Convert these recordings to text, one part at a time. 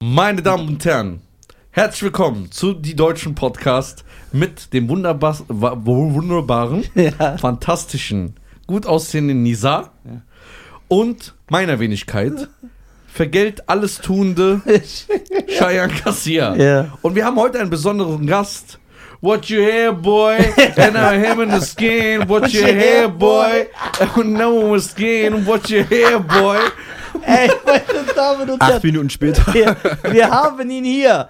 Meine Damen und Herren, herzlich willkommen zu Die Deutschen Podcast mit dem wunderbar, wa- wunderbaren, Ja. fantastischen, gut aussehenden Nisa und meiner Wenigkeit vergelt alles tuende Cheyenne Cassia. Ja. Und wir haben heute einen besonderen Gast. What you hair, boy? And I'm him in the skin. What you hair, boy? And no one's skin. What you hair, boy? Ey, meine Damen und Acht Herren, Minuten später. wir, wir haben ihn hier.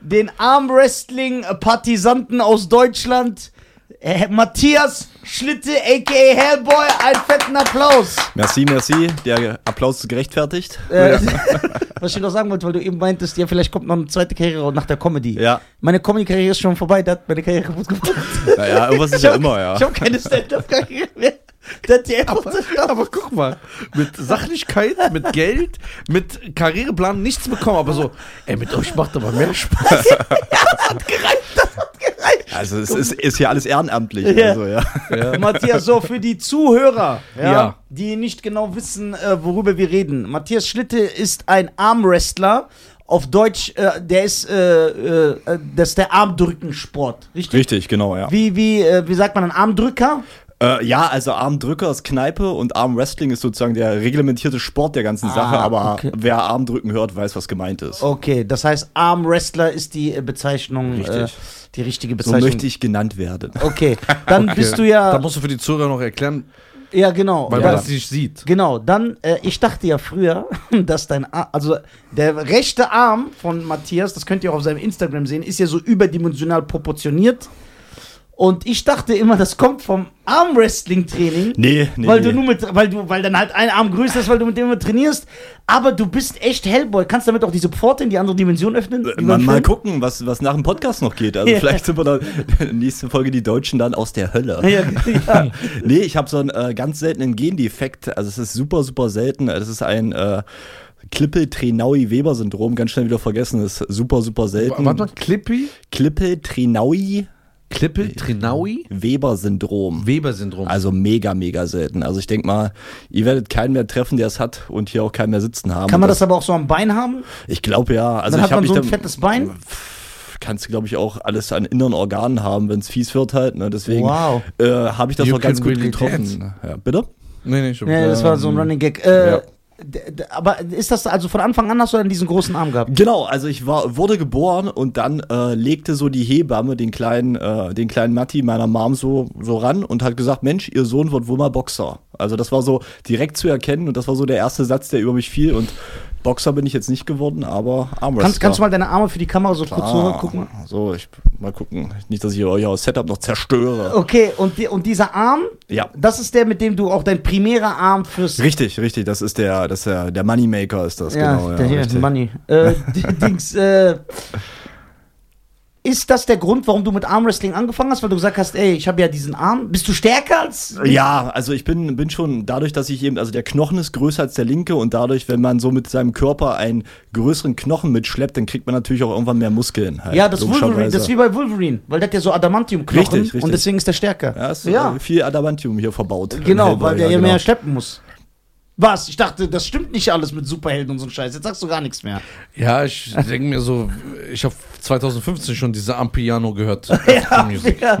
Den Armwrestling-Partisanten aus Deutschland, äh, Matthias Schlitte, a.k.a. Hellboy. Einen fetten Applaus. Merci, merci. Der Applaus ist gerechtfertigt. Äh, Was ich noch sagen wollte, weil du eben meintest, ja, vielleicht kommt noch eine zweite Karriere nach der Comedy. Ja. Meine Comedy-Karriere ist schon vorbei, da hat meine Karriere kaputt gemacht. Naja, irgendwas ist ja immer, ja. Ich habe keine Stand-Up-Karriere mehr. Das hat die einfach zerstört. Aber guck mal, mit Sachlichkeit, mit Geld, mit Karriereplan nichts bekommen. Aber so, ey, mit euch macht aber mehr Spaß. Also es ist, ist hier alles ehrenamtlich. Ja. Also, ja. Matthias, so für die Zuhörer, ja, Ja. die nicht genau wissen, äh, worüber wir reden. Matthias Schlitte ist ein Armwrestler. Auf Deutsch, äh, der ist, äh, äh, das ist der Armdrückensport, richtig? Richtig, genau, ja. Wie, wie, äh, wie sagt man, ein Armdrücker? Äh, ja, also Armdrücker ist Kneipe und Armwrestling ist sozusagen der reglementierte Sport der ganzen Ah, Sache, aber okay. wer Armdrücken hört, weiß, was gemeint ist. Okay, das heißt, Armwrestler ist die äh, Bezeichnung, äh, Richtig. die richtige so Bezeichnung. möchte ich genannt werden. Okay, dann bist du ja, Da musst du für die Zuhörer noch erklären, ja genau. weil ja. man es nicht sieht. Genau, dann, äh, ich dachte ja früher, dass dein Arm, also der rechte Arm von Matthias, das könnt ihr auch auf seinem Instagram sehen, ist ja so überdimensional proportioniert. Und ich dachte immer, das kommt vom Armwrestling-Training. Nee, nee. weil nee. du nur mit, weil du, weil dann halt ein Arm größer ist, weil du mit dem immer trainierst. Aber du bist echt Hellboy. Kannst damit auch diese Pforte in die andere Dimension öffnen? wie mal, beim Äh, mal Film? gucken, was, was nach dem Podcast noch geht. Also Ja. vielleicht sind wir dann in der nächsten Folge die Deutschen dann aus der Hölle. Ja, ja. Nee, ich habe so einen äh, ganz seltenen Gendefekt. Also es ist super, super selten. Das ist ein äh, Klippel-Trenaui-Weber-Syndrom. Ganz schnell wieder vergessen. Das ist super, super Äh, selten. Warte mal, Clippy, Klippel-Trenaui-Weber-Syndrom. Klippe, Trinaui, Weber-Syndrom. Also mega, mega selten. Also ich denk mal, ihr werdet keinen mehr treffen, der es hat und hier auch keinen mehr sitzen haben. Kann man Und das aber auch so am Bein haben? Ich glaube ja. Also dann ich hat hab man mich so ein da- fettes Bein. kannst du, glaube ich, auch alles an inneren Organen haben, wenn es fies wird halt. Ne? Deswegen Wow. äh, habe ich das You noch ganz can gut really getroffen. Ja, bitte? Nee, nee, stimmt. Ja, das war so ein Ähm, Running Gag. Äh, ja. d- d- Aber ist das also von Anfang an hast du dann diesen großen Arm gehabt? Genau, also ich war, wurde geboren und dann äh, legte so die Hebamme den kleinen, äh, den kleinen Matti meiner Mom so, so ran und hat gesagt, Mensch, ihr Sohn wird wohl mal Boxer. Also das war so direkt zu erkennen und das war so der erste Satz, der über mich fiel und Boxer bin ich jetzt nicht geworden, aber Armwrestler. Ah, Kannst, kannst du mal deine Arme für die Kamera so kurz hoch gucken? mal. So, ich, mal gucken. Nicht, dass ich euch euer Setup noch zerstöre. Okay, und, die, und dieser Arm, Ja. das ist der, mit dem du auch dein primärer Arm fürs. Richtig, richtig, das ist der, das ist der, der Moneymaker ist das, ja, genau. der hier, richtig. Money. Äh, d- Dings, äh, ist das der Grund, warum du mit Armwrestling angefangen hast? Weil du gesagt hast, ey, ich habe ja diesen Arm. Bist du stärker als. Ja, also ich bin, bin schon dadurch, dass ich eben, also der Knochen ist größer als der linke und dadurch, wenn man so mit seinem Körper einen größeren Knochen mitschleppt, dann kriegt man natürlich auch irgendwann mehr Muskeln. Halt, Ja, das, Wolverine, logischerweise. das ist wie bei Wolverine, weil der hat ja so Adamantium-Knochen Richtig, richtig. und deswegen ist der stärker. ja, ist äh, viel Adamantium hier verbaut. Genau, weil der ja, ja genau. mehr schleppen muss. Was? Ich dachte, das stimmt nicht alles mit Superhelden und so Scheiß. Jetzt sagst du gar nichts mehr. Ja, ich denke mir so, ich habe 2015 schon diese Ampiano gehört. Also, Music. Ja.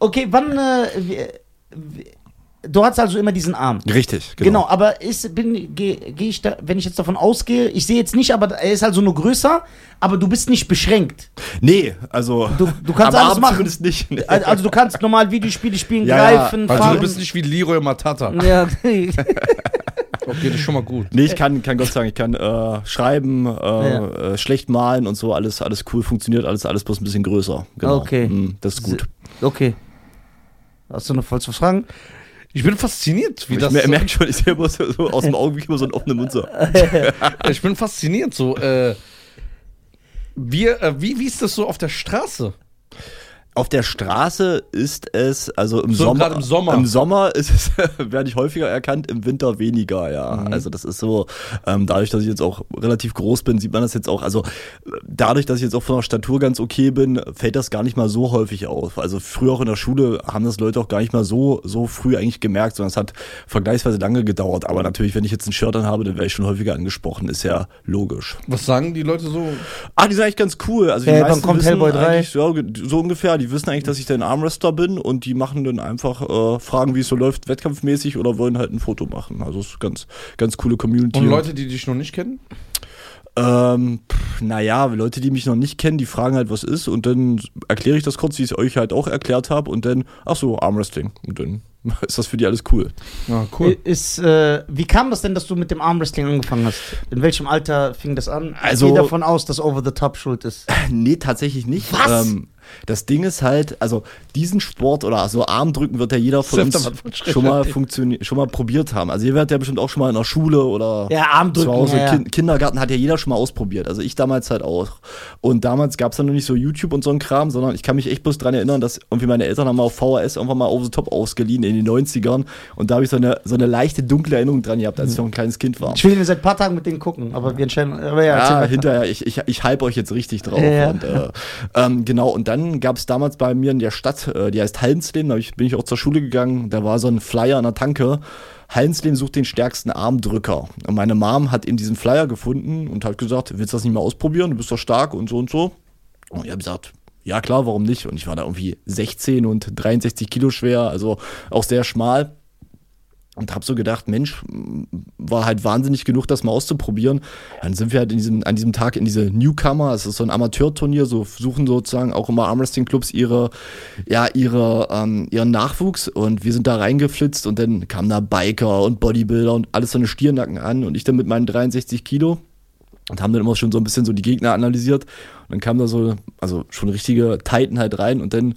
Okay, wann. Äh, wie- wie- du hast also immer diesen Arm. Richtig, Genau, genau. aber ist, bin, gehe geh ich da, wenn ich jetzt davon ausgehe, ich sehe jetzt nicht, aber er ist also nur größer, aber du bist nicht beschränkt. Nee, also. Du- du kannst am alles Abend machen. Zumindest nicht. Nee. Al- Also du kannst normal Videospiele spielen, Ja, ja. greifen, Also fahren. du bist nicht wie Leroy Matata. ja. Okay, das ist schon mal gut. Nee, äh, ich kann, kann Gott sagen, ich kann äh, schreiben, äh, äh, schlecht malen und so, alles, alles cool, funktioniert alles, alles bloß ein bisschen größer. Genau. Okay. Mm, das ist gut. okay. Hast du noch voll zu fragen? Ich bin fasziniert, wie ich das. mer- merk schon, ich sehe immer so, so aus dem Augenblick immer so einen offenen Mund so. Ich bin fasziniert, äh, so. Äh, wir, äh, wie, wie ist das so auf der Straße? auf der Straße ist es, also im So, Sommer. gerade im Sommer. Im Sommer ist es, werde ich häufiger erkannt, im Winter weniger, ja. Mhm. Also das ist so, ähm, dadurch, dass ich jetzt auch relativ groß bin, sieht man das jetzt auch. Also äh, dadurch, dass ich jetzt auch von der Statur ganz okay bin, fällt das gar nicht mal so häufig auf. Also früher auch in der Schule haben das Leute auch gar nicht mal so, so früh eigentlich gemerkt, sondern es hat vergleichsweise lange gedauert. Aber natürlich, wenn ich jetzt ein Shirt an habe, dann werde ich schon häufiger angesprochen, ist ja logisch. Was sagen die Leute so? Ah, die sind eigentlich ganz cool. Also die Äh, wann meisten kommt wissen Hellboy 3? eigentlich, Ja, ge- so ungefähr. Die wissen eigentlich, dass ich dein Armrester bin und die machen dann einfach äh, Fragen, wie es so läuft, wettkampfmäßig oder wollen halt ein Foto machen. Also es ist ganz, ganz coole Community. Und Leute, die dich noch nicht kennen? Ähm, pff, naja, Leute, die mich noch nicht kennen, die fragen halt, was ist und dann erkläre ich das kurz, wie ich es euch halt auch erklärt habe und dann, ach so, Armwrestling. Und dann ist das für die alles cool. Ah, cool. Ist, äh, wie kam das denn, dass du mit dem Armwrestling angefangen hast? In welchem Alter fing das an? Also- ich gehe davon aus, dass Over the Top schuld ist. Nee, tatsächlich nicht. Was? Ähm, das Ding ist halt, also diesen Sport oder so Armdrücken wird ja jeder von Selbst uns am Anfang schon mal funktioniert, schon mal probiert haben. Also ihr werdet ja bestimmt auch schon mal in der Schule oder Ja, Armdrücken, zu Hause, ja, ja. Kin Kindergarten hat ja jeder schon mal ausprobiert. Also ich damals halt auch. Und damals gab es ja noch nicht so YouTube und so ein Kram, sondern ich kann mich echt bloß dran erinnern, dass irgendwie meine Eltern haben mal auf VHS irgendwann mal over the top ausgeliehen in den 90ern und da habe ich so eine, so eine leichte dunkle Erinnerung dran gehabt, als ich noch ein kleines Kind war. Ich will ihn seit ein paar Tagen mit denen gucken, aber wir entscheiden. Aber ja, erzähl Ja, weiter. hinterher, ich, ich, ich hype euch jetzt richtig drauf. Ja. Und, äh, ähm, genau, und dann gab es damals bei mir in der Stadt, äh, die heißt Hallensleben, da hab ich, bin ich auch zur Schule gegangen, da war so ein Flyer an der Tanke. Hallensleben sucht den stärksten Armdrücker. Und meine Mom hat eben diesen Flyer gefunden und hat gesagt, willst du das nicht mal ausprobieren? Du bist doch stark und so und so. Und ich habe gesagt, ja klar, warum nicht? Und ich war da irgendwie 16 und 63 Kilo schwer, also auch sehr schmal. Und habe so gedacht, Mensch, m, war halt wahnsinnig genug, das mal auszuprobieren. Dann sind wir halt in diesem, an diesem Tag in diese Newcomer, es ist so ein Amateurturnier, so suchen sozusagen auch immer Armwrestling-Clubs ihre, ja, ihre, ähm, ihren Nachwuchs und wir sind da reingeflitzt und dann kamen da Biker und Bodybuilder und alles so eine Stirnacken an und ich dann mit meinen 63 Kilo und haben dann immer schon so ein bisschen so die Gegner analysiert. Und dann kam da so, also schon richtige Titan halt rein und dann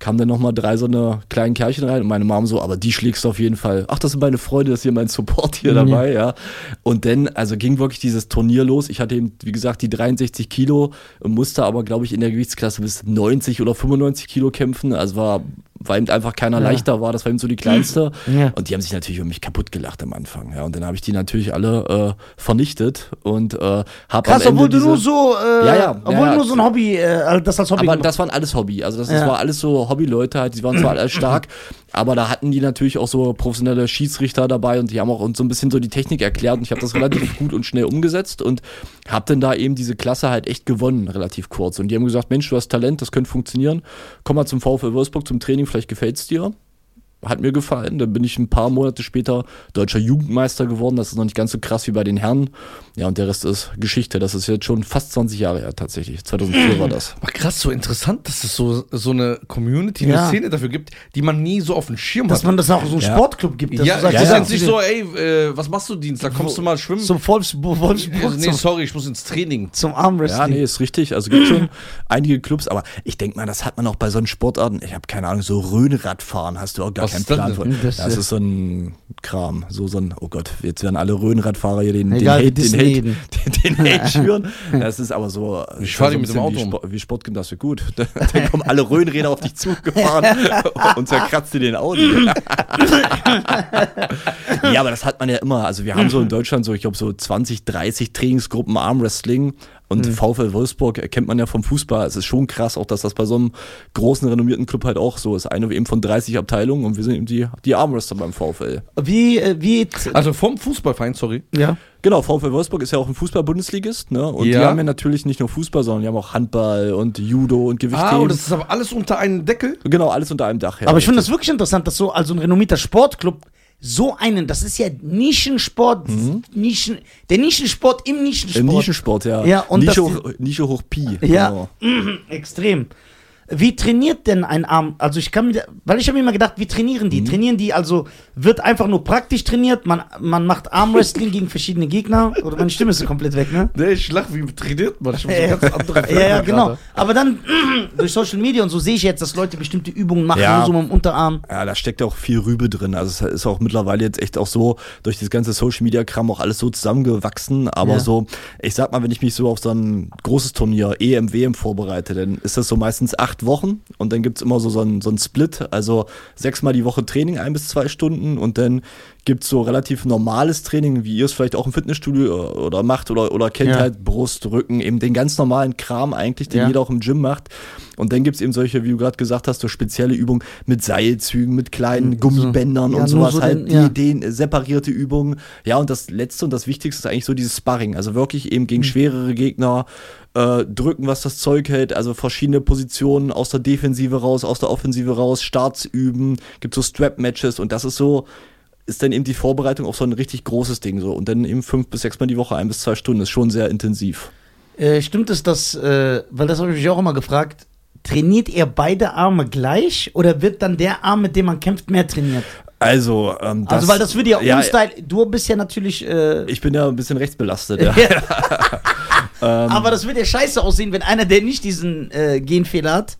kamen dann nochmal drei so eine kleinen Kerlchen rein und meine Mom so, aber die schlägst du auf jeden Fall. Ach, das sind meine Freunde, das ist hier mein Support hier dabei, ja. Und dann, also ging wirklich dieses Turnier los. Ich hatte eben, wie gesagt, die 63 Kilo, musste aber, glaube ich, in der Gewichtsklasse bis 90 oder 95 Kilo kämpfen. Also war, weil eben einfach keiner leichter war, das war eben so die kleinste. Ja. Und die haben sich natürlich um mich kaputt gelacht am Anfang. Ja, und dann habe ich die natürlich alle äh, vernichtet und äh, habe Krass, obwohl du nur so, äh, Ja, ja, ja, obwohl ja. nur so ein Hobby, äh, das als Hobby aber gemacht. das waren alles Hobby, also das, das Ja. war alles so Hobbyleute halt, die waren zwar alle stark, aber da hatten die natürlich auch so professionelle Schiedsrichter dabei und die haben auch uns so ein bisschen so die Technik erklärt und ich habe das relativ gut und schnell umgesetzt und habe dann da eben diese Klasse halt echt gewonnen, relativ kurz. Und die haben gesagt, Mensch, du hast Talent, das könnte funktionieren, komm mal zum VfL Wolfsburg zum Training, vielleicht gefällt's dir hat mir gefallen. Dann bin ich ein paar Monate später deutscher Jugendmeister geworden. Das ist noch nicht ganz so krass wie bei den Herren. Ja, und der Rest ist Geschichte. Das ist jetzt schon fast 20 Jahre her tatsächlich. 2004 war das. Aber krass, so interessant, dass es so, so eine Community, Ja. eine Szene dafür gibt, die man nie so auf dem Schirm dass hat. man das auch so einen Ja. Sportclub gibt. Dass ja, du sagst, ja, das ist jetzt ist nicht so, ey, äh, was machst du Dienstag? Kommst du mal schwimmen? Zum Wolfsburg, Äh, Wolfsburg nee, zum, sorry, ich muss ins Training. zum Ja, Armwrestling. nee, ist richtig. Also gibt schon einige Clubs, aber ich denke mal, das hat man auch bei so einen Sportarten. Ich habe keine Ahnung, so Röhnradfahren hast du auch gar Was keinen ist das Plan denn? von. Das Das, ist- ist so ein Kram. So, so ein, oh Gott, jetzt werden alle Röhnradfahrer hier den, den Egal, wir Hate, den dissen Hate, jeden. den, den Hate schüren. Das ist aber so. Hm. also Ich fahr die so ein mit dem bisschen Auto Wie, um. Sport, wie Sportgymnastik, gut. Dann, dann kommen alle Röhnräder auf dich zugefahren und zerkratzt dir den Audi. Ja, aber das hat man ja immer. Also wir haben so in Deutschland so, ich glaube, so 20, 30 Trainingsgruppen Armwrestling. Und Hm. VfL Wolfsburg kennt man ja vom Fußball. Es ist schon krass, auch dass das bei so einem großen, renommierten Club halt auch so ist. Eine eben von 30 Abteilungen und wir sind eben die, die Armwrestler beim VfL. Wie, äh, wie, Also vom Fußballverein, sorry. ja. Genau, VfL Wolfsburg ist ja auch ein Fußball-Bundesligist, ne? Und die Ja. haben ja natürlich nicht nur Fußball, sondern die haben auch Handball und Judo und Ah, Gewichtheben. und das ist aber alles unter einem Deckel? genau, alles unter einem Dach. Ja. Aber ich finde das wirklich interessant, dass so also ein renommierter Sportclub so einen, das ist ja Nischensport, Mhm. Nischen, der Nischensport im Im Nischensport. Äh, Nischensport, ja. Ja, und dass Nische, die- hoch, Nische hoch Pi. genau. Ja, extrem. Wie trainiert denn ein Arm? Also ich kann mir, weil ich habe immer gedacht, wie trainieren die? Trainieren die also wird einfach nur praktisch trainiert? Man, man macht Armwrestling gegen verschiedene Gegner oder meine Stimme ist komplett weg, ne? Nee, ich lach, wie trainiert man? Ich muss Ja, ganz andere ja, ja, Fragen genau. gerade. Aber dann durch Social Media und so sehe ich jetzt, dass Leute bestimmte Übungen machen, Ja. nur so mit dem Unterarm. Ja, da steckt auch viel Rübe drin. Also es ist auch mittlerweile jetzt echt auch so durch das ganze Social Media Kram auch alles so zusammengewachsen. Aber Ja. so, E ich sag mal, wenn ich mich so auf so ein großes Turnier EM, WM vorbereite, dann ist das so meistens acht acht Wochen und dann gibt es immer so, so, einen, so einen Split, also sechsmal die Woche Training, ein bis zwei Stunden und dann gibt es so relativ normales Training, wie ihr es vielleicht auch im Fitnessstudio äh, oder macht oder, oder kennt Ja. halt Brust, Rücken, eben den ganz normalen Kram eigentlich, den Ja. jeder auch im Gym macht. Und dann gibt es eben solche, wie du gerade gesagt hast, so spezielle Übungen mit Seilzügen, mit Mhm, kleinen Gummibändern ja, und nur sowas so den- halt, ja. die, den, äh, separierte Übungen. Ja, und das letzte und das wichtigste ist eigentlich so dieses Sparring. Also wirklich eben Hm. gegen schwerere Gegner äh, drücken, was das Zeug hält. Also verschiedene Positionen aus der Defensive raus, aus der Offensive raus, Starts üben, gibt so Strap-Matches und das ist so, ist dann eben die Vorbereitung auf so ein richtig großes Ding so. Und dann eben fünf bis sechs Mal die Woche, ein bis zwei Stunden, ist schon sehr intensiv. Äh, stimmt es, dass, äh, weil das habe ich mich auch immer gefragt, trainiert ihr beide Arme gleich oder wird dann der Arm, mit dem man kämpft, mehr trainiert? Also, ähm, also, weil das würde ja, ja unstyle. Du bist ja natürlich. Äh, Ich bin ja ein bisschen rechtsbelastet, ja. Ähm. aber das wird ja scheiße aussehen, wenn einer, der nicht diesen äh, Genfehler hat,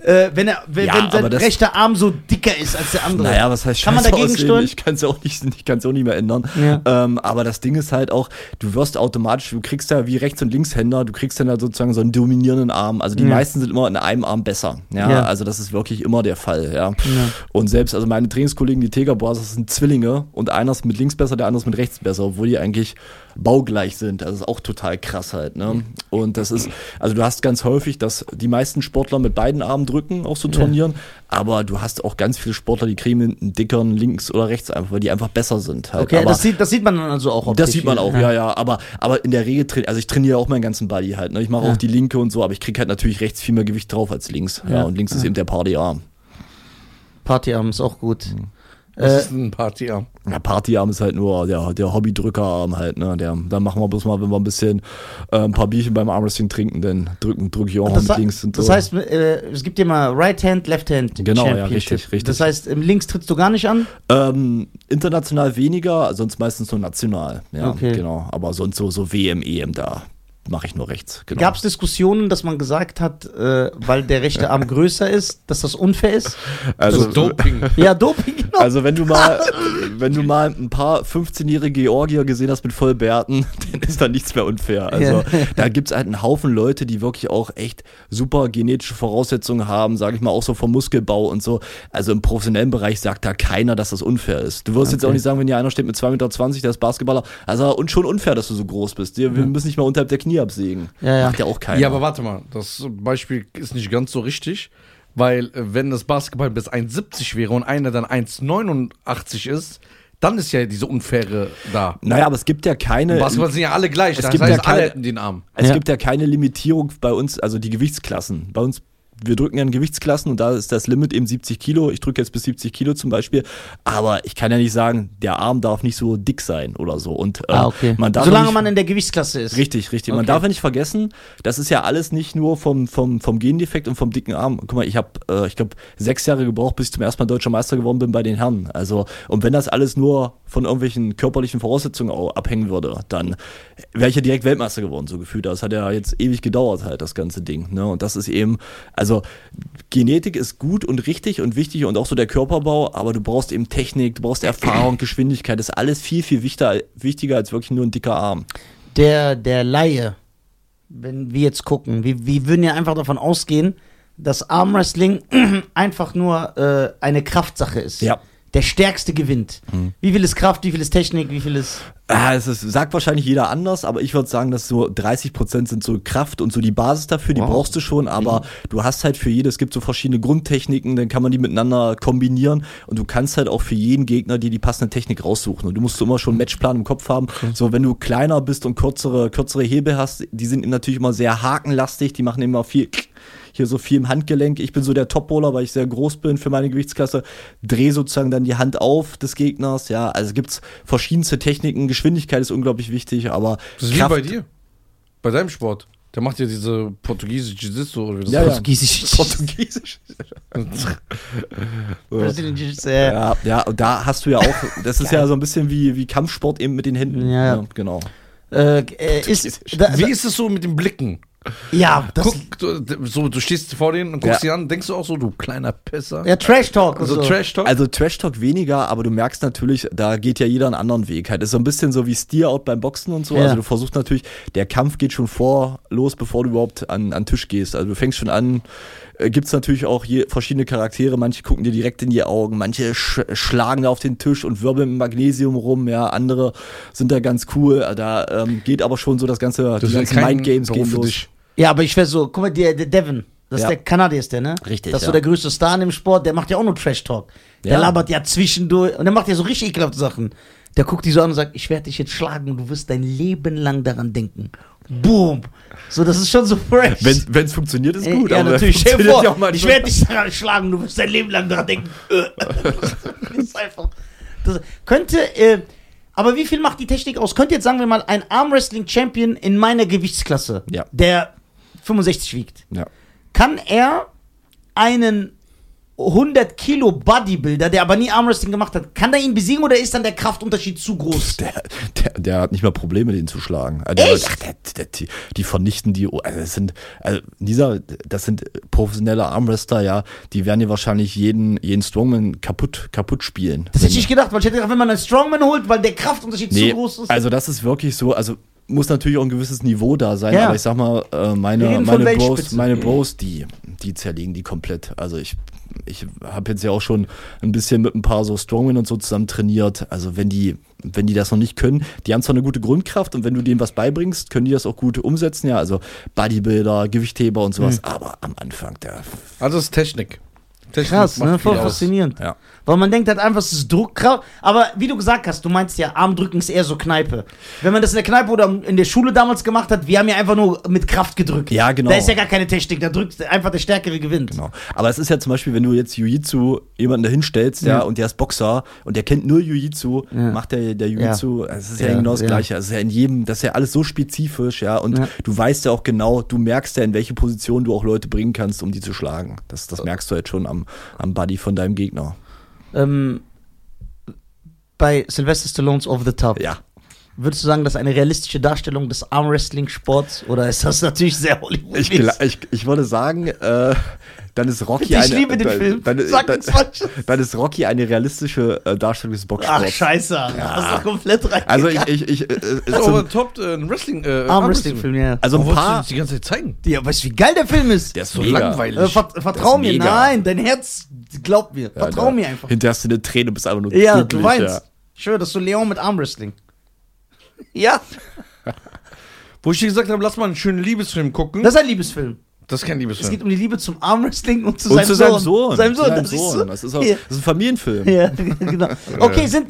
äh, wenn, er, wenn, Ja, wenn sein aber das- rechter Arm so dicker ist als der andere. Naja, was heißt Kann man scheiße dagegen aussehen? steuern? Ich kann es auch nicht, ich kann's auch nicht mehr ändern. Ja. Ähm, aber das Ding ist halt auch, du wirst automatisch, du kriegst ja wie Rechts- und Linkshänder, du kriegst dann halt sozusagen so einen dominierenden Arm. Also die Ja. meisten sind immer in einem Arm besser. Ja, Ja. also das ist wirklich immer der Fall. Ja. Und selbst, also meine Trainingskollegen, die Teger Brothers, das sind Zwillinge und einer ist mit links besser, der andere ist mit rechts besser, obwohl die eigentlich baugleich sind. Also das ist auch total krass halt. Ne? Und das ist, also du hast ganz häufig, dass die meisten Sportler mit beiden Armen drücken, auch so Turnieren, aber du hast auch ganz viele Sportler, die kriegen einen dickeren links oder rechts einfach, weil die einfach besser sind. Halt. okay, aber das sieht, das sieht man dann also auch. das optisch, sieht man auch, ja, ja. Aber, aber in der Regel, train- also ich trainiere auch meinen ganzen Body halt. Ne? Ich mache auch die linke und so, aber ich kriege halt natürlich rechts viel mehr Gewicht drauf als links. Ja, Ja. und links ist eben der Partyarm. Partyarm ist auch gut. Mhm. Das Äh, ist ein Partyarm. Ja, Partyarm ist halt nur der, der Hobbydrückerarm halt, ne? Der, da machen wir bloß mal, wenn wir ein bisschen äh, ein paar Bierchen beim Armwrestling trinken, dann drücken, drücke ich auch mal Das, mit hei- links und das so. heißt, äh, es gibt ja mal Right Hand, Left Hand. Genau, ja, Championship. richtig, richtig. Das heißt, im links trittst du gar nicht an. Ähm, international weniger, sonst meistens nur national. Ja, Okay. genau. Aber sonst so, so WM, EM, da mache ich nur rechts. Genau. Gab es Diskussionen, dass man gesagt hat, äh, weil der rechte Arm größer ist, dass das unfair ist? Das also, ist Doping. Ja, Doping, genau. also wenn du mal, wenn du mal ein paar 15-jährige Georgier gesehen hast mit Vollbärten, dann ist da nichts mehr unfair. Also Ja. da gibt es halt einen Haufen Leute, die wirklich auch echt super genetische Voraussetzungen haben, sage ich mal, auch so vom Muskelbau und so. Also im professionellen Bereich sagt da keiner, dass das unfair ist. Du wirst jetzt auch nicht sagen, wenn hier einer steht mit 2,20 Meter, der ist Basketballer, also und schon unfair, dass du so groß bist. Wir wir müssen nicht mal unterhalb der Knie absägen. Ja, ja. Macht ja auch keiner. Ja, aber warte mal, das Beispiel ist nicht ganz so richtig, weil äh, wenn das Basketball bis 1,70 wäre und einer dann 1,89 ist, dann ist ja diese Unfaire da. naja, aber es gibt ja keine. Im Basketball sind Äh, ja alle gleich, das gibt heißt, ja keine- alle hätten den Arm. Es Ja. gibt ja keine Limitierung bei uns, also die Gewichtsklassen. Bei uns, wir drücken ja in Gewichtsklassen und da ist das Limit eben 70 Kilo. Ich drücke jetzt bis 70 Kilo zum Beispiel. Aber ich kann ja nicht sagen, der Arm darf nicht so dick sein oder so. Und äh, man darf Ah, Solange nicht, man in der Gewichtsklasse ist. Richtig, richtig. Man Okay. darf ja nicht vergessen, das ist ja alles nicht nur vom, vom, vom Gendefekt und vom dicken Arm. Guck mal, ich habe, äh, ich glaube, sechs Jahre gebraucht, bis ich zum ersten Mal deutscher Meister geworden bin bei den Herren. Also, und wenn das alles nur von irgendwelchen körperlichen Voraussetzungen au- abhängen würde, dann wäre ich ja direkt Weltmeister geworden, so gefühlt. Das hat ja jetzt ewig gedauert, halt, das ganze Ding. Ne? Und das ist eben, also Genetik ist gut und richtig und wichtig und auch so der Körperbau, aber du brauchst eben Technik, du brauchst Erfahrung, Geschwindigkeit, das ist alles viel, viel wichtiger, wichtiger als wirklich nur ein dicker Arm. Der, der Laie, wenn wir jetzt gucken, wir, wir würden ja einfach davon ausgehen, dass Armwrestling einfach nur äh, eine Kraftsache ist. Ja. Der Stärkste gewinnt. Wie viel ist Kraft, wie viel ist Technik, wie viel ist. Ah, es ist, sagt wahrscheinlich jeder anders, aber ich würde sagen, dass so 30 Prozent sind so Kraft und so die Basis dafür, die Wow. brauchst du schon, aber du hast halt für jedes, es gibt so verschiedene Grundtechniken, dann kann man die miteinander kombinieren und du kannst halt auch für jeden Gegner dir die passende Technik raussuchen und du musst immer schon einen Matchplan im Kopf haben. So, wenn du kleiner bist und kürzere, kürzere Hebel hast, die sind natürlich immer sehr hakenlastig, die machen immer viel hier so viel im Handgelenk. Ich bin so der Topbowler, weil ich sehr groß bin für meine Gewichtsklasse. Dreh sozusagen dann die Hand auf des Gegners. Ja, also gibt's verschiedenste Techniken. Geschwindigkeit ist unglaublich wichtig, aber Das ist wie bei dir, bei deinem Sport. Der macht ja diese portugiesische Jiu-Jitsu oder wie das Ja, ja. Portugiesisch. Portugiesisch. Portugiesisch. Äh, Ja, ja, und da hast du ja auch, das ist ja so ein bisschen wie, wie Kampfsport eben mit den Händen. Ja. genau. äh, äh, ist, heißt. Wie ist es so mit den Blicken? Ja, das. Guck, du, d- so, du stehst vor denen und guckst sie Ja. an, denkst du auch so, du kleiner Pisser. ja, Trash Talk. und so, Trash Talk. Also Trash Talk weniger, aber du merkst natürlich, da geht ja jeder einen anderen Weg. Halt ist so ein bisschen so wie Steer-Out beim Boxen und so. Ja. Also du versuchst natürlich, der Kampf geht schon vor los, bevor du überhaupt an an den Tisch gehst. Also du fängst schon an. Äh, gibt's natürlich auch je, verschiedene Charaktere. Manche gucken dir direkt in die Augen, manche sch schlagen da auf den Tisch und wirbeln mit Magnesium rum. Ja, andere sind da ganz cool. Da ähm, geht aber schon so das ganze, Das die ist ganzen kein Mindgames Beruf gehen für los. dich. Ja, aber ich wäre so, guck mal, der, der Devin, das Ja. ist der Kanadier ist der, ne? Richtig, Das ist ja. so der größte Star in dem Sport, der macht ja auch nur Trash Talk. Der Ja. labert ja zwischendurch und der macht ja so richtig ekelhafte Sachen. Der guckt die so an und sagt, ich werde dich jetzt schlagen und du wirst dein Leben lang daran denken. Boom. So, das ist schon so fresh. Wenn es funktioniert, ist Ey, gut. ja, aber natürlich. Stell dir funktioniert Äh, ja vor, auch mal ich nicht. werde dich daran schlagen, du wirst dein Leben lang daran denken. Äh. das ist einfach. Das könnte, äh, aber wie viel macht die Technik aus? Könnte jetzt, sagen wir mal, ein Armwrestling-Champion in meiner Gewichtsklasse, Ja. der 65 wiegt, Ja. kann er einen 100 Kilo Bodybuilder, der aber nie Armwrestling gemacht hat, kann er ihn besiegen oder ist dann der Kraftunterschied zu groß? Der, der, der hat nicht mal Probleme, den zu schlagen. Also, der- Echt? Ach, der, der, die, die vernichten die. Also das sind, also dieser, das sind professionelle Armrester, ja. Die werden ja wahrscheinlich jeden, jeden Strongman kaputt, kaputt spielen. Das hätte ich nicht gedacht, weil ich hätte gedacht, wenn man einen Strongman holt, weil der Kraftunterschied nee, zu groß ist. Also, das ist wirklich so. Also, muss natürlich auch ein gewisses Niveau da sein, Ja. aber ich sag mal, äh, Wir meine, reden von meine, Bros, Weltspitze. meine Bros, die, die zerlegen die komplett. Also ich, ich habe jetzt ja auch schon ein bisschen mit ein paar so Strongmen und so zusammen trainiert. Also wenn die, wenn die das noch nicht können, die haben zwar eine gute Grundkraft und wenn du denen was beibringst, können die das auch gut umsetzen. Ja, also Bodybuilder, Gewichtheber und sowas, Hm. aber am Anfang der. Also es ist Technik. Technik Krass, ne? macht voll viel aus. faszinierend. Ja. Weil man denkt halt einfach, es ist Druckkraft. Aber wie du gesagt hast, du meinst ja, Armdrücken ist eher so Kneipe. Wenn man das in der Kneipe oder in der Schule damals gemacht hat, wir haben ja einfach nur mit Kraft gedrückt. Ja, genau. Da ist ja gar keine Technik, da drückt einfach der Stärkere gewinnt. Genau. Aber es ist ja zum Beispiel, wenn du jetzt Jiu-Jitsu jemanden da hinstellst, ja, und der ist Boxer und der kennt nur Jiu-Jitsu, macht der, der Jiu-Jitsu, es ist ja, Ja, genau das ja. Gleiche. Es ist ja in jedem, das ist ja alles so spezifisch, ja, und Ja. du weißt ja auch genau, du merkst ja, in welche Position du auch Leute bringen kannst, um die zu schlagen. Das, das merkst du jetzt schon am, am Buddy von deinem Gegner. Ähm, bei Sylvester Stallones Over the Top, Ja. würdest du sagen, das ist eine realistische Darstellung des Armwrestling-Sports? Oder ist das natürlich sehr Hollywood? Ich, gla- ich, ich würde sagen, äh, dann ist Rocky Ich eine. liebe den dann, Film. Dann, Sag dann, nichts Falsches. dann ist Rocky eine realistische äh, Darstellung des Ach, Boxsports. scheiße. Oh, Hast du komplett rein. also ich, ich, ich äh, äh, Das ist zum- aber top äh, ein Wrestling. Äh, Armwrestling-Film, ja. also Warum ein wolltest du paar uns die ganze Zeit zeigen? Ja, weißt du, wie geil der Film ist? Der ist So so mega. langweilig. Äh, ver vertrau Das mir, ist mega. nein, dein Herz glaubt mir. Ja, vertrau da- mir einfach. Hinterher hast du eine Träne, bist einfach nur Ja, du glücklich, weinst. Ich schwöre, das ist so Leon mit Armwrestling. Ja, Wo ich dir gesagt habe, lass mal einen schönen Liebesfilm gucken. das Das, ist ein Liebesfilm. ist kein Es Liebesfilm. geht um die Liebe zum Armwrestling und zu, Und seinem, zu seinem Sohn. Seinem Sohn, Zu seinem das ist so. Sohn. Das ist auch, Ja. das ist ein Familienfilm. Ja, genau. Okay, sind.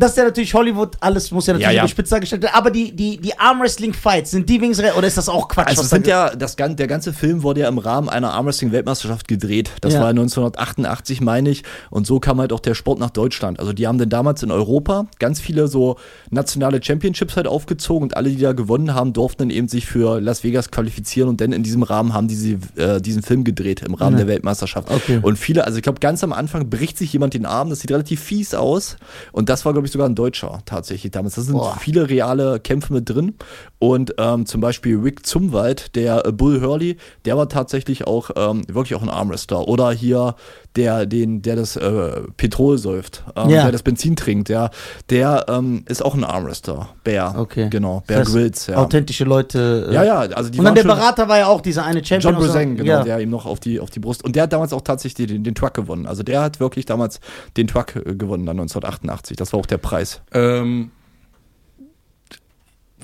Das ist ja natürlich Hollywood, alles muss ja natürlich Ja, ja. überspitzt dargestellt werden. Aber die, die, die Armwrestling-Fights, sind die wenigstens real? Oder ist das auch Quatsch? Also was es da sind ge- ja, das, gan- der ganze Film wurde ja im Rahmen einer Armwrestling-Weltmeisterschaft gedreht. Das Ja. war 1988, meine ich. Und so kam halt auch der Sport nach Deutschland. Also die haben dann damals in Europa ganz viele so nationale Championships halt aufgezogen und alle, die da gewonnen haben, durften dann eben sich für Las Vegas qualifizieren und dann in diesem Rahmen haben die sie, äh, diesen Film gedreht, im Rahmen der Weltmeisterschaft. Okay. Und viele, also ich glaube, ganz am Anfang bricht sich jemand den Arm, das sieht relativ fies aus. Und das war, glaube ich, sogar ein Deutscher tatsächlich damals. Das sind Boah. viele reale Kämpfe mit drin. Und ähm, zum Beispiel Rick Zumwalt, der äh, Bull Hurley, der war tatsächlich auch ähm, wirklich auch ein Armrester. Oder hier der, den, der das äh, Petrol säuft, ähm, Ja. der das Benzin trinkt, ja, der ähm, ist auch ein Armrester. Bär. Okay. Genau. Bär Das- Grylls, ja. Authentische Leute. äh, Ja, ja, also die Und dann waren der schon- Berater war ja auch dieser eine Champion. John aus der- Briseng, genau, ja. der ihm noch auf die, auf die Brust. Und der hat damals auch tatsächlich den, den Truck gewonnen. Also der hat wirklich damals den Truck äh, gewonnen, dann 1988. Das war auch der Preis. Ähm,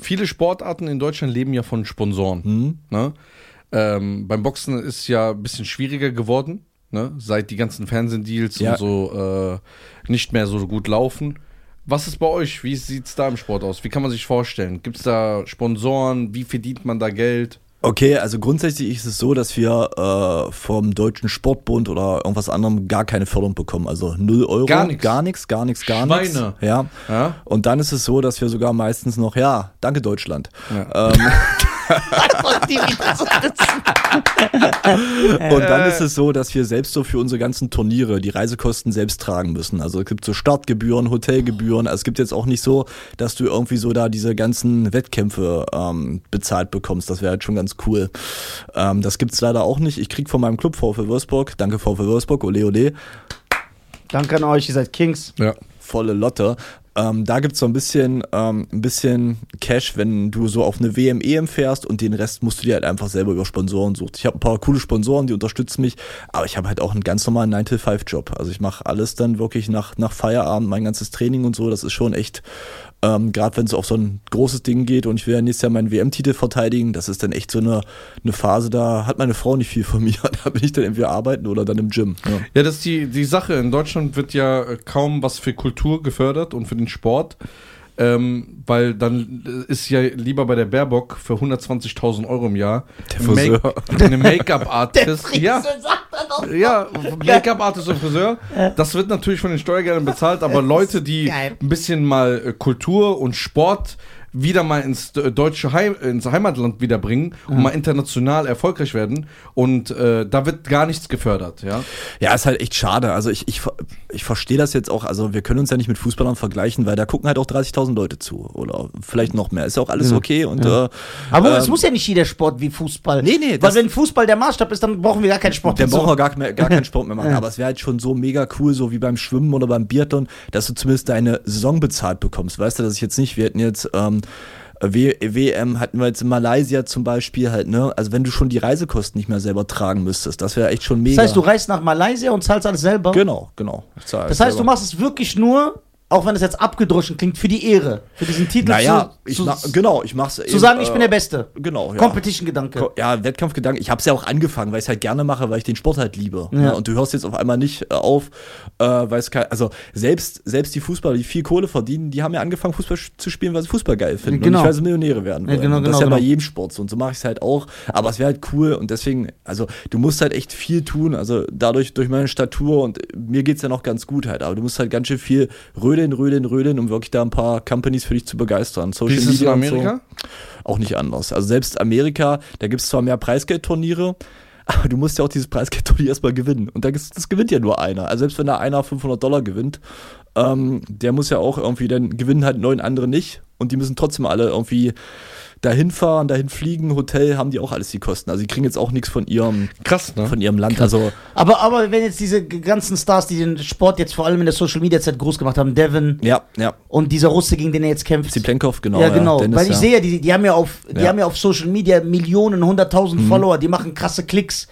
viele Sportarten in Deutschland leben ja von Sponsoren. Ne? Ähm, beim Boxen ist ja ein bisschen schwieriger geworden, ne? seit die ganzen Fernsehdeals Ja. und so äh, nicht mehr so gut laufen. Was ist bei euch? Wie sieht es da im Sport aus? Wie kann man sich vorstellen? Gibt es da Sponsoren? Wie verdient man da Geld? Okay, also grundsätzlich ist es so, dass wir äh, vom Deutschen Sportbund oder irgendwas anderem gar keine Förderung bekommen. Also 0 Euro. Gar nix. Gar nichts, gar nichts, gar nichts. Schweine. Ja. Ja? Und dann ist es so, dass wir sogar meistens noch, ja, danke Deutschland. Ja. Ähm, Einfach die wieder so sitzen. Und dann ist es so, dass wir selbst so für unsere ganzen Turniere die Reisekosten selbst tragen müssen. Also es gibt so Startgebühren, Hotelgebühren. Also es gibt jetzt auch nicht so, dass du irgendwie so da diese ganzen Wettkämpfe ähm, bezahlt bekommst. Das wäre halt schon ganz cool. Ähm, das gibt's leider auch nicht. Ich krieg von meinem Club VfL Würzburg, danke VfL Würzburg, ole ole, Danke an euch, ihr seid Kings. Ja. volle Lotte. Ähm, da gibt's so ein bisschen, ähm, ein bisschen Cash, wenn du so auf eine WM, EM fährst und den Rest musst du dir halt einfach selber über Sponsoren suchen. Ich habe ein paar coole Sponsoren, die unterstützen mich, aber ich habe halt auch einen ganz normalen 9-to-5-Job. Also ich mache alles dann wirklich nach, nach Feierabend, mein ganzes Training und so. Das ist schon echt, ähm, gerade wenn es auf so ein großes Ding geht und ich will ja nächstes Jahr meinen WM-Titel verteidigen, das ist dann echt so eine, eine Phase, da hat meine Frau nicht viel von mir. Da bin ich dann entweder arbeiten oder dann im Gym. Ja. Ja, das ist die, die Sache. In Deutschland wird ja äh, kaum was für Kultur gefördert und für den Sport. Ähm, weil dann äh, ist ja lieber bei der Baerbock für 120.000 Euro im Jahr Friseur. Make- eine Make-up-Artist. ja, ja Make-up-Artist und Friseur. Das wird natürlich von den Steuergeldern bezahlt, aber Leute, die geil. ein bisschen mal äh, Kultur und Sport wieder mal ins äh, deutsche Heim, ins Heimatland wiederbringen und mal international erfolgreich werden. Und äh, da wird gar nichts gefördert, ja. Ja, ist halt echt schade. Also ich, ich, ver- ich verstehe das jetzt auch. Also wir können uns ja nicht mit Fußballern vergleichen, weil da gucken halt auch 30.000 Leute zu oder vielleicht noch mehr. Ist ja auch alles okay. Und äh, Aber es ähm, muss ja nicht jeder Sport wie Fußball. Nee, nee, Weil das- wenn Fußball der Maßstab ist, dann brauchen wir gar keinen Sport. dann dazu. brauchen wir gar, mehr, gar keinen Sport mehr machen. Aber es wäre halt schon so mega cool, so wie beim Schwimmen oder beim Biathlon, dass du zumindest deine Saison bezahlt bekommst. Weißt du, dass ich jetzt nicht, wir hätten jetzt ähm, W- WM hatten wir jetzt in Malaysia zum Beispiel halt, ne? Also wenn du schon die Reisekosten nicht mehr selber tragen müsstest, das wäre echt schon mega. das heißt, du reist nach Malaysia und zahlst alles selber. Genau, genau. Ich zahl Das heißt, selber. du machst es wirklich nur, auch wenn es jetzt abgedroschen klingt, für die Ehre. Für diesen Titel Naja, zu, ich zu, mach, genau, ich mach's zu sagen, ich bin der Beste. Genau, ja. Competition-Gedanke. Ko- Ja, Wettkampfgedanken. Ich habe es ja auch angefangen, weil ich halt gerne mache, weil ich den Sport halt liebe. Ne? Und du hörst jetzt auf einmal nicht äh, auf, äh, weil es kein, also selbst, selbst die Fußballer, die viel Kohle verdienen, die haben ja angefangen, Fußball sch- zu spielen, weil sie Fußball geil finden Genau. und nicht, weil sie Millionäre werden Ja, wollen. genau, Und das ist ja genau, bei genau. jedem Sport so. Und so mache ich es halt auch. Aber es wäre halt cool und deswegen, also du musst halt echt viel tun. Also dadurch, durch meine Statur und mir geht's ja noch ganz gut halt. Aber du musst halt ganz schön viel rödeln, rödeln, rödeln, um wirklich da ein paar Companies für dich zu begeistern. Social Wie ist es in Media und Amerika? So auch nicht anders. Also selbst Amerika, da gibt es zwar mehr Preisgeldturniere, aber du musst ja auch dieses Preisgeldturnier erstmal gewinnen. Und da gibt's, das gewinnt ja nur einer. Also selbst wenn da einer 500 Dollar gewinnt, ähm, der muss ja auch irgendwie, dann gewinnen halt neun andere nicht. Und die müssen trotzdem alle irgendwie dahin fahren, dahin fliegen, Hotel, haben die auch alles die Kosten. Also die kriegen jetzt auch nichts von ihrem, Krass, ne? von ihrem Land. Also Aber, aber wenn jetzt diese g- ganzen Stars, die den Sport jetzt vor allem in der Social-Media-Zeit groß gemacht haben, Devin ja, ja. und dieser Russe, gegen den er jetzt kämpft. Ziplenkov, genau. ja, genau. Dennis, Weil ich ja. sehe ja, die, die, haben ja auf, die Ja. Mhm. haben ja auf Social Media Millionen, hunderttausend Follower, die machen krasse Klicks.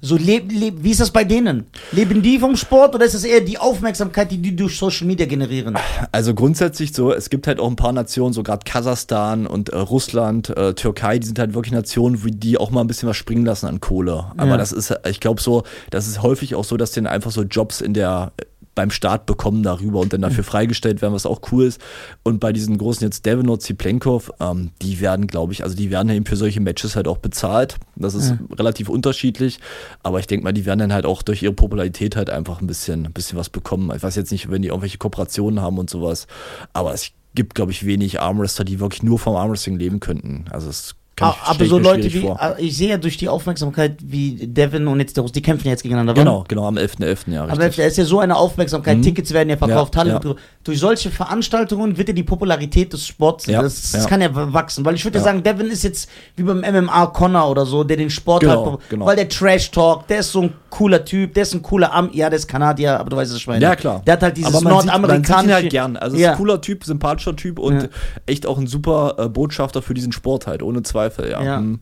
So leb, leb, wie ist das bei denen? Leben die vom Sport oder ist es eher die Aufmerksamkeit, die die durch Social Media generieren? Also grundsätzlich so, es gibt halt auch ein paar Nationen, so gerade Kasachstan und äh, Russland, äh, Türkei, die sind halt wirklich Nationen, wie die auch mal ein bisschen was springen lassen an Kohle. Aber das ist, äh, ich glaube so, das ist häufig auch so, dass die dann einfach so Jobs in der beim Staat bekommen darüber und dann dafür Mhm. freigestellt werden, was auch cool ist. Und bei diesen großen jetzt Devin und Ziplenkov, ähm, die werden, glaube ich, also die werden eben für solche Matches halt auch bezahlt. Das ist Mhm. relativ unterschiedlich, aber ich denke mal, die werden dann halt auch durch ihre Popularität halt einfach ein bisschen, ein bisschen was bekommen. Ich weiß jetzt nicht, wenn die irgendwelche Kooperationen haben und sowas, aber es gibt, glaube ich, wenig Armwrestler, die wirklich nur vom Armwrestling leben könnten. Also es kann Ah, ich, aber stell ich so mir Leute schwierig wie, vor. ah, ich sehe ja durch die Aufmerksamkeit, wie Devin und jetzt der Russ, die kämpfen ja jetzt gegeneinander. wann? Genau, genau, am 11.11. Ja, Aber richtig. Mhm. da ist ja so eine Aufmerksamkeit, Tickets werden ja verkauft, Ja, Hallen. ja. wird ge- Durch solche Veranstaltungen wird ja die Popularität des Sports, Ja, das, das ja. kann ja w- wachsen. Weil ich würde ja. Ja. sagen, Devin ist jetzt wie beim MMA Connor oder so, der den Sport Genau, halt, genau. weil der Trash Talk, der ist so ein cooler Typ, der ist ein cooler Am, ja, der ist Kanadier, aber du weißt es schon. Ja, klar. Der hat halt dieses Aber man sieht- Man sieht ihn nordamerikanische. halt gern. Also, ist ja. ein cooler Typ, sympathischer Typ und Ja. echt auch ein super äh, Botschafter für diesen Sport halt, ohne Zweifel, ja. Ja. Hm.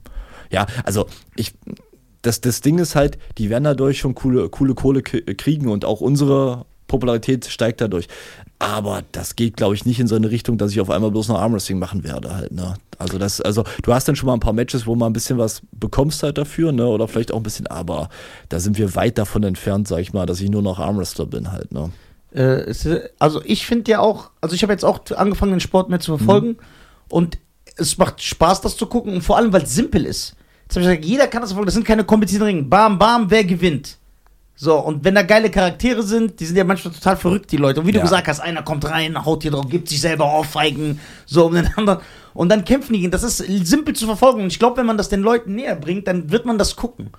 Ja, also, ich. Das, das Ding ist halt, die werden dadurch schon coole, coole Kohle k- kriegen und auch unsere Popularität steigt dadurch. Aber das geht, glaube ich, nicht in so eine Richtung, dass ich auf einmal bloß noch Armwrestling machen werde halt, ne? Also das, also du hast dann schon mal ein paar Matches, wo man ein bisschen was bekommst halt dafür, ne? Oder vielleicht auch ein bisschen, aber da sind wir weit davon entfernt, sag ich mal, dass ich nur noch Armwrestler bin halt, ne? Äh, es, ist- also ich finde ja auch, also ich habe jetzt auch angefangen, den Sport mehr zu verfolgen Mhm. und es macht Spaß, das zu gucken und vor allem, weil es simpel ist. Jetzt hab ich gesagt, jeder kann das verfolgen, das sind keine komplizierten Ringe. Bam, bam, wer gewinnt? So, und wenn da geile Charaktere sind, die sind ja manchmal total verrückt, die Leute. Und wie du Ja. gesagt hast, einer kommt rein, haut hier drauf, gibt sich selber Ohrfeigen, so um den anderen. Und dann kämpfen die gegen. Das ist simpel zu verfolgen. Und ich glaube, wenn man das den Leuten näher bringt, dann wird man das gucken.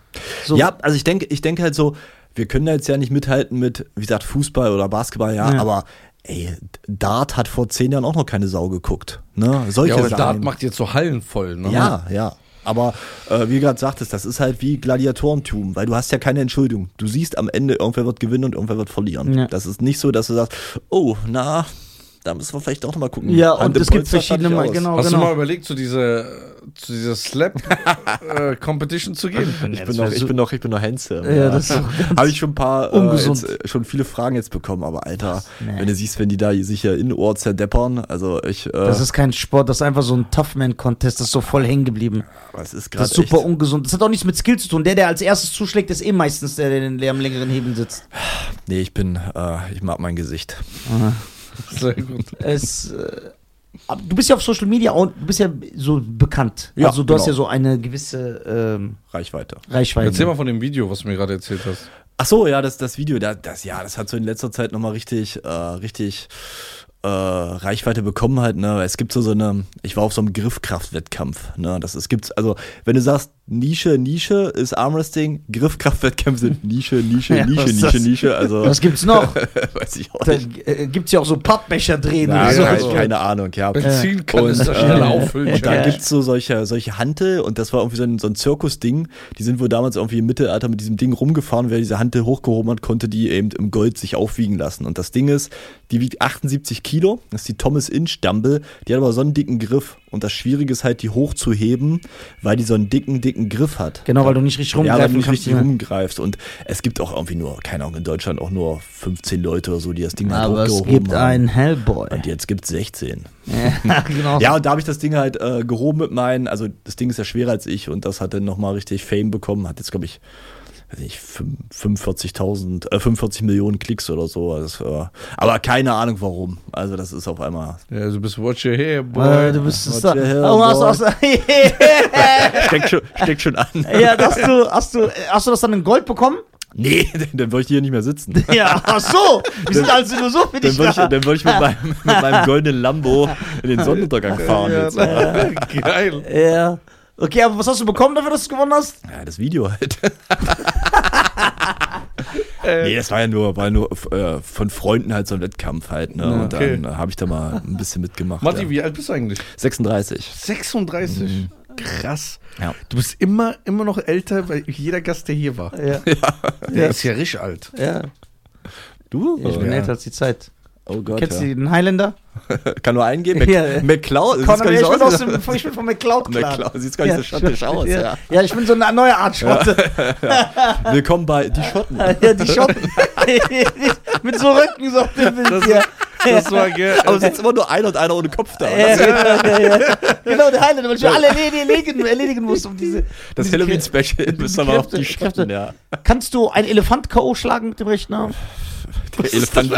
So, Ja, also ich denke, ich denke halt so, wir können da jetzt ja nicht mithalten mit, wie gesagt, Fußball oder Basketball, ja, Ja. aber ey, Dart hat vor zehn Jahren auch noch keine Sau geguckt. Ne? Solche Ja, aber Sachen. Dart macht jetzt so Hallen voll, ne? ja, ja. Aber äh, wie du gerade sagtest, das ist halt wie Gladiatorentum, weil du hast ja keine Entschuldigung. Du siehst am Ende, irgendwer wird gewinnen und irgendwer wird verlieren. Ja. Das ist nicht so, dass du sagst, oh, na, da müssen wir vielleicht doch nochmal gucken. Ja, Hand und im es gibt Polster verschiedene fertig Mal- aus. genau. Hast du mal überlegt, zu dieser, zu dieser Slap-Competition zu gehen? Ich bin, noch, ich, bin noch, ich bin noch handsome. Ja, das ist so ganz Habe ich schon ein paar, äh, ungesund. jetzt, äh, schon viele Fragen jetzt bekommen, aber Alter, Nee. wenn du siehst, wenn die da sich ja in Ohr zerdeppern, also ich, äh, Das ist kein Sport, das ist einfach so ein Toughman-Contest, das ist so voll hängen geblieben. das ist Das gerade ist super echt, ungesund. Das hat auch nichts mit Skill zu tun. Der, der als erstes zuschlägt, ist eh meistens der, der, den- der am längeren Heben sitzt. Nee, ich bin, äh, ich mag mein Gesicht. Sehr gut. Es, äh, aber du bist ja auf Social Media und du bist ja so bekannt. Ja, also du hast ja genau. so eine gewisse ähm, Reichweite. Reichweite. Erzähl mal von dem Video, was du mir gerade erzählt hast. Ach so, ja, das, das Video, da- das, ja, das hat so in letzter Zeit nochmal richtig, äh, richtig äh, Reichweite bekommen halt, ne? Es gibt so so eine, ich war auf so einem Griffkraftwettkampf, ne? Das es gibt's, also wenn du sagst Nische, Nische ist Armresting, Griffkraftwettkämpfe sind Nische, Nische, Ja, was ist Nische, Nische, das? Nische, also Was gibt's noch? weiß ich auch da nicht. äh, gibt's ja auch so Pappbecher drehen. Nein, und so. keine, keine Ahnung, ja. also, äh, Benzin kann es da schnell auffüllen. Und da Challenge. gibt's so solche, solche Hantel und das war irgendwie so ein, so ein Zirkusding. Die sind wohl damals irgendwie im Mittelalter mit diesem Ding rumgefahren. Wer diese Hantel hochgehoben hat, konnte die eben im Gold sich aufwiegen lassen. Und das Ding ist, die wiegt 78 Kilo. Das ist die Thomas Inch Dumble. Die hat aber so einen dicken Griff. Und das Schwierige ist halt, die hochzuheben, weil die so einen dicken, dicken Griff hat. Genau, weil du nicht richtig Ja, weil du rumgreifen nicht kannst. richtig ne? rumgreifst. Und es gibt auch irgendwie nur, keine Ahnung, in Deutschland auch nur 15 Leute oder so, die das Ding halt Aber es hochgehoben gibt haben. einen Hellboy. Und jetzt gibt's 16. ja, genau. Ja, und da habe ich das Ding halt äh, gehoben mit meinen, also das Ding ist ja schwerer als ich und das hat dann nochmal richtig Fame bekommen, hat jetzt glaube ich, weiß nicht, fünf- 45.000, äh, 45 Millionen Klicks oder so, also, das, äh, aber keine Ahnung warum, also das ist auf einmal, Ja, also bist Watch Your Hair, Äh, Boy. du bist es What da. the hell, Oh, hast, hast, steckt schon, steckt schon an. ja, hast du, hast du, hast du das dann in Gold bekommen? Nee, dann- dann würde ich hier nicht mehr sitzen. Ja, ach so. Wir sind also nur so für Dann dich würde ich, da. dann würd ich mit, meinem, mit meinem goldenen Lambo in den Sonnenuntergang fahren. Ja, Jetzt. Ja, Geil. Ja. Okay, aber was hast du bekommen dafür, dass du gewonnen hast? das Video halt. Äh. Nee, das war ja nur, war ja nur äh, von Freunden halt so ein Wettkampf halt. Ne? Und okay. dann habe ich da mal ein bisschen mitgemacht. Matti, ja. wie alt bist du eigentlich? 36. 36. Krass. Ja. Du bist immer, immer noch älter, weil jeder Gast, der hier war. Ja. Der ist ja richtig alt. ja. Du? Ich bin ja. älter als die Zeit. Oh Gott. Kennst du ja. den Highlander? Kann nur eingehen. Ja. Mac- McCloud. das ist Conor, gar nicht ich, so bin aus ausgedacht. dem, ich bin von McCloud klar. McCloud. Sieht gar nicht so schottisch aus. ja. Ja. ja, ich bin so eine neue Art Schotte. Willkommen bei Die Schotten. Ja, die Schotten. Mit so Rücken so auf dem Bild. Das- Ja. Das war geil. Aber es sitzt immer nur einer und einer ohne Kopf da. Ja, Das, ja, ja, ja. Genau, der Highlander, weil ich alle erledigen, erledigen muss, um diese. das diese Halloween-Special müssen wir mal auf Kräfte- Die Schotten. Kräfte. Ja. Kannst du einen Elefant K.O. schlagen mit dem rechten Arm? Der Elefant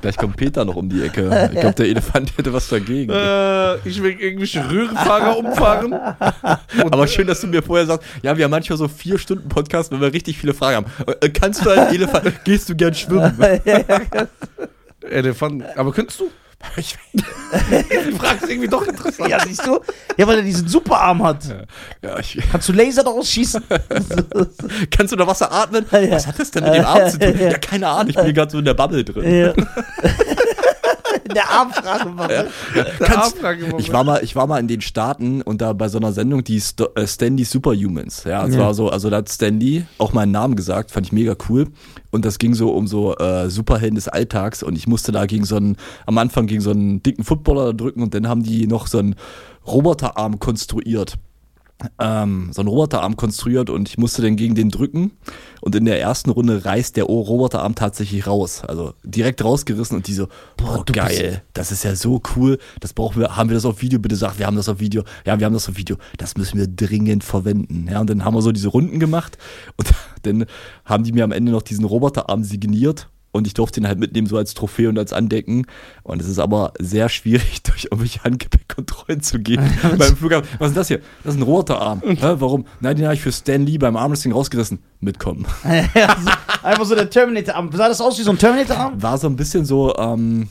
Gleich kommt Peter noch um die Ecke. Ich glaube, der Elefant hätte was dagegen. Äh, ich will irgendwelche Röhrenfahrer umfahren. Aber schön, dass du mir vorher sagst, ja, wir haben manchmal so vier Stunden Podcast, wenn wir richtig viele Fragen haben. Äh, Kannst du einen Elefant, gehst du gern schwimmen? Elefanten. Aber könntest du? Ich- Du fragst irgendwie doch interessant. Ja, siehst du? Ja, weil er diesen Superarm hat. ja, ich, Kannst du Laser daraus schießen? kannst du unter Wasser atmen? Ja. Was hat das denn mit dem Arm zu tun? Ja, keine Ahnung, ich bin hier gerade so in der Bubble drin. ja. Der Armfrage war. Kannst, ich ich war mal, ich war mal in den Staaten und da bei so einer Sendung, die Sto äh, Stanley Superhumans. Ja, es war so, also da hat Stanley auch meinen Namen gesagt, fand ich mega cool. Und das ging so um so äh, Superhelden des Alltags und ich musste da gegen so einen, am Anfang gegen so einen dicken Footballer drücken und dann haben die noch so einen Roboterarm konstruiert. ähm, so einen Roboterarm konstruiert und ich musste dann gegen den drücken. Und in der ersten Runde reißt der O- Roboterarm tatsächlich raus. Also direkt rausgerissen und die so, boah, du geil, das ist ja so cool. Das brauchen wir, haben wir das auf Video, bitte sag, wir haben das auf Video. Ja, wir haben das auf Video. Das müssen wir dringend verwenden. Ja, und dann haben wir so diese Runden gemacht und dann haben die mir am Ende noch diesen Roboterarm signiert. Und ich durfte ihn halt mitnehmen, so als Trophäe und als Andenken. Und es ist aber sehr schwierig, durch irgendwelche Handgepäckkontrollen zu gehen. beim Flughafen. Was ist das hier? Das ist ein Roboterarm. Hä, warum? Nein, den habe ich für Stan Lee beim Armlisting rausgerissen. Mitkommen. Einfach so der Terminator-Arm. Sah das aus wie so ein Terminator-Arm? War so ein bisschen so, ähm,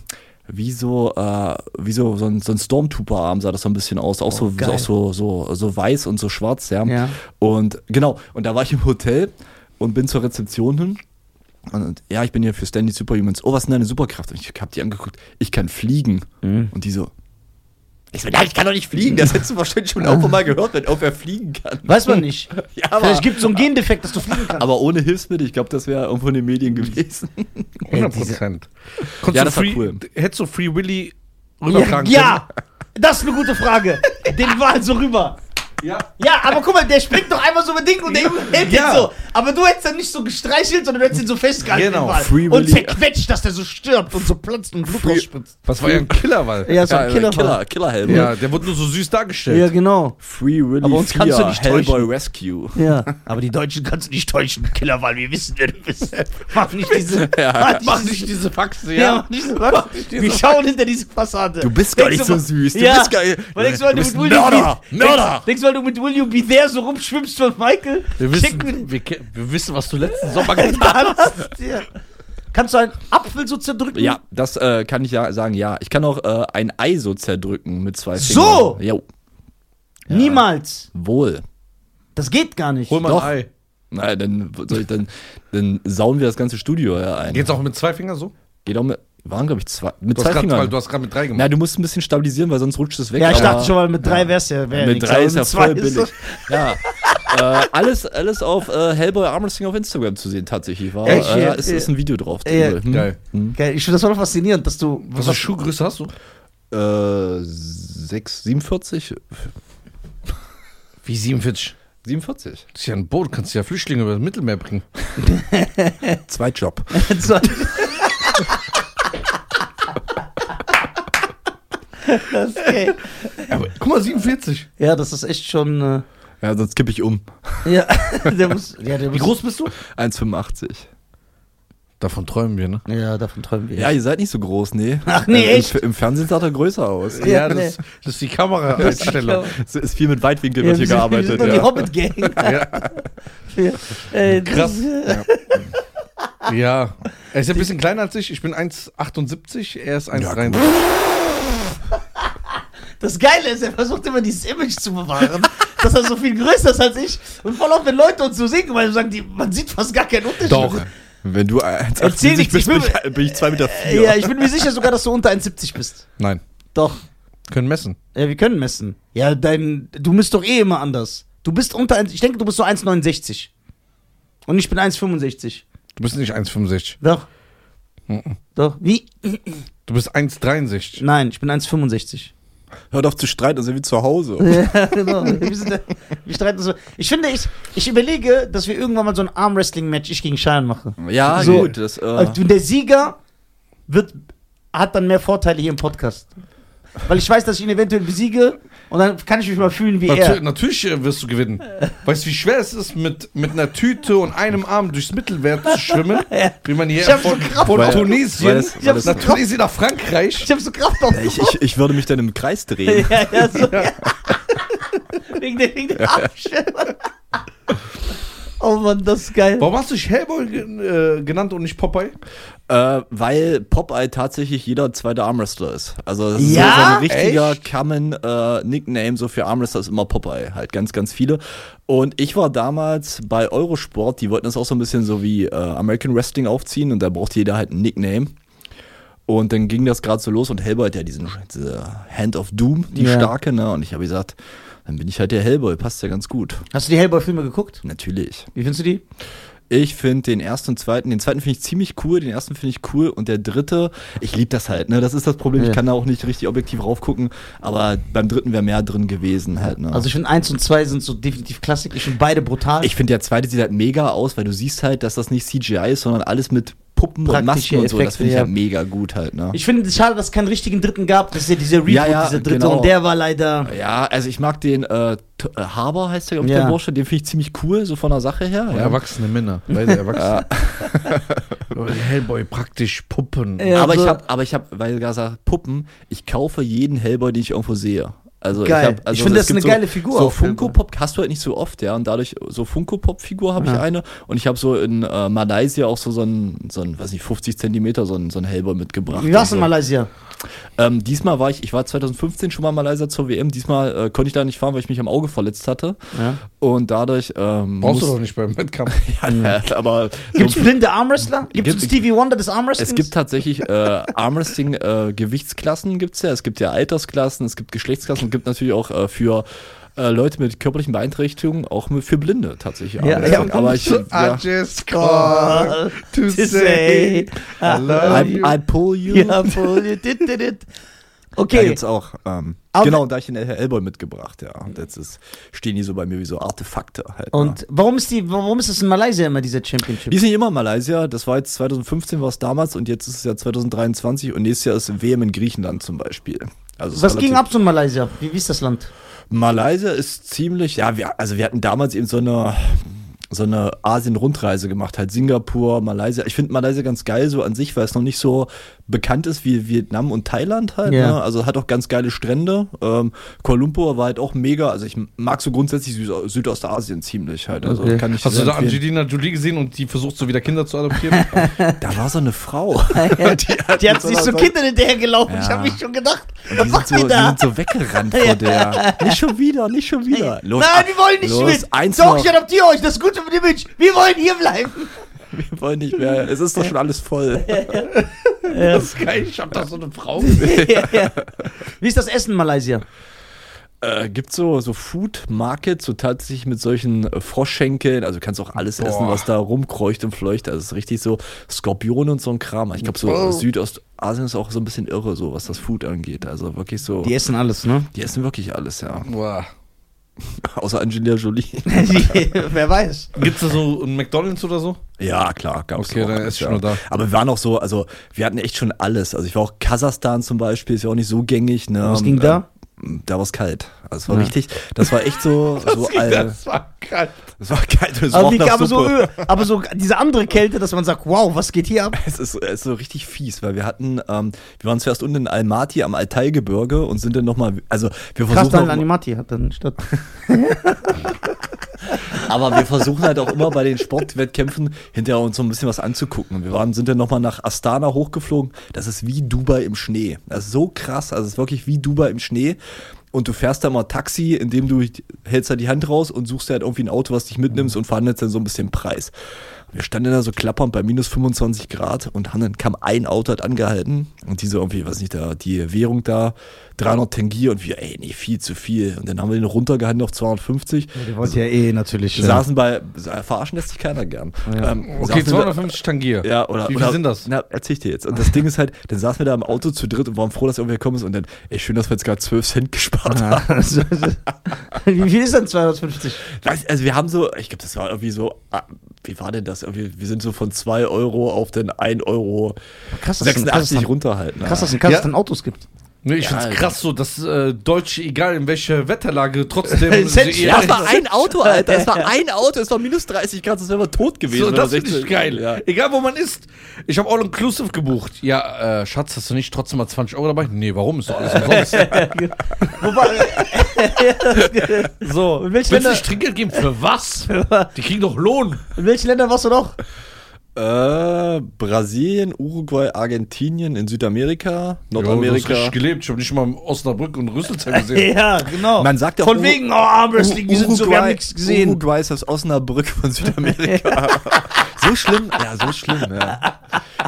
wie so, äh, wie so, so ein, so ein Stormtrooper-Arm sah das so ein bisschen aus. Auch, so, Oh, geil. auch so, so, so weiß und so schwarz, ja. Ja. Und genau, und da war ich im Hotel und bin zur Rezeption hin. Und, und ja, ich bin hier für Stanley Superhumans. Oh, was ist denn deine Superkraft? Und ich hab die angeguckt. Ich kann fliegen. Mhm. Und die so. Ich so, nein, ich kann doch nicht fliegen. Das hättest du wahrscheinlich schon auch mal gehört, wenn auch wer fliegen kann. Weiß man nicht. Ja, aber- Vielleicht gibt es so einen Gendefekt, dass du fliegen kannst. Aber ohne Hilfsmittel, ich glaube, das wäre irgendwo in den Medien gewesen. 100%. Konntest du Ja, das war Free, cool. Hättest du Free Willy ja, rübertragen ja, das ist eine gute Frage. Den war also rüber. können? Ja. Ja, aber guck mal, der springt doch einmal so mit Ding und der Junge hält Ja. ihn so. Aber du hättest ihn nicht so gestreichelt, sondern du hättest ihn so festgehalten. Genau, den Ball. Free und Willy. zerquetscht, dass der so stirbt und so platzt und Blut Free- rausspritzt. Was war ja ein Killerwall? Ja, so ein Killer. Killer, Killerhelm. Ja, der wurde nur so süß dargestellt. genau. Free Willy Aber uns kannst du 4, nicht Hellboy täuschen. Rescue. Ja. Aber die Deutschen kannst du nicht täuschen, Killer, weil wir wissen, wer du bist. Mach nicht diese. Ja. Mach nicht diese Faxe, Ja, ja. mach nicht so. Wir schauen hinter diese Fassade. Du bist gar Denkst nicht so mal- süß. Du ja. bist gar nicht. Weil denkst du, weil du du bist mit ein Will You Mörder. Be- Mörder. Denkst du, weil du mit Will You Be There so rumschwimmst von Michael? Wir Schick- wissen, wir, ke- wir wissen, was du letzten Sommer getan hast. Ja. Kannst du einen Apfel so zerdrücken? Ja, das äh, kann ich ja sagen, ja. Ich kann auch äh, ein Ei so zerdrücken mit zwei Fingern. So? Jo, Niemals. wohl. Das geht gar nicht. Hol mal Doch. ein Ei. Na, dann, soll ich, dann, dann sauen wir das ganze Studio ja ein. Geht's auch mit zwei Fingern so? Geht auch mit, waren glaube ich zwei, mit Du hast zwei grad- weil Fingern. du hast gerade mit drei Na, gemacht. du musst ein bisschen stabilisieren, weil sonst rutscht es weg. ja, ich aber- dachte schon mal, mit drei wär's ja. Wär ja Mit nix, drei aber ist ja mit zwei voll ist billig. Ja. äh, alles, alles auf äh, Hellboy Armlisting auf Instagram zu sehen, tatsächlich. War, Echt? äh, Ja, ist, ja. ist ein Video drauf. Ja. drüber. Hm? Geil. so- Geil, ich finde das war doch faszinierend, dass du. mhm. Was für Schuhgröße hast du? Äh, 6, 47? Wie 47. 47. Das ist ja ein Boot, kannst du ja Flüchtlinge über das Mittelmeer bringen. Zweitjob. Zwei- das ist geil. Aber, guck mal, 47. Ja, das ist echt schon. Ja, sonst kippe ich um. Äh, ja, der muss. Ja, der Wie muss groß bist du? 1,85. Davon träumen wir, ne? Ja, davon träumen wir. Ja, ihr seid nicht so groß, nee. Ach, nee, Äh, echt? Im, Im Fernsehen sah er größer aus. Ja, Ja, nee. das, das ist die Kameraeinstellung. Es ist viel mit Weitwinkel Ja, wird wir hier sind- gearbeitet. Wir sind doch die Ja. Hobbit-Gang. ja, Ja. Äh, das- Krass. ja. Er ist ja ein bisschen kleiner als ich. Ich bin 1,78, er ist 1,73. Das Geile ist, er versucht immer dieses Image zu bewahren, dass er so viel größer ist als ich. Und voll oft, wenn Leute uns so sehen, weil sie sagen, die, man sieht fast gar keinen Unterschied. Doch. Wenn du Erzähl 1,80 nichts, bist, ich bin will- ich, bin ich 2,4 Meter. Äh, Ja, ich bin mir sicher sogar, dass du unter 1,70 bist. Nein. Doch. Können messen. Ja, wir können messen. Ja, dein, du bist doch eh immer anders. Du bist unter 1, ich denke, du bist so 1,69. Und ich bin 1,65. Du bist nicht 1,65. Doch. Doch. Wie? Du bist 1,63. Nein, ich bin 1,65. Hört auf zu streiten, also wie zu Hause. Ja, genau. Wir, sind da, wir streiten so. Ich finde, ich, ich überlege, dass wir irgendwann mal so ein Armwrestling-Match ich gegen Schein mache. Ja, So. gut. Das, äh, Und der Sieger wird, hat dann mehr Vorteile hier im Podcast. Weil ich weiß, dass ich ihn eventuell besiege und dann kann ich mich mal fühlen wie Natür er. natürlich äh, wirst du gewinnen. Weißt du, wie schwer es ist, mit, mit einer Tüte und einem Arm durchs Mittelmeer zu schwimmen? Wie man hier Ich hab so von, Kraft- von Weil- weil Tunesien, es- weil nach es- Tunesien nach Frankreich. Ich habe so Kraft auf. ich, ich, ich würde mich dann im Kreis drehen. Ja, ja, so, ja. wegen der, wegen der Armstellung. Oh Mann, das ist geil. Warum hast du dich Hellboy ge- äh, genannt und nicht Popeye? Äh, weil Popeye tatsächlich jeder zweite Armwrestler ist. Also das ist Ja? so, so ein richtiger Common-Nickname so für Armwrestler ist immer Popeye. Halt ganz, ganz viele. Und ich war damals bei Eurosport, die wollten das auch so ein bisschen so wie äh, American Wrestling aufziehen und da braucht jeder halt einen Nickname. Und dann ging das gerade so los und Hellboy hat ja diesen diese Hand of Doom, die Ja. starke, ne? Und ich habe gesagt, dann bin ich halt der Hellboy, passt ja ganz gut. Hast du die Hellboy-Filme geguckt? Natürlich. Wie findest du die? Ich finde den ersten und zweiten, den zweiten finde ich ziemlich cool, den ersten finde ich cool und der dritte, ich liebe das halt, ne? Das ist das Problem, Ja. ich kann da auch nicht richtig objektiv raufgucken, aber beim dritten wäre mehr drin gewesen halt, ne? Also ich finde 1 und 2 sind so definitiv Klassik. Ich finde beide brutal. ich finde der zweite sieht halt mega aus, weil du siehst halt, dass das nicht CGI ist, sondern alles mit Puppen und Praktische Masken und so. Das Effekte, finde ich ja. ja. mega gut halt, ne? Ich finde es schade, dass es keinen richtigen dritten gab. Das ist ja dieser Reboot, Ja, ja, dieser dritte. genau. Und der war leider. Ja, also ich mag den äh, T- äh, Haber, heißt der, glaube ich, Ja. der Bursche. Den finde ich ziemlich cool, so von der Sache her. Und Ja. Erwachsene Männer, beide Erwachsene. Hellboy praktisch Puppen. Ja. aber, so- ich hab, aber ich habe, weil du gerade sagst, Puppen, ich kaufe jeden Hellboy, den ich irgendwo sehe. Also Geil. Ich, hab- also Ich finde, es das ist eine gibt so, geile Figur So auch, Funko Hellboy. Pop hast du halt nicht so oft, ja. Und dadurch, so Funko Pop-Figur habe ich Ja. eine. Und ich habe so in äh, Malaysia auch so, so einen, so einen, weiß nicht, 50 Zentimeter so einen, so einen Hellboy mitgebracht. Wie war's und in so. Malaysia? Ähm, diesmal war ich, ich war 2015 schon mal in Malaysia zur WM. Diesmal äh, konnte ich da nicht fahren, weil ich mich am Auge verletzt hatte. Ja. Und dadurch. Ähm, Brauchst du muss- doch nicht beim Wettkampf. ja, ne, aber so, Mhm. Gibt's blinde Armwrestler? Gibt's Gibt- einen Stevie Wonder des Armwrestlings? es gibt tatsächlich äh, Armwrestling, äh, Gewichtsklassen gibt's ja. Es gibt ja Altersklassen, es gibt Geschlechtsklassen, es gibt natürlich auch äh, für. äh, Leute mit körperlichen Beeinträchtigungen, auch mit- für Blinde tatsächlich. Ja, Armwrestling. ja. aber ich, ja, Oh. just called to say I love I, I pull you. Ja, voll. Dit, dit, dit. Da Okay. gibt's auch. Ähm, Aber- genau, und da ich den Hellboy mitgebracht, ja. Und jetzt ist, stehen die so bei mir wie so Artefakte halt. ne? Und warum ist die, warum ist es in Malaysia immer dieser Championship? Die ist nicht immer in Malaysia. Das war jetzt 2015 war es damals und jetzt ist es ja 2023 und nächstes Jahr ist WM in Griechenland zum Beispiel. Also es Was ist ging relativ- ab so in Malaysia? Wie, wie ist das Land? Malaysia ist ziemlich, ja, wir, also wir hatten damals eben so eine so eine Asien-Rundreise gemacht, halt Singapur, Malaysia. Ich finde Malaysia ganz geil so an sich, weil es noch nicht so bekannt ist wie Vietnam und Thailand halt. Ja. Ne? Also hat auch ganz geile Strände. Ähm, Kuala Lumpur war halt auch mega. Also ich mag so grundsätzlich Süd Südostasien ziemlich halt. Also Okay. kann ich Hast du sehr da empfehlen. Angelina Jolie gesehen und die versucht so wieder Kinder zu adoptieren? Da war so eine Frau. die hat, die hat sich so so- Kinder hinterher gelaufen. Ich Ja. habe mich schon gedacht, Die was sind, macht so, ihr die da? sind so weggerannt vor der. Nicht schon wieder, nicht schon wieder. Nein, wir wollen nicht los, mit. Eins Doch, noch. ich adoptiere euch. Das ist gut für die Mensch. Wir wollen hier bleiben. Wir wollen nicht mehr. Es ist doch schon alles voll. das ist geil, ich hab da so eine Frau. Ja, ja. Wie ist das Essen in Malaysia? Äh, gibt so, so Food Markets, so tatsächlich mit solchen äh, Froschschenkeln. Also du kannst auch alles essen, Boah. was da rumkreucht und fleucht. Also es ist richtig so Skorpione und so ein Kram. Ich glaube, so Wow. Südostasien ist auch so ein bisschen irre, so was das Food angeht. Also wirklich so. Die Die, essen alles, ne? essen wirklich alles, ja. Boah. Außer Angelina Jolie. Wer weiß. Gibt's da so ein McDonalds oder so? Ja, klar, gab's Okay, auch. dann alles, ist schon nur da. Aber wir waren auch so, also wir hatten echt schon alles. Also ich war auch Kasachstan zum Beispiel, ist ja auch nicht so gängig. Ne? Was ging da? Ähm, Da war es kalt. Also es war Ja. richtig, das war echt so, so äh, war kalt. es war kalt und es Aber, roch die, nach aber, so, Suppe. Ö- aber so diese andere Kälte, dass man sagt, wow, was geht hier ab? Es ist, es ist so richtig fies, weil wir hatten, ähm, wir waren zuerst unten in Almaty am Altai-Gebirge und sind dann nochmal, also wir Krass, versuchen, dann auch, Animati hat dann statt. aber wir versuchen halt auch immer bei den Sportwettkämpfen hinterher uns so ein bisschen was anzugucken. Wir waren, sind dann nochmal nach Astana hochgeflogen. Das ist wie Dubai im Schnee. Das ist so krass, also es ist wirklich wie Dubai im Schnee. Und du fährst da mal Taxi, indem du hältst da die Hand raus und suchst dir halt irgendwie ein Auto, was dich mitnimmst und verhandelst dann so ein bisschen Preis. Wir standen da so klappernd bei minus 25 Grad und haben dann kam ein Auto hat angehalten und diese irgendwie, weiß nicht, da, die Währung da, 300 Tenge und wir, ey, nee, viel zu viel. Und dann haben wir den runtergehandelt auf 250. Die wollt ja eh natürlich. Saßen bei, äh, verarschen lässt sich keiner gern. Ähm, Genau. Okay, saßen wir da- 250 Tangier. ja, oder, Wie viel oder, sind das? Na, erzähl ich dir jetzt. Und das Ding ist halt, dann saßen wir da im Auto zu dritt und waren froh, dass irgendwer gekommen ist und dann, ey, schön, dass wir jetzt gerade 12 Cent gespart haben. Also, Wie viel ist denn 250? Weiß- Also wir haben so, ich glaube, das war irgendwie so, ah, wie war denn das? Irgendwie, wir sind so von 2 Euro auf den 1 Euro Krass, dass es in 86 Kasachstan- runter halt. ne? Krass, dass es in Kasachstan Ja. Autos gibt. Nee, ich Ja, find's Alter. krass so, dass äh, Deutsche, egal in welcher Wetterlage, trotzdem. Cent- so ihr- ja, es war ein Auto, Alter. Es war ein Auto, es war minus 30 Grad, sonst wären wir tot gewesen. so, wenn wir das finde ich 16 geil. Ja. Egal wo man ist. Ich habe All-Inclusive gebucht. Ja, äh, Schatz, hast du nicht trotzdem mal 20 Euro dabei? Nee, warum? Ist doch alles umsonst. Wobei, so, In welchen willst du Ländern- nicht Trinkgeld geben? Für was? Die kriegen doch Lohn. in welchen Ländern warst du noch? Äh, Brasilien, Uruguay, Argentinien in Südamerika, Ja, du hast Nordamerika. richtig gelebt. Ich habe nicht mal in Osnabrück und Rüsselsheim gesehen. genau. Man sagt ja auch Von Ur- wegen, oh, Armwrestling, die sind so, wir haben Uruguay- nichts gesehen. Uruguay ist das Osnabrück von Südamerika. so schlimm, ja, so schlimm, ja.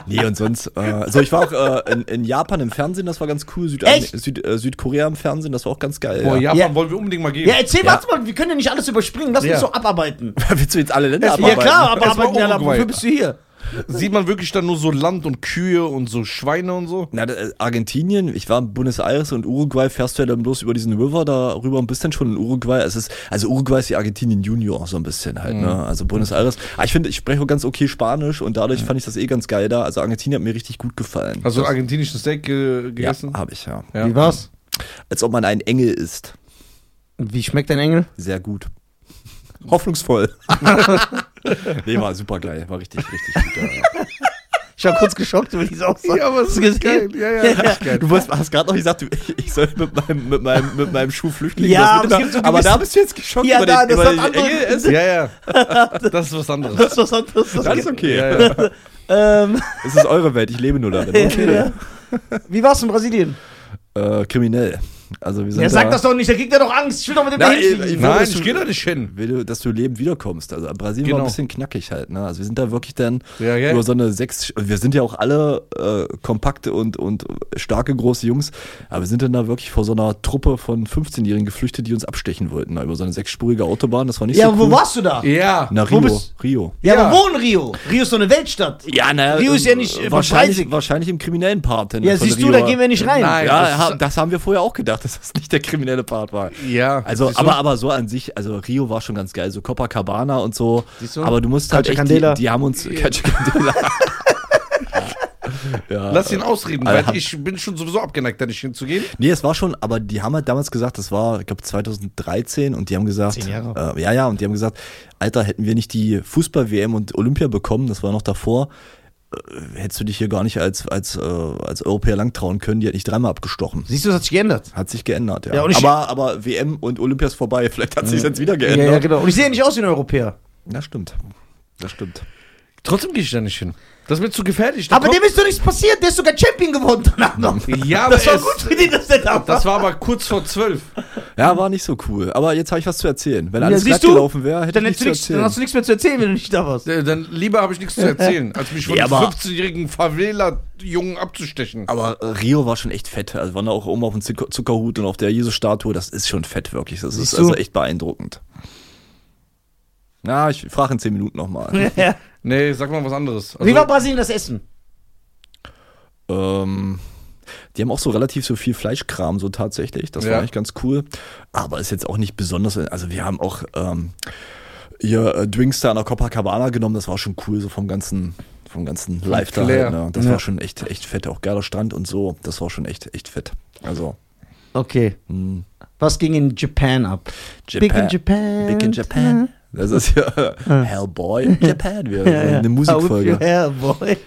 Nee, und sonst, äh, so ich war auch äh, in, in Japan im Fernsehen, das war ganz cool. Süda- Echt? Süd, äh, Südkorea im Fernsehen, das war auch ganz geil. Boah, ja. Japan Ja. wollen wir unbedingt mal gehen. Ja, erzähl Ja. warte mal, wir können ja nicht alles überspringen, lass Ja. uns so abarbeiten. Willst du jetzt alle Länder Ja, abarbeiten? klar, aber Erstmal abarbeiten, ja, Uruguay. wofür bist du hier? Sieht man wirklich dann nur so Land und Kühe und so Schweine und so? Na, da- äh, Argentinien, ich war in Buenos Aires und Uruguay, fährst du ja dann bloß über diesen River da rüber und bist dann schon in Uruguay. Es ist, also Uruguay ist die Argentinien Junior so ein bisschen halt, Mhm. ne? Also Buenos Aires. Aber ich finde, ich spreche auch ganz okay Spanisch und Mhm. dadurch fand ich das eh ganz geil da. Also Argentinien hat mir richtig gut gefallen. Hast du einen argentinischen Steak äh, ja, gegessen? habe ich ja. Ja. Wie war's? Als ob man ein Engel ist. Wie schmeckt dein Engel? Sehr gut. Hoffnungsvoll. nee, war super geil. War richtig, richtig gut. ja, ja. Ich war kurz geschockt über diese Aussage. aber es ist geil. Ja, ja, das ist geil. Du wolltest, hast gerade noch gesagt, du- ich- ich soll mit meinem, mit meinem, mit meinem Schuh Flüchtlinge Ja, aber es das mitmachen. gibt so aber gewisse- da bist du jetzt geschockt Ja, über da, den, das über hat den andere- Engel. Es- Ja, ja. Das ist was anderes. Das ist was anderes. Das Das ist okay. Ja, ja. ähm, Es ist eure Welt, ich lebe nur darin. ja. Wie war's in Brasilien? Äh, kriminell. Also wir sind Ja, da, sag das doch nicht, da kriegt er doch Angst. Ich will doch mit dem Nein, dahin fliegen. ich- Nein, dass ich du- gehe da nicht hin. Will, du- dass du lebend wiederkommst. Also Brasilien Genau. war ein bisschen knackig halt. Ne? Also wir sind da wirklich dann Ja, ja. über so eine sechs. Wir sind ja auch alle äh, kompakte und, und starke große Jungs, aber wir sind dann da wirklich vor so einer Truppe von 15-Jährigen geflüchtet, die uns abstechen wollten. Da über so eine sechsspurige Autobahn. Das war nicht Ja, so aber cool. wo warst du da? Ja. Na, Wo Rio. bist- Rio. Ja, Ja. aber wo in Rio? Rio ist so eine Weltstadt. Ja, na, Rio ist ähm, ja nicht, äh, wahrscheinlich, verpreisig. wahrscheinlich im kriminellen Part. denn Ja, von siehst Rio. du, da gehen wir nicht rein. Nein. Ja, Das ist- ha- das haben wir vorher auch gedacht, dass das nicht der kriminelle Part war. Ja. Also, Siehst du? aber, aber so an sich, also Rio war schon ganz geil, so Copacabana und so. Siehst du? Aber du musst halt echt, die, Candela. die haben uns, Candela. ja. Lass ihn ausreden, Äh, weil hab- ich bin schon sowieso abgeneigt, da nicht hinzugehen. Nee, es war schon, aber die haben halt damals gesagt, das war, ich glaube, 2013 und die haben gesagt, Zehn Jahre. Äh, ja, ja, und die haben gesagt, Alter, hätten wir nicht die Fußball-WM und Olympia bekommen, das war noch davor, äh, hättest du dich hier gar nicht als, als, äh, als Europäer langtrauen können, die hat nicht dreimal abgestochen. Siehst du, das hat sich geändert. Hat sich geändert, ja. Ja, und ich- aber, aber WM und Olympia ist vorbei, vielleicht hat sich jetzt wieder geändert. genau. Und ich sehe ja nicht aus wie ein Europäer. Das stimmt. Das stimmt. Trotzdem gehe ich da nicht hin. Das ist mir zu gefährlich. Da Aber kommt- dem ist doch nichts passiert, der ist sogar Champion geworden danach noch. Ja, aber das war es- gut für den, dass der da war. das war aber kurz vor zwölf. Ja, war nicht so cool. Aber jetzt habe ich was zu erzählen. Wenn alles siehst glatt du? gelaufen wäre, hätte dann, ich hättest du nichts nichts, zu dann erzählen. hast du nichts mehr zu erzählen, wenn du nicht da warst. Äh, Dann lieber habe ich nichts zu erzählen, als mich von Ja, aber- 15-jährigen Favela-Jungen abzustechen. Aber äh, Rio war schon echt fett. Also waren da auch oben auf dem Zucker Zuckerhut und auf der Jesus-Statue. Das ist schon fett, wirklich. Das ist Siehst also du? echt beeindruckend. Na, ich frage in 10 Minuten nochmal. Ja. Nee, sag mal was anderes. Also, Wie war Brasilien das Essen? ähm, die haben auch so relativ so viel Fleischkram, so tatsächlich. Das Ja. war eigentlich ganz cool. Aber ist jetzt auch nicht besonders. Also wir haben auch ähm, ihr äh, Drinks da an der Copacabana genommen. Das war schon cool, so vom ganzen, vom ganzen Live da. Flair. Halt, ne? Das Ja. war schon echt, echt fett. Auch geiler Strand und so. Das war schon echt, echt fett. Also. Okay. Hm. Was ging in Japan ab? Big in Japan. Big in Japan. Das ist ja Hellboy in Japan. Wir, Eine Musikfolge. Ja, boy.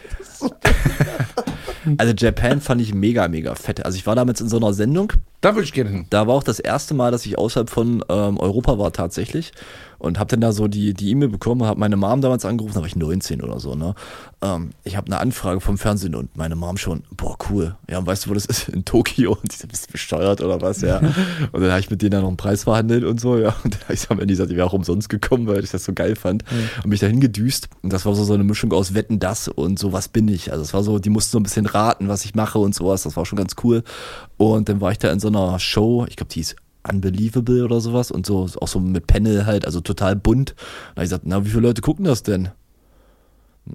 Also Japan fand ich mega, mega fett. Also ich war damals in so einer Sendung. da würde ich gerne hin. Da war auch das erste Mal, dass ich außerhalb von ähm, Europa war tatsächlich und habe dann da so die die E-Mail bekommen, habe meine Mom damals angerufen, da war ich 19 oder so, ne? Ähm, ich habe eine Anfrage vom Fernsehen und meine Mom schon, boah cool, ja und weißt du wo das ist? In Tokio und die so, bist du besteuert oder was, ja? Und dann habe ich mit denen dann noch einen Preis verhandelt und so, ja. Und dann habe ich am Ende gesagt, ich wäre auch umsonst gekommen, weil ich das so geil fand und mich dahin gedüst und das war so so eine Mischung aus Wetten das und so was bin ich. Also es war so, die mussten so ein bisschen raten, was ich mache und sowas. Das war schon ganz cool. Und dann war ich da in so einer Show, ich glaube, die hieß Unbelievable oder sowas und so, auch so mit Panel halt, also total bunt. Und da hab ich gesagt, na, wie viele Leute gucken das denn?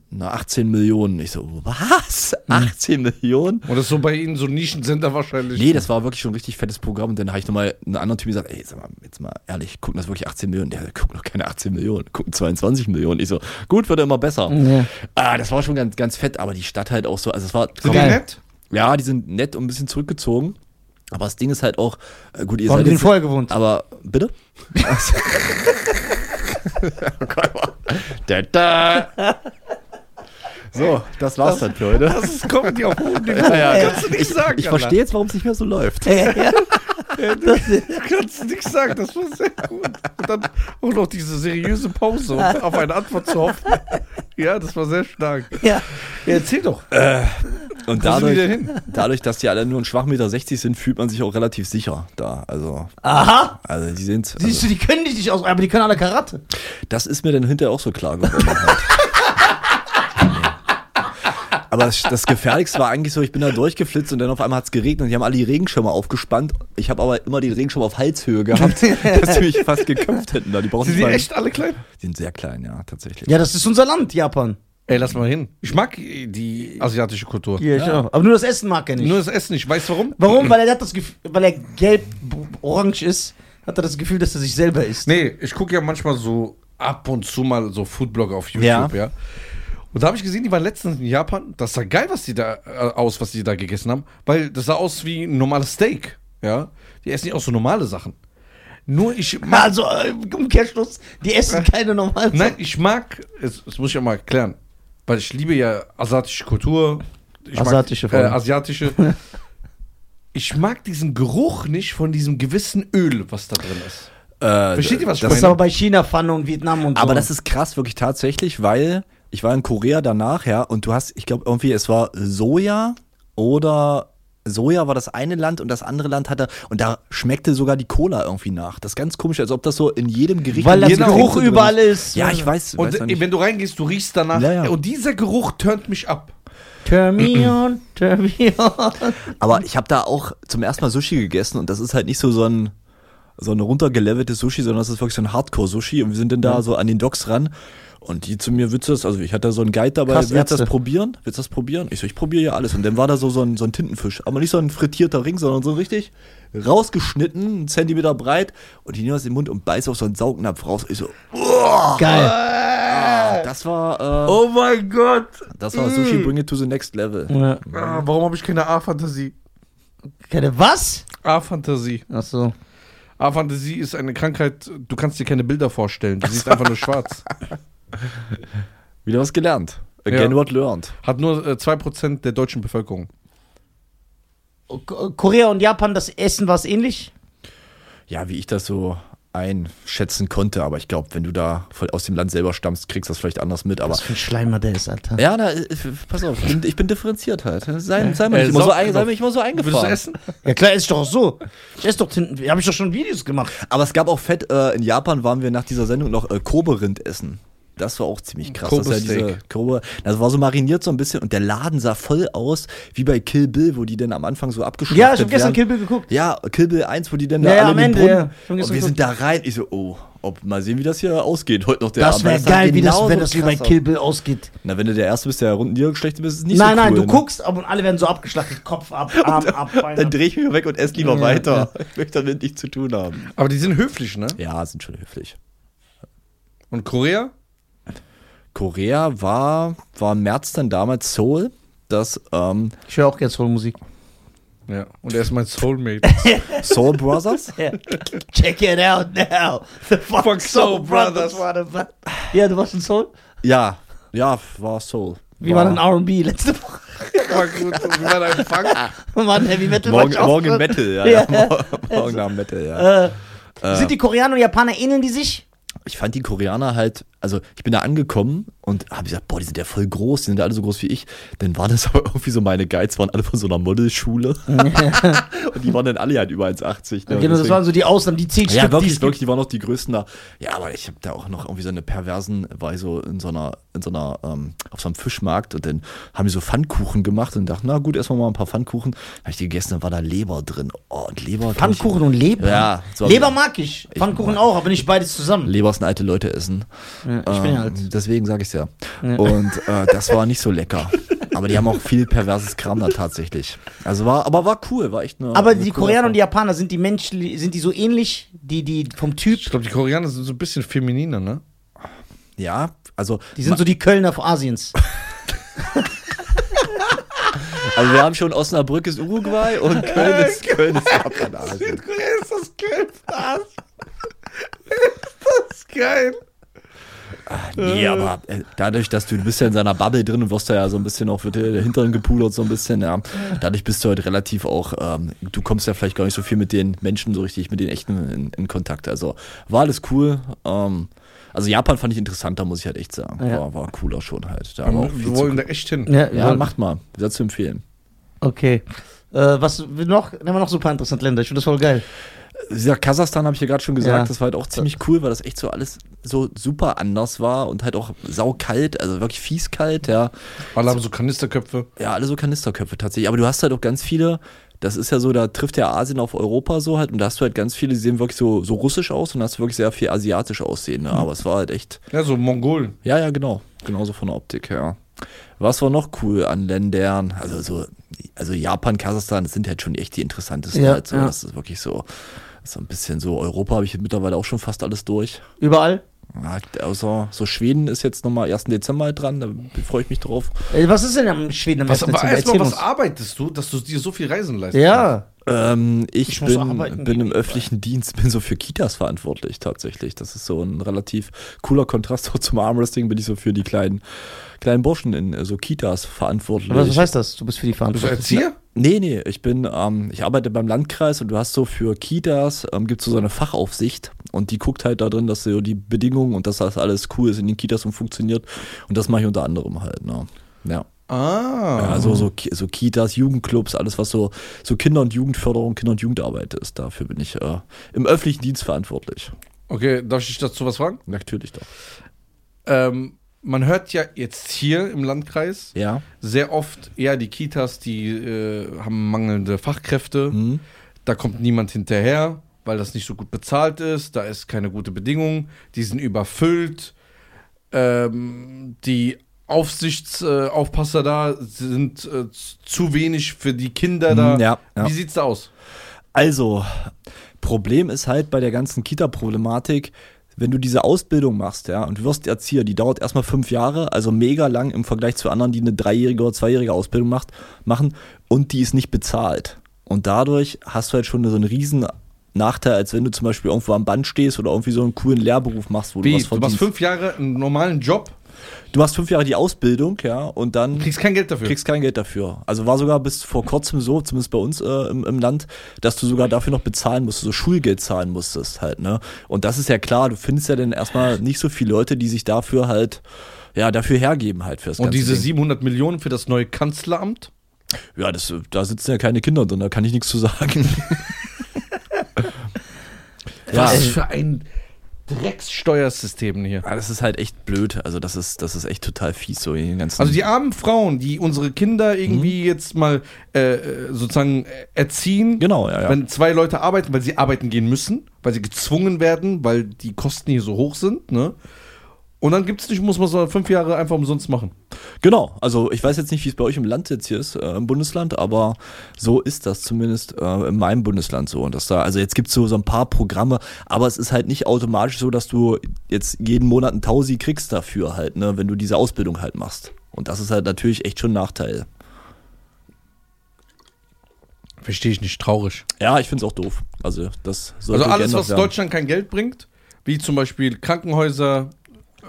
Na, 18 Millionen. Ich so, was? 18 Millionen? Und das ist so bei Ihnen so ein Nischensender wahrscheinlich. Nee, das war wirklich schon ein richtig fettes Programm. Und dann habe ich nochmal einen anderen Typen gesagt, ey, sag mal, jetzt mal ehrlich, gucken das wirklich 18 Millionen? Der guckt noch keine 18 Millionen, gucken 22 Millionen. Ich so, gut, wird immer besser. Ja. Ah, das war schon ganz, ganz fett, aber die Stadt halt auch so, also es war, Sind die Geil. nett? ja, die sind nett und ein bisschen zurückgezogen. Aber das Ding ist halt auch, äh, gut, ihr Warum seid sind jetzt- vorher gewohnt? aber bitte? Oh Gott, aber- da, da. So, das war's dann für heute. Das ist Comedy auf hohem Niveau. Ja, ja. Kannst du nichts sagen, Ich Alter. verstehe jetzt, warum es nicht mehr so läuft. Kannst du nichts sagen, das war sehr gut. Und dann auch noch diese seriöse Pause, um auf eine Antwort zu hoffen. Ja, das war sehr stark. Ja. Ja, erzähl doch. Wo Und sind die dadurch, denn hin? dadurch, dass die alle nur einen Schwachmeter 60 sind, fühlt man sich auch relativ sicher da. Also, Aha. also die sind. Siehst Also, du, die können dich nicht aus, aber die können alle Karate. das ist mir dann hinterher auch so klar geworden. Halt. Aber das, das Gefährlichste war eigentlich so, ich bin da durchgeflitzt und dann auf einmal hat es geregnet und die haben alle die Regenschirme aufgespannt. Ich habe aber immer den Regenschirm auf Halshöhe gehabt, dass die mich fast geköpft hätten. Da. Die brauchen Sind die nicht mal- echt alle klein? Die sind sehr klein, ja, tatsächlich. Ja, das ist unser Land, Japan. Ey, lass mal hin. Ich mag die asiatische Kultur. Hier, ich auch. Aber nur das Essen mag er nicht. Nur das Essen nicht. Weißt du warum? Warum? Weil er hat das Gefühl, weil er gelb-orange ist, hat er das Gefühl, dass er sich selber isst. Nee, ich gucke ja manchmal so ab und zu mal so Foodblogger auf YouTube, Ja. ja. Und da habe ich gesehen, die waren letztens in Japan. Das sah geil, was die da äh, aus, was die da gegessen haben, weil das sah aus wie ein normales Steak. Ja, die essen nicht auch so normale Sachen. Nur ich mag, Also, äh, Umkehrschluss, die essen keine normalen nein, ich mag, es- das muss ich ja mal erklären, weil ich liebe ja asiatische Kultur. Ich Asiatische vor mag, äh, allem. asiatische. ich mag diesen Geruch nicht von diesem gewissen Öl, was da drin ist. Äh, Versteht ihr, was ich Also, Das ist aber bei China Pfanne und Vietnam und so. Aber das ist krass, wirklich tatsächlich, weil ich war in Korea danach, ja, und du hast, ich glaube, irgendwie, es war Soja oder Soja war das eine Land und das andere Land hatte, und da schmeckte sogar die Cola irgendwie nach. Das ist ganz komisch, als ob das so in jedem Gericht. Weil in das jedem Geruch Gericht drin überall ist. Ja, ich weiß. Und weiß noch äh, wenn du reingehst, du riechst danach. Ja, ja. Und dieser Geruch turnt mich ab. Turn me on, turn me on. Aber ich habe da auch zum ersten Mal Sushi gegessen und das ist halt nicht so so ein so ein runtergeleveltes Sushi, sondern das ist wirklich so ein Hardcore-Sushi und wir sind dann da so an den Docks ran und die zu mir, willst du das, also ich hatte da so einen Guide dabei, Krass, willst du Ärzte. das probieren? Willst du das probieren? Ich so, ich probiere ja alles und dann war da so, so, ein, so ein Tintenfisch, aber nicht so ein frittierter Ring, sondern so ein richtig rausgeschnitten, einen Zentimeter breit und ich nehme das in den Mund und beiße auf so einen Saugnapf raus. Ich so, Geil. ah, das war, äh, Oh mein Gott. das war Sushi Bring It to the Next Level. Ja. Ah, warum habe ich keine A-Fantasie? Keine was? A-Fantasie. Achso. A-Fantasie ist eine Krankheit, du kannst dir keine Bilder vorstellen. Du siehst einfach nur schwarz. Wieder was gelernt. Again Ja. what learned. Hat nur äh, 2% der deutschen Bevölkerung. Ko- Korea und Japan, das Essen war es ähnlich? ja, wie ich das so einschätzen konnte, aber ich glaube, wenn du da voll aus dem Land selber stammst, kriegst du das vielleicht anders mit, aber. Was für ein Schleimer der ist, Alter. Ja, da, äh, pass auf, ich bin, ich bin differenziert halt. Sei, sei, mir Äh, nicht immer so, ein- sei Saugnapf. mir nicht immer Würdest so du eingefahren. essen? Ja klar, ist doch auch so. Ich esse doch hinten, habe ich doch schon Videos gemacht. Aber es gab auch Fett, äh, in Japan waren wir nach dieser Sendung noch äh, Kobe-Rind essen. Das war auch ziemlich krass. Das, ist ja diese Kobe-Steak. Kobe, das war so mariniert so ein bisschen und der Laden sah voll aus wie bei Kill Bill, wo die dann am Anfang so abgeschnitten Ja, ich habe gestern Kill Bill geguckt. Ja, Kill Bill 1, wo die dann da Ja, ja, alle am in den Ende, ja. Brunnen. Ich hab Und gestern wir sind da rein. Ich so, oh, ob, mal sehen, wie das hier ausgeht. Heute noch der Das Abend. wäre sah geil, wie das, genauso wenn das wie bei krass aus. Kill Bill ausgeht. Na, wenn du der Erste bist, der runden dir schlecht bist, ist es nicht nein, so cool. nein, du ne? guckst ab und alle werden so abgeschlachtet. Kopf ab, Arm ab, Bein Dann ab. dreh ich mich weg und ess lieber Ja, weiter. Ich möchte damit nichts zu tun haben. Aber die sind höflich, ne? Ja, sind schon höflich. Und Korea? Korea war, war im März dann damals Seoul. Das ähm, Ich höre auch jetzt voll Musik. Ja. Und er ist mein Soulmate. Soul Brothers. Ja. Check it out now. The Fuck Fuck, Soul Soul Brothers. Brothers. Brothers. Ja, du warst in Soul? ja, ja, war Seoul. Wie war denn R&B letzte Woche? War gut. Wie war dein Empfang? War ein Heavy Metal? Morgen, war ich auch morgen im drin. Metal, ja. Ja. ja. mor- morgen am Metal, ja. Äh, Sind die Koreaner und Japaner, ähneln die sich? ich fand die Koreaner halt, also ich bin da angekommen und habe gesagt, boah, die sind ja voll groß, die sind ja alle so groß wie ich. Dann waren das aber irgendwie so meine Guides, waren alle von so einer Modelschule. und die waren dann alle halt über 1,80. Ne? Genau, Und das deswegen- waren so die Ausnahmen, die zehn ja, Stück, die wirklich, es gibt. wirklich, die waren noch die größten da. Ja, aber ich habe da auch noch irgendwie so eine perversen, war ich so in so einer, in so einer, ähm, auf so einem Fischmarkt und dann haben die so Pfannkuchen gemacht und dachte, na gut, erstmal mal ein paar Pfannkuchen. Habe ich die gegessen, dann war da Leber drin. Oh, und Leber. kann ich- Pfannkuchen und Leber? Ja, so- Leber mag ich. Pfannkuchen mag- auch, aber nicht beides zusammen. Leber ist ein alte Leute essen. Ähm, ich bin halt- ja alt. Deswegen sage ich es ja. Und äh, das war nicht so lecker. Aber die haben auch viel perverses Kram da tatsächlich. Also war, aber war cool, war echt eine. Aber eine die coole Koreaner und die Erfahrung. Japaner, sind die menschlich, sind die so ähnlich? Die, die vom Typ? Ich glaube, die Koreaner sind so ein bisschen femininer, ne? Ja, also. Die sind so die Kölner von Asiens. Also wir haben schon Osnabrück ist Uruguay und Köln ist, Köln ist Japan. also. Korea ist das geil, was? Ist das geil? Nee, aber äh, dadurch, dass du, du bist ja in seiner Bubble drin und wirst da ja so ein bisschen auch wird dir der Hintern gepudert so ein bisschen, ja. Dadurch bist du halt relativ auch, ähm, du kommst ja vielleicht gar nicht so viel mit den Menschen so richtig, mit den Echten in, in Kontakt. Also war alles cool. Ähm, also Japan fand ich interessanter, muss ich halt echt sagen. Ja. War, war cooler schon halt. Da war auch viel Wir zu wollen da echt hin. ja, macht mal. Sehr zu empfehlen. Okay. Äh, was wir noch? Nehmen wir noch so ein paar interessante Länder. Ich finde das voll geil. Ja, Kasachstan habe ich ja gerade schon gesagt, Ja. das war halt auch ziemlich cool, weil das echt so alles so super anders war und halt auch saukalt, also wirklich fies kalt, ja. Alle haben so Kanisterköpfe. Ja, alle so Kanisterköpfe tatsächlich. Aber du hast halt auch ganz viele das ist ja so, da trifft ja Asien auf Europa so halt und da hast du halt ganz viele, die sehen wirklich so, so russisch aus und da hast du wirklich sehr viel asiatisch aussehen, ne? aber es war halt echt, Ja, so Mongolen. ja, ja, genau, genauso von der Optik her. Was war noch cool an Ländern? Also so, also Japan, Kasachstan, das sind halt schon echt die interessantesten Ja, halt so, ja. das ist wirklich so, so ein bisschen so, Europa habe ich mittlerweile auch schon fast alles durch. Überall? Ja, außer so Schweden ist jetzt nochmal 1. Dezember halt dran, da freue ich mich drauf. Äh, Was ist denn am Schweden am Was, ersten aber Dezember? erstmal, Erzähl was uns. arbeitest du, dass du dir so viel Reisen leistest? Ja. Ähm, ich, Ich muss bin, arbeiten bin gehen. im öffentlichen Dienst, bin so für Kitas verantwortlich tatsächlich. Das ist so ein relativ cooler Kontrast auch zum Armwrestling, bin ich so für die kleinen, kleinen Burschen in äh, so Kitas verantwortlich. Was, was heißt das? Du bist für die Bist du Verantwortung. Erzieher? Nee, nee, ich bin, ähm, ich arbeite beim Landkreis und du hast so für Kitas, ähm, gibt es so eine Fachaufsicht und die guckt halt da drin, dass so die Bedingungen und dass das alles cool ist in den Kitas und funktioniert und das mache ich unter anderem halt, ne. Ja. Ah. Ja, so, so, Ki- so Kitas, Jugendclubs, alles was so, so Kinder- und Jugendförderung, Kinder- und Jugendarbeit ist. Dafür bin ich äh, im öffentlichen Dienst verantwortlich. Okay, darf ich dich dazu was fragen? Natürlich doch. Ähm, man hört ja jetzt hier im Landkreis Ja. sehr oft, ja, die Kitas, die äh, haben mangelnde Fachkräfte. Mhm. Da kommt niemand hinterher, weil das nicht so gut bezahlt ist. Da ist keine gute Bedingung. Die sind überfüllt. Ähm, die Aufsichtsaufpasser äh, Aufpasser da sind äh, z- zu wenig für die Kinder da. Mhm, ja, ja. Wie sieht's da aus? Also, Problem ist halt bei der ganzen Kita-Problematik, wenn du diese Ausbildung machst, ja, und du wirst Erzieher, die dauert erstmal fünf Jahre, also mega lang im Vergleich zu anderen, die eine dreijährige oder zweijährige Ausbildung macht, machen und die ist nicht bezahlt. Und dadurch hast du halt schon so einen riesen Nachteil, als wenn du zum Beispiel irgendwo am Band stehst oder irgendwie so einen coolen Lehrberuf machst, wo du Wie? was Du machst verdienst. fünf Jahre einen normalen Job, du machst fünf Jahre die Ausbildung, ja, und dann kriegst kein Geld dafür. kriegst kein Geld dafür. Also war sogar bis vor kurzem so, zumindest bei uns äh, im, im Land, dass du sogar dafür noch bezahlen musstest, so Schulgeld zahlen musstest halt, ne? Und das ist ja klar, du findest ja dann erstmal nicht so viele Leute, die sich dafür halt, ja, dafür hergeben halt fürs Und diese Ding. 700 Millionen für das neue Kanzleramt? Ja, das, äh, da sitzen ja keine Kinder drin, da kann ich nichts zu sagen. ja, Was für ein Dreckssteuersystem hier. Ja, das ist halt echt blöd. Also das ist, das ist echt total fies, so in den ganzen. Also die armen Frauen, die unsere Kinder irgendwie Mhm. jetzt mal äh, äh, sozusagen äh, erziehen, genau, ja, ja. wenn zwei Leute arbeiten, weil sie arbeiten gehen müssen, weil sie gezwungen werden, weil die Kosten hier so hoch sind, ne? Und dann gibt's nicht, muss man so fünf Jahre einfach umsonst machen. Genau, also ich weiß jetzt nicht, wie es bei euch im Land jetzt hier ist, äh, im Bundesland, aber so ist das zumindest äh, in meinem Bundesland so. Und das da, also jetzt gibt es so, so ein paar Programme, aber es ist halt nicht automatisch so, dass du jetzt jeden Monat einen Tausi kriegst dafür halt, ne, wenn du diese Ausbildung halt machst. Und das ist halt natürlich echt schon ein Nachteil. Verstehe ich nicht, traurig. Ja, ich find's auch doof. Also das sollte Also alles, geändert was werden. Deutschland kein Geld bringt, wie zum Beispiel Krankenhäuser,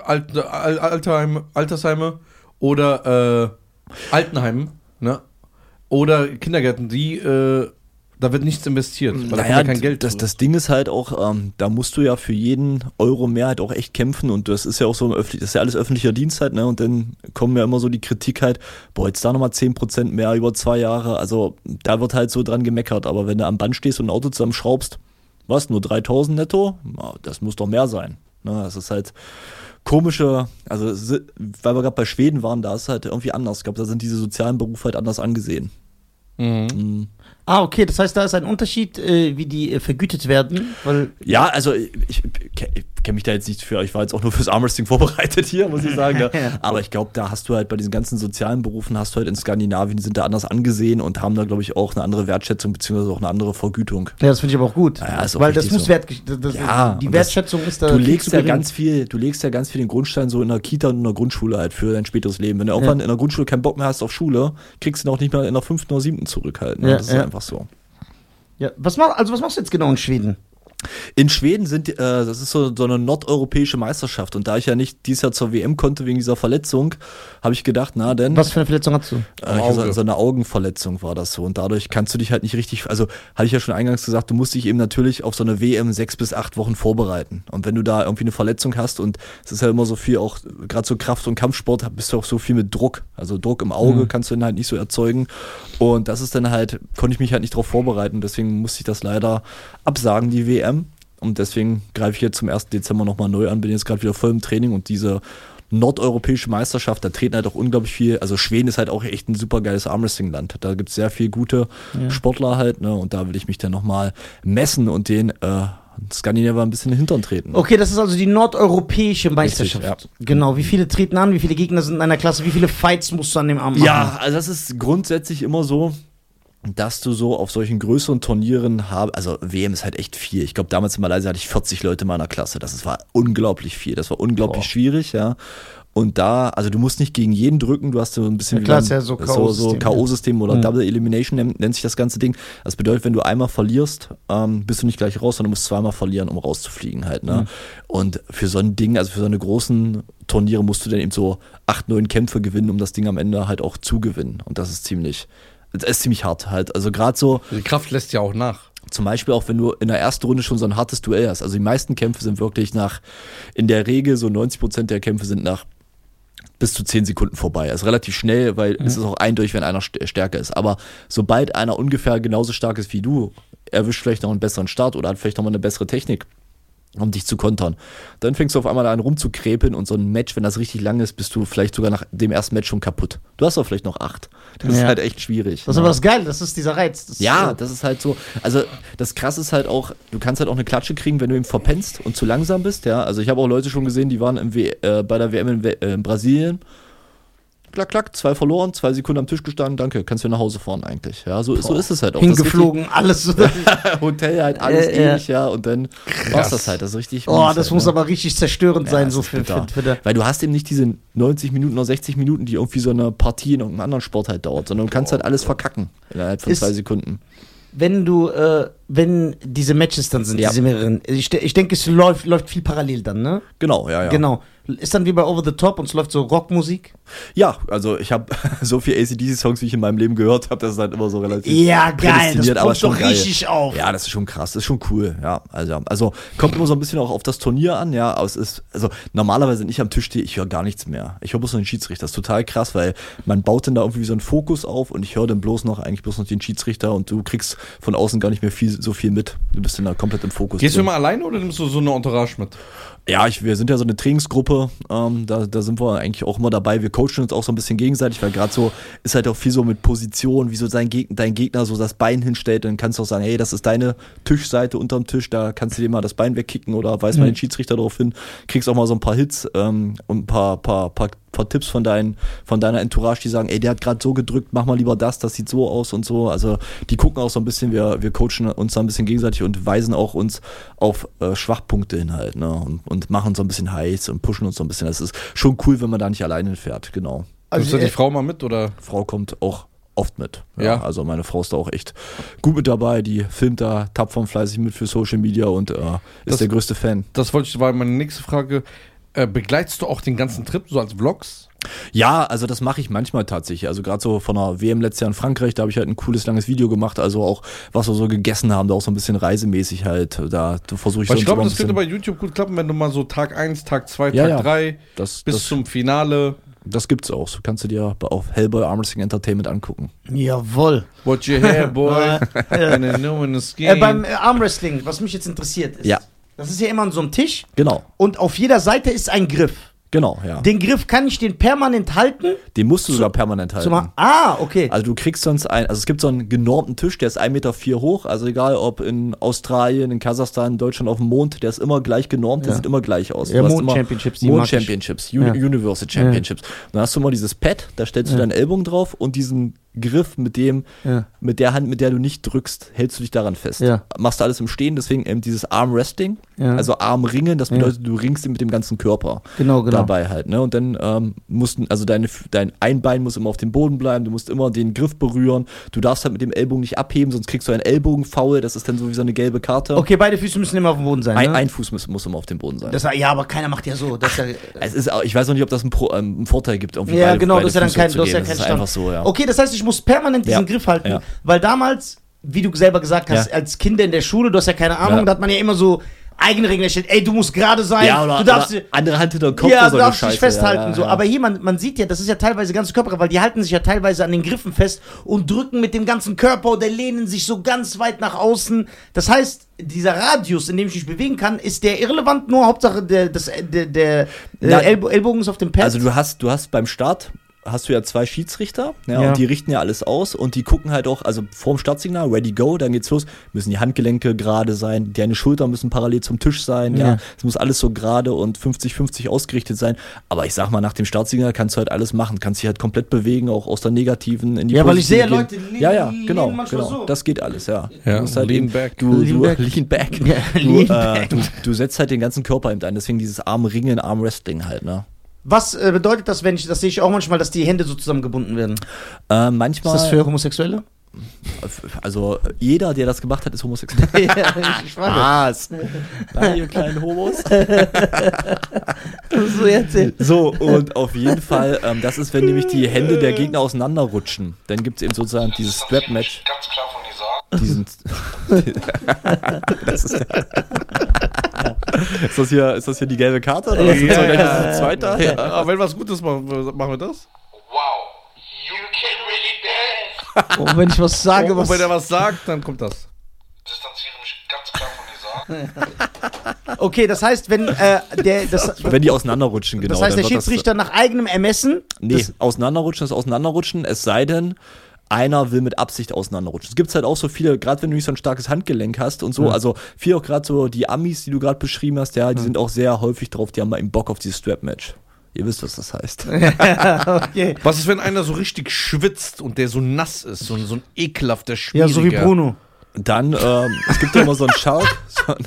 Alt, Al- Alterheim, Altersheime oder äh, Altenheim, ne? Oder Kindergärten, die, äh, da wird nichts investiert, weil da kommt ja kein Geld das, zu. das Ding ist halt auch, ähm, da musst du ja für jeden Euro mehr halt auch echt kämpfen und das ist ja auch so, im öffentlich, das ist ja alles öffentlicher Dienst halt, ne, und dann kommen ja immer so die Kritik halt, boah, jetzt da nochmal 10% mehr über zwei Jahre, also da wird halt so dran gemeckert, aber wenn du am Band stehst und ein Auto zusammenschraubst, was, nur 3000 netto? Na, Das muss doch mehr sein, ne, das ist halt komische, also si- weil wir gerade bei Schweden waren, da ist es halt irgendwie anders, ich glaube, da sind diese sozialen Berufe halt anders angesehen. Mhm. Ah, okay, das heißt, da ist ein Unterschied, äh, wie die äh, vergütet werden, weil Ja, also ich, ich, ich kenne mich da jetzt nicht für. Ich war jetzt auch nur fürs Armwrestling vorbereitet hier, muss ich sagen. Ne? Ja. Aber ich glaube, da hast du halt bei diesen ganzen sozialen Berufen, hast du halt in Skandinavien, die sind da anders angesehen und haben da, glaube ich, auch eine andere Wertschätzung beziehungsweise auch eine andere Vergütung. Ja, das finde ich aber auch gut. Ja, ist auch weil das richtig muss so. wert, das, das- Ja, die und das- Wertschätzung ist da. du legst ja gering. ganz viel, du legst ja ganz viel den Grundstein so in der Kita und in der Grundschule halt für dein späteres Leben. Wenn du irgendwann in der Grundschule keinen Bock mehr hast auf Schule, kriegst du ihn auch nicht mehr in der fünften oder siebten zurück halt. Ne? Ja, das ja. ist einfach so. Ja, was mach, also was machst du jetzt genau in Schweden? In Schweden sind, äh, das ist so, so eine nordeuropäische Meisterschaft und da ich ja nicht dieses Jahr zur WM konnte wegen dieser Verletzung, habe ich gedacht, na denn, Was für eine Verletzung hast du? äh, Auge. so, so eine Augenverletzung war das so und dadurch kannst du dich halt nicht richtig, also hatte ich ja schon eingangs gesagt, du musst dich eben natürlich auf so eine WM sechs bis acht Wochen vorbereiten und wenn du da irgendwie eine Verletzung hast und es ist ja immer so viel auch, gerade so Kraft- und Kampfsport, bist du auch so viel mit Druck, also Druck im Auge Mhm. kannst du dann halt nicht so erzeugen und das ist dann halt, konnte ich mich halt nicht drauf vorbereiten, deswegen musste ich das leider absagen, die WM. Und deswegen greife ich jetzt zum 1. Dezember nochmal neu an, bin jetzt gerade wieder voll im Training und diese nordeuropäische Meisterschaft, da treten halt auch unglaublich viel, also Schweden ist halt auch echt ein super geiles Armwrestling-Land. Da gibt es sehr viel gute Sportler halt, ne? Und da will ich mich dann nochmal messen und den äh, Skandinavier ein bisschen in den Hintern treten. Okay, das ist also die nordeuropäische Meisterschaft. ja. Genau, wie viele treten an, wie viele Gegner sind in einer Klasse, wie viele Fights musst du an dem Abend machen? Ja, also das ist grundsätzlich immer so, dass du so auf solchen größeren Turnieren habe, also WM ist halt echt viel. Ich glaube, damals in Malaysia hatte ich 40 Leute in meiner Klasse. Das ist- war unglaublich viel. Das war unglaublich schwierig, ja. Und da, also du musst nicht gegen jeden drücken, du hast so ein bisschen Ja, klar, wie ist ja so ne? so, so K.O.-System, ja. K.O.-System oder Double Elimination nennt, nennt sich das ganze Ding. Das bedeutet, wenn du einmal verlierst, ähm, bist du nicht gleich raus, sondern musst zweimal verlieren, um rauszufliegen halt. Ne? Und für so ein Ding, also für so eine großen Turniere musst du dann eben so acht, neun Kämpfe gewinnen, um das Ding am Ende halt auch zu gewinnen. Und das ist ziemlich, das ist ziemlich hart halt. Also gerade so, Die Kraft lässt ja auch nach. zum Beispiel auch, wenn du in der ersten Runde schon so ein hartes Duell hast. Also die meisten Kämpfe sind wirklich nach, in der Regel so 90 Prozent der Kämpfe sind nach bis zu 10 Sekunden vorbei. Also relativ schnell, weil Mhm. es ist auch eindeutig, wenn einer st- stärker ist. Aber sobald einer ungefähr genauso stark ist wie du, erwischt vielleicht noch einen besseren Start oder hat vielleicht noch mal eine bessere Technik um dich zu kontern. Dann fängst du auf einmal an rumzukrepeln und so ein Match, wenn das richtig lang ist, bist du vielleicht sogar nach dem ersten Match schon kaputt. Du hast auch vielleicht noch acht. Das ist Ja. halt echt schwierig. Das ist ne? aber das Geile, das ist dieser Reiz. Das Ja, ist, das ist halt so. Also das Krasse ist halt auch, du kannst halt auch eine Klatsche kriegen, wenn du eben verpennst und zu langsam bist. Ja, also ich habe auch Leute schon gesehen, die waren im w äh, bei der WM in, W- äh, in Brasilien. Klack, klack, zwei verloren, zwei Sekunden am Tisch gestanden, danke, kannst du nach Hause fahren eigentlich. Ja, so, so ist es halt auch. Das ist hingeflogen, alles. richtig- Hotel halt alles Äh, ja. ähnlich, ja. Und dann war's das halt, das ist richtig. oh, mies das halt, muss ne? aber richtig zerstörend sein, das so ist für, für, bitter. für der. Weil du hast eben nicht diese 90 Minuten oder 60 Minuten, die irgendwie so eine Partie in irgendeinem anderen Sport halt dauert, sondern du kannst halt alles verkacken innerhalb von Ist- zwei Sekunden. Wenn du, äh, wenn diese Matches dann sind, Ja. diese mehreren, ich, de- ich denke, es läuft, läuft viel parallel dann, ne? Genau, ja, ja. Genau. Ist dann wie bei Over the Top und es läuft so Rockmusik. Ja, also ich habe so viel ACDC-Songs, wie ich in meinem Leben gehört habe, das ist halt immer so relativ. Ja, geil, das prädestiniert, aber kommt ist schon doch geil. richtig auf. Ja, das ist schon krass, das ist schon cool, ja. Also, ja. also kommt immer so ein bisschen auch auf das Turnier an, ja. Aber es ist, also normalerweise, wenn ich am Tisch stehe, ich höre gar nichts mehr. Ich höre bloß noch den Schiedsrichter. Das ist total krass, weil man baut dann da irgendwie so einen Fokus auf und ich höre dann bloß noch, eigentlich bloß noch den Schiedsrichter und du kriegst von außen gar nicht mehr viel, so viel mit. Du bist dann da komplett im Fokus. Gehst du drin. immer alleine oder nimmst du so eine Entourage mit? Ja, ich, wir sind ja so eine Trainingsgruppe, ähm, da, da sind wir eigentlich auch immer dabei. Wir coachen uns auch so ein bisschen gegenseitig, weil gerade so ist halt auch viel so mit Position, wie so sein Geg dein Gegner so das Bein hinstellt, dann kannst du auch sagen, hey, das ist deine Tischseite unterm Tisch, da kannst du dir mal das Bein wegkicken oder weiß mal den Schiedsrichter drauf hin, kriegst auch mal so ein paar Hits ähm, und ein paar, paar, paar, paar Tipps von, deinen, von deiner Entourage, die sagen, ey, der hat gerade so gedrückt, mach mal lieber das, das sieht so aus und so. Also die gucken auch so ein bisschen, wir, wir coachen uns da ein bisschen gegenseitig und weisen auch uns auf äh, Schwachpunkte hin halt, ne? Und, und machen so ein bisschen heiß und pushen uns so ein bisschen. Das ist schon cool, wenn man da nicht alleine fährt, genau. Nimmst Also, du die äh, Frau mal mit oder? Frau kommt auch oft mit. Ja. Also meine Frau ist da auch echt gut mit dabei, die filmt da tapfer und fleißig mit für Social Media und äh, ist Das- der größte Fan. Das wollte ich, war meine nächste Frage. Äh, begleitest du auch den ganzen Trip so als Vlogs? Ja, also das mache ich manchmal tatsächlich. Also gerade so von der WM letztes Jahr in Frankreich, da habe ich halt ein cooles langes Video gemacht, also auch was wir so gegessen haben, da auch so ein bisschen reisemäßig halt. Da versuche ich Weil sonst ich glaube, immer ein das könnte bei bisschen- YouTube gut klappen, wenn du mal so Tag 1, Tag 2, Ja, ja. Tag 3 das, bis das, zum Finale. das gibt's auch. So kannst du dir bei- auf Hellboy Armracing Entertainment angucken. jawohl. What you hair, boy. Äh, And a new in the skin. äh, beim äh, Armwrestling, was mich jetzt interessiert ist, Ähm. Ja. das ist ja immer an so einem Tisch Genau, und auf jeder Seite ist ein Griff. genau, ja. Den, Den Griff kann ich den permanent halten. musst du sogar permanent halten. Zumal, ah, okay. Ähm. Also du kriegst sonst ein, also es gibt so einen genormten Tisch, der ist 1,4 Meter hoch, also egal ob in Australien, in Kasachstan, in Deutschland auf dem Mond, der ist immer gleich genormt, der Ja. sieht immer gleich aus. Ja, hast Mond immer Championships, die Mond mag ich. Championships, Uni Ja. Universal Championships. Und dann hast du immer dieses Pad, da stellst du deinen Ellbogen drauf und diesen Griff mit dem, Ja. mit der Hand, mit der du nicht drückst, hältst du dich daran fest. Ja. Machst du alles im Stehen, deswegen eben dieses Armresting, Ja. also Armringen, das bedeutet, du ringst mit dem ganzen Körper Genau, genau. dabei halt. Ne? Und dann ähm, mussten, also deine, F- dein ein Bein muss immer auf dem Boden bleiben, du musst immer den Griff berühren, du darfst halt mit dem Ellbogen nicht abheben, sonst kriegst du einen Ellbogenfoul, das ist dann so wie so eine gelbe Karte. okay, beide Füße müssen immer auf dem Boden sein. Ein, ne? ein Fuß muss, muss immer auf dem Boden sein. das, ja, aber keiner macht ja so. Das ist ja, es ist, auch- ich weiß noch nicht, ob das einen, Pro, ähm, einen Vorteil gibt. Irgendwie Ja, beide- genau, beide das ist ja dann Füße kein, zu das ist ja geben. kein Das ist Stand. einfach so, ja. Okay, das heißt, ich muss permanent diesen Ja. Griff halten, Ja. weil damals, wie du selber gesagt hast, Ja. als Kinder in der Schule, du hast ja keine Ahnung, Ja. da hat man ja immer so eigene Regeln erstellt. Ey, du musst gerade sein. Ja, oder, du darfst, oder andere Hand hinter den Kopf ja, oder du so darfst eine dich Scheiße. festhalten. ja, ja, So. ja. Aber hier, man, man sieht ja, das ist ja teilweise ganze Körper, weil die halten sich ja teilweise an den Griffen fest und drücken mit dem ganzen Körper oder lehnen sich so ganz weit nach außen. Das heißt, dieser Radius, in dem ich mich bewegen kann, ist der irrelevant, nur Hauptsache der, das, der, der, Na, der Ellbo Ellbogen ist auf dem Pad. Also du hast, du hast beim Start hast du ja zwei Schiedsrichter, ja, Ja. und die richten ja alles aus und die gucken halt auch, also vorm Startsignal, ready go, dann geht's los, müssen die Handgelenke gerade sein, deine Schultern müssen parallel zum Tisch sein, ja, Ja. es muss alles so gerade und 50-50 ausgerichtet sein, aber ich sag mal, nach dem Startsignal kannst du halt alles machen, kannst dich halt komplett bewegen, auch aus der negativen in die Ja, weil ich sehe positive ja gehen. Leute, die ja, ja, lehnen genau, manchmal genau, so. das geht alles, ja. Ja, Du musst halt lean eben- back. Du, Lean du, back. lean back. Ja, du, lean äh, du, du setzt halt den ganzen Körper eben ein, deswegen dieses Armringen, Armwrestling halt, ne. Was äh, bedeutet das, wenn ich, das sehe ich auch manchmal, dass die Hände so zusammengebunden werden? Ist Äh, manchmal. das für Homosexuelle? Also jeder, der das gemacht hat, ist homosexuell. ja, ich frage. Was? Nein, ihr kleinen Homos. So erzählt. So, und auf jeden Fall, ähm, das ist, wenn nämlich die Hände der Gegner auseinanderrutschen. Dann gibt es eben sozusagen dieses Strap-Match. Ganz klar von dir sagen. Diesen. das ist, ist, das hier, ist das hier die gelbe Karte? Oder was ist das Ja, gleich ja. das zweite? Ja. Aber wenn was Gutes machen, machen wir das. Wow, you can really dance. Und Oh, wenn ich was sage, Und was. wenn er was sagt, dann kommt das. Distanziere mich ganz klar von dir sagen. Okay, das heißt, wenn äh, der. Das, Wenn die auseinanderrutschen, genau. das heißt, dann der wird Schiedsrichter nach eigenem Ermessen. Nee, Das, auseinanderrutschen ist auseinanderrutschen, es sei denn, einer will mit Absicht auseinanderrutschen. Es gibt halt auch so viele, gerade wenn du nicht so ein starkes Handgelenk hast und so, also viel auch gerade so die Amis, die du gerade beschrieben hast, ja, die sind auch sehr häufig drauf, die haben mal eben Bock auf dieses Strap-Match. Ihr wisst, was das heißt. okay. Was ist, wenn einer so richtig schwitzt und der so nass ist, so, ein- so ein ekelhafter Schmieriger? Ja, so wie Bruno. Dann, ähm, es gibt ja immer so einen Shark, so einen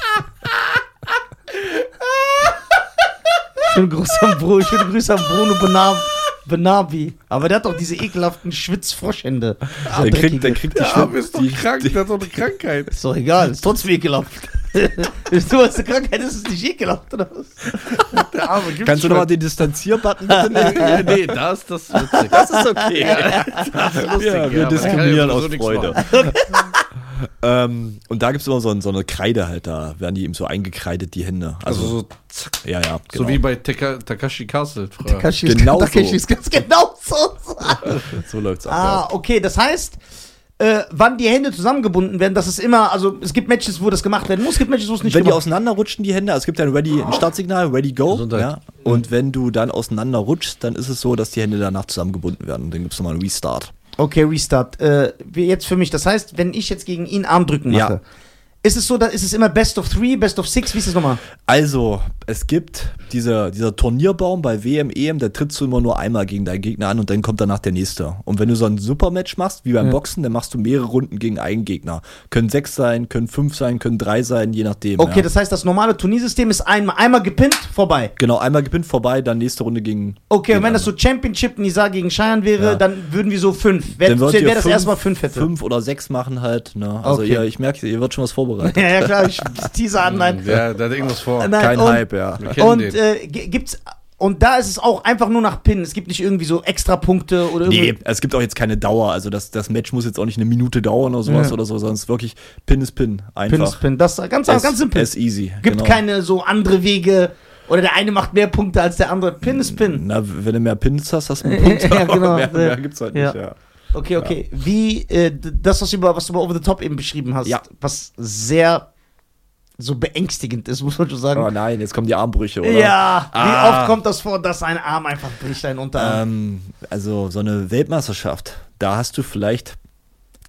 Schönen Gruß an Bruno, schönen Grüße an Bruno Benab Benabi. Aber der hat doch diese ekelhaften Schwitzfroschhände. So der, kriegt, der dreckige. kriegt die Ja, aber ist doch die- krank, der hat doch eine Krankheit. Ist doch egal, ist trotzdem ekelhaft. Ist du hast eine Krankheit, ist es nicht ekelhaft, oder was? Der Arme gibt Kannst du nochmal den Distanzier-Button bitte nehmen? Nee, nee, da ist das witzig. Das ist okay. ja, wir ja, aber kann diskriminieren ja aus sowieso Freude. ähm, und da gibt es immer so, ein, so eine Kreide halt, da werden die eben so eingekreidet, die Hände. Also, Also so, zack, ja, ja. so wie bei Teka, Takashi Castle früher. Kashi Genau so. Takashi ist ganz genau so. so läuft's ab. Ah, okay, das heißt, äh, wann die Hände zusammengebunden werden, das ist immer, also es gibt Matches, wo das gemacht werden muss, es gibt Matches, wo es nicht Wenn die gemacht auseinanderrutschen, die Hände, also es gibt ein Ready, ein Startsignal, Ready Go. Gesundheit. Ja, und wenn du dann auseinanderrutschst, dann ist es so, dass die Hände danach zusammengebunden werden. Und dann gibt es nochmal einen Restart. Okay, Restart. Äh, wir- jetzt für mich, das heißt, wenn ich jetzt gegen ihn Armdrücken Ja. mache, ist es so, da ist es immer Best of Three, Best of Six, wie ist das nochmal? Also, es gibt diese, dieser Turnierbaum bei WM, EM, der trittst du immer nur einmal gegen deinen Gegner an und dann kommt danach der nächste. Und wenn du so ein Supermatch machst, wie beim Boxen, dann machst du mehrere Runden gegen einen Gegner. Können sechs sein, können fünf sein, können drei sein, je nachdem. Okay, ja. das heißt, das normale Turniersystem ist einmal, einmal gepinnt, vorbei. genau, einmal gewinnt vorbei, dann nächste Runde gegen. Okay, gegen und wenn das so Championship Nizar gegen Cheyenne wäre, Genau. Ja. dann würden wir so fünf. Wer, Dann würdet wer ihr das fünf- erstmal fünf hätte. Fünf oder sechs machen halt. Ne? Also Okay. ihr, ich merke, ihr wird schon was vorbereitet. Ja, ja, klar, ich teaser an, nein. Ja, der hat irgendwas vor. Nein, Kein und- Hype, ja. Wir kennen Und den. äh, g- gibt's und da ist es auch einfach nur nach Pin. Es gibt nicht irgendwie so extra Punkte oder Nee, irgendwie. Also es gibt auch jetzt keine Dauer. Also das, das Match muss jetzt auch nicht eine Minute dauern oder sowas Ja. oder so, sondern es ist wirklich Pin ist Pin. Einfach. Pin ist Pin. Das ist ganz, Es- ganz simpel. Es ist easy. gibt genau. keine so andere Wege oder der eine macht mehr Punkte als der andere. Pin ist Pin. Na, wenn du mehr Pins hast, hast du einen Punkt. Ja, aber genau. Mehr, Ja. mehr gibt's halt Ja. nicht, ja. Okay, okay. Wie äh, d- das, was, über, was du über Over the Top eben beschrieben hast, Ja. was sehr so beängstigend ist, muss man schon sagen. Oh nein, jetzt kommen die Armbrüche, oder? ja, wie Ah. oft kommt das vor, dass ein Arm einfach bricht, ein Unterarm? Ähm, also so eine Weltmeisterschaft, da hast du vielleicht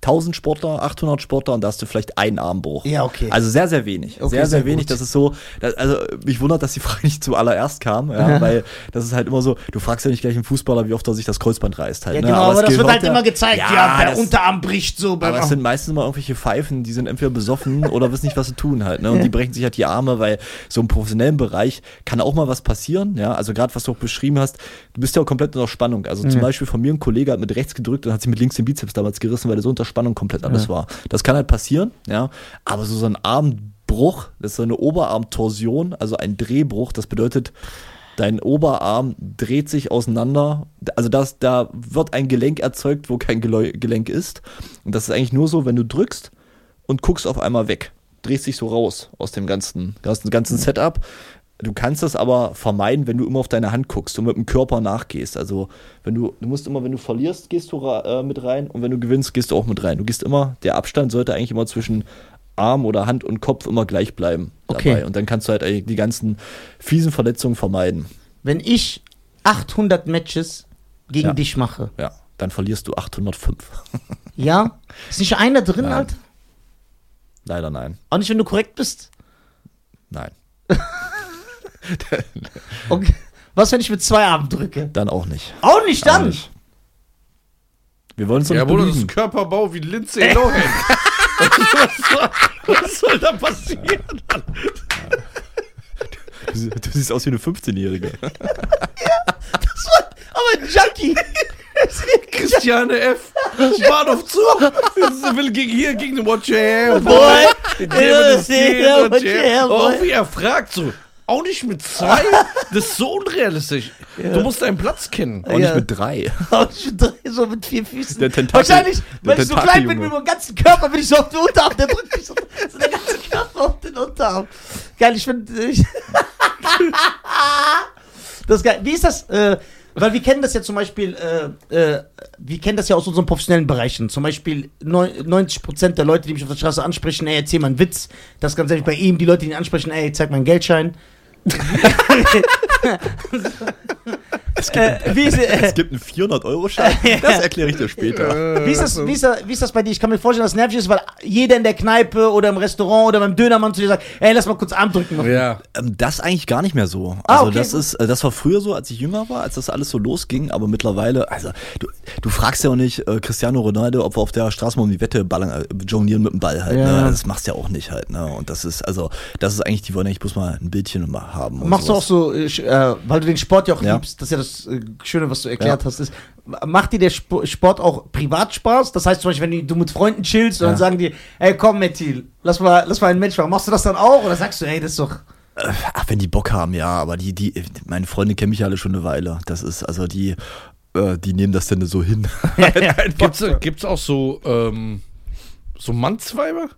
1000 Sportler, 800 Sportler und da hast du vielleicht einen Armbruch. Ja, okay. Also sehr, sehr wenig. Okay, sehr, sehr, sehr wenig. gut. Das ist so, das, also mich wundert, dass die Frage nicht zuallererst kam, ja, weil das ist halt immer so, du fragst ja nicht gleich einen Fußballer, wie oft er sich das Kreuzband reißt halt. ja, ne? genau, aber, es das wird gehört halt immer gezeigt. Ja, der das- Unterarm bricht so beim aber es Arm. sind meistens immer irgendwelche Pfeifen, die sind entweder besoffen oder wissen nicht, was sie tun halt. Ne? Und die brechen sich halt die Arme, weil so im professionellen Bereich kann auch mal was passieren. Ja, also gerade was du auch beschrieben hast, du bist ja auch komplett unter Spannung. Also zum Beispiel von mir ein Kollege hat mit rechts gedrückt und hat sich mit links den Bizeps damals gerissen, weil der so unter Spannung komplett alles war. Das kann halt passieren. Ja, aber so so ein Armbruch, das ist so eine Oberarmtorsion, also ein Drehbruch. Das bedeutet Dein Oberarm dreht sich auseinander. Also das, da wird ein Gelenk erzeugt, wo kein Geleu- Gelenk ist. Und das ist eigentlich nur so, wenn du drückst und guckst auf einmal weg. drehst dich so raus aus dem ganzen, ganzen, ganzen Setup. Du kannst das aber vermeiden, wenn du immer auf deine Hand guckst und mit dem Körper nachgehst. Also, wenn du, du musst immer, wenn du verlierst, gehst du ra- äh, mit rein und wenn du gewinnst, gehst du auch mit rein. Du gehst immer, der Abstand sollte eigentlich immer zwischen Arm oder Hand und Kopf immer gleich bleiben Okay. dabei. Und dann kannst du halt eigentlich die ganzen fiesen Verletzungen vermeiden. Wenn ich 800 Matches gegen Ja. dich mache, Ja, dann verlierst du 805. ja? Ist nicht einer drin, Nein. Alter? Leider nein. Auch nicht, wenn du korrekt bist? Nein. Okay. Was, wenn ich mit zwei Armen drücke? Dann auch nicht. Auch nicht dann! nicht. Wir wollen uns doch Ja, nicht Bruder, das belügen. ist Körperbau wie Lindsay Lohan. Was soll da passieren? Du, sie- du siehst aus wie eine 15-Jährige. Das war aber ein Junkie! Christiane F. Bahn auf Zug. Sie will gegen hier, gegen den Watch Your Hair. Boy! Der will das sehen, Watch Watch your Your hair, Hair. boy. Auch Oh, wie er fragt, so. Auch nicht mit zwei? Das ist so unrealistisch. Du musst deinen Platz kennen. Auch Ja. nicht mit drei. Auch schon drei, so mit vier Füßen. Der Tentakel- Wahrscheinlich, der weil ich so Tentakel, klein bin Junge. mit meinem ganzen Körper, bin ich so auf den Unterarm, der drückt mich so, so der ganze Körper auf den Unterarm. Geil, ich finde. Ich das ist geil. Wie ist das? Äh, weil wir kennen das ja zum Beispiel, äh, äh, wir kennen das ja aus unseren professionellen Bereichen. Zum Beispiel neun- 90% der Leute, die mich auf der Straße ansprechen, ey, erzähl mal einen Witz. Das ist ganz ehrlich bei ihm, die Leute, die ihn ansprechen, ey, zeig mal einen Geldschein. äh, wie ist, äh, Es gibt einen 400-Euro-Schein. Das erkläre ich dir später. wie ist, das, wie, ist das, wie ist das bei dir? Ich kann mir vorstellen, dass es nervig ist, weil jeder in der Kneipe oder im Restaurant oder beim Dönermann zu dir sagt, ey, lass mal kurz Arm drücken. noch. Ja. Ähm, Das eigentlich gar nicht mehr so. Ah, Also okay, das gut. ist, äh, das war früher so, als ich jünger war, als das alles so losging, aber mittlerweile, also du, du fragst ja auch nicht äh, Cristiano Ronaldo, ob wir auf der Straße mal um die Wette ballern, äh, jonglieren mit dem Ball halt. Ja. Ne? Das machst du ja auch nicht halt. Ne? Und das ist, also, das ist eigentlich, die wollen eigentlich bloß mal ein Bildchen mal haben. und Machst du sowas. auch so, äh, sch- äh, weil du den Sport ja auch Ja. liebst, das ist ja das äh, Schöne, was du erklärt hast, ist, ma- macht dir der Sp Sport auch privat Spaß? Das heißt zum Beispiel, wenn du mit Freunden chillst und dann Ja. sagen die, ey, komm, Metil, lass mal, lass mal einen Match machen. Machst du das dann auch? Oder sagst du, ey, das ist doch... Äh, Ach, wenn die Bock haben, ja, aber die, die, meine Freunde kennen mich ja alle schon eine Weile. Das ist, also die, äh, die nehmen das denn so hin. Gibt's, gibt's auch so, ähm, so Mannsweiber?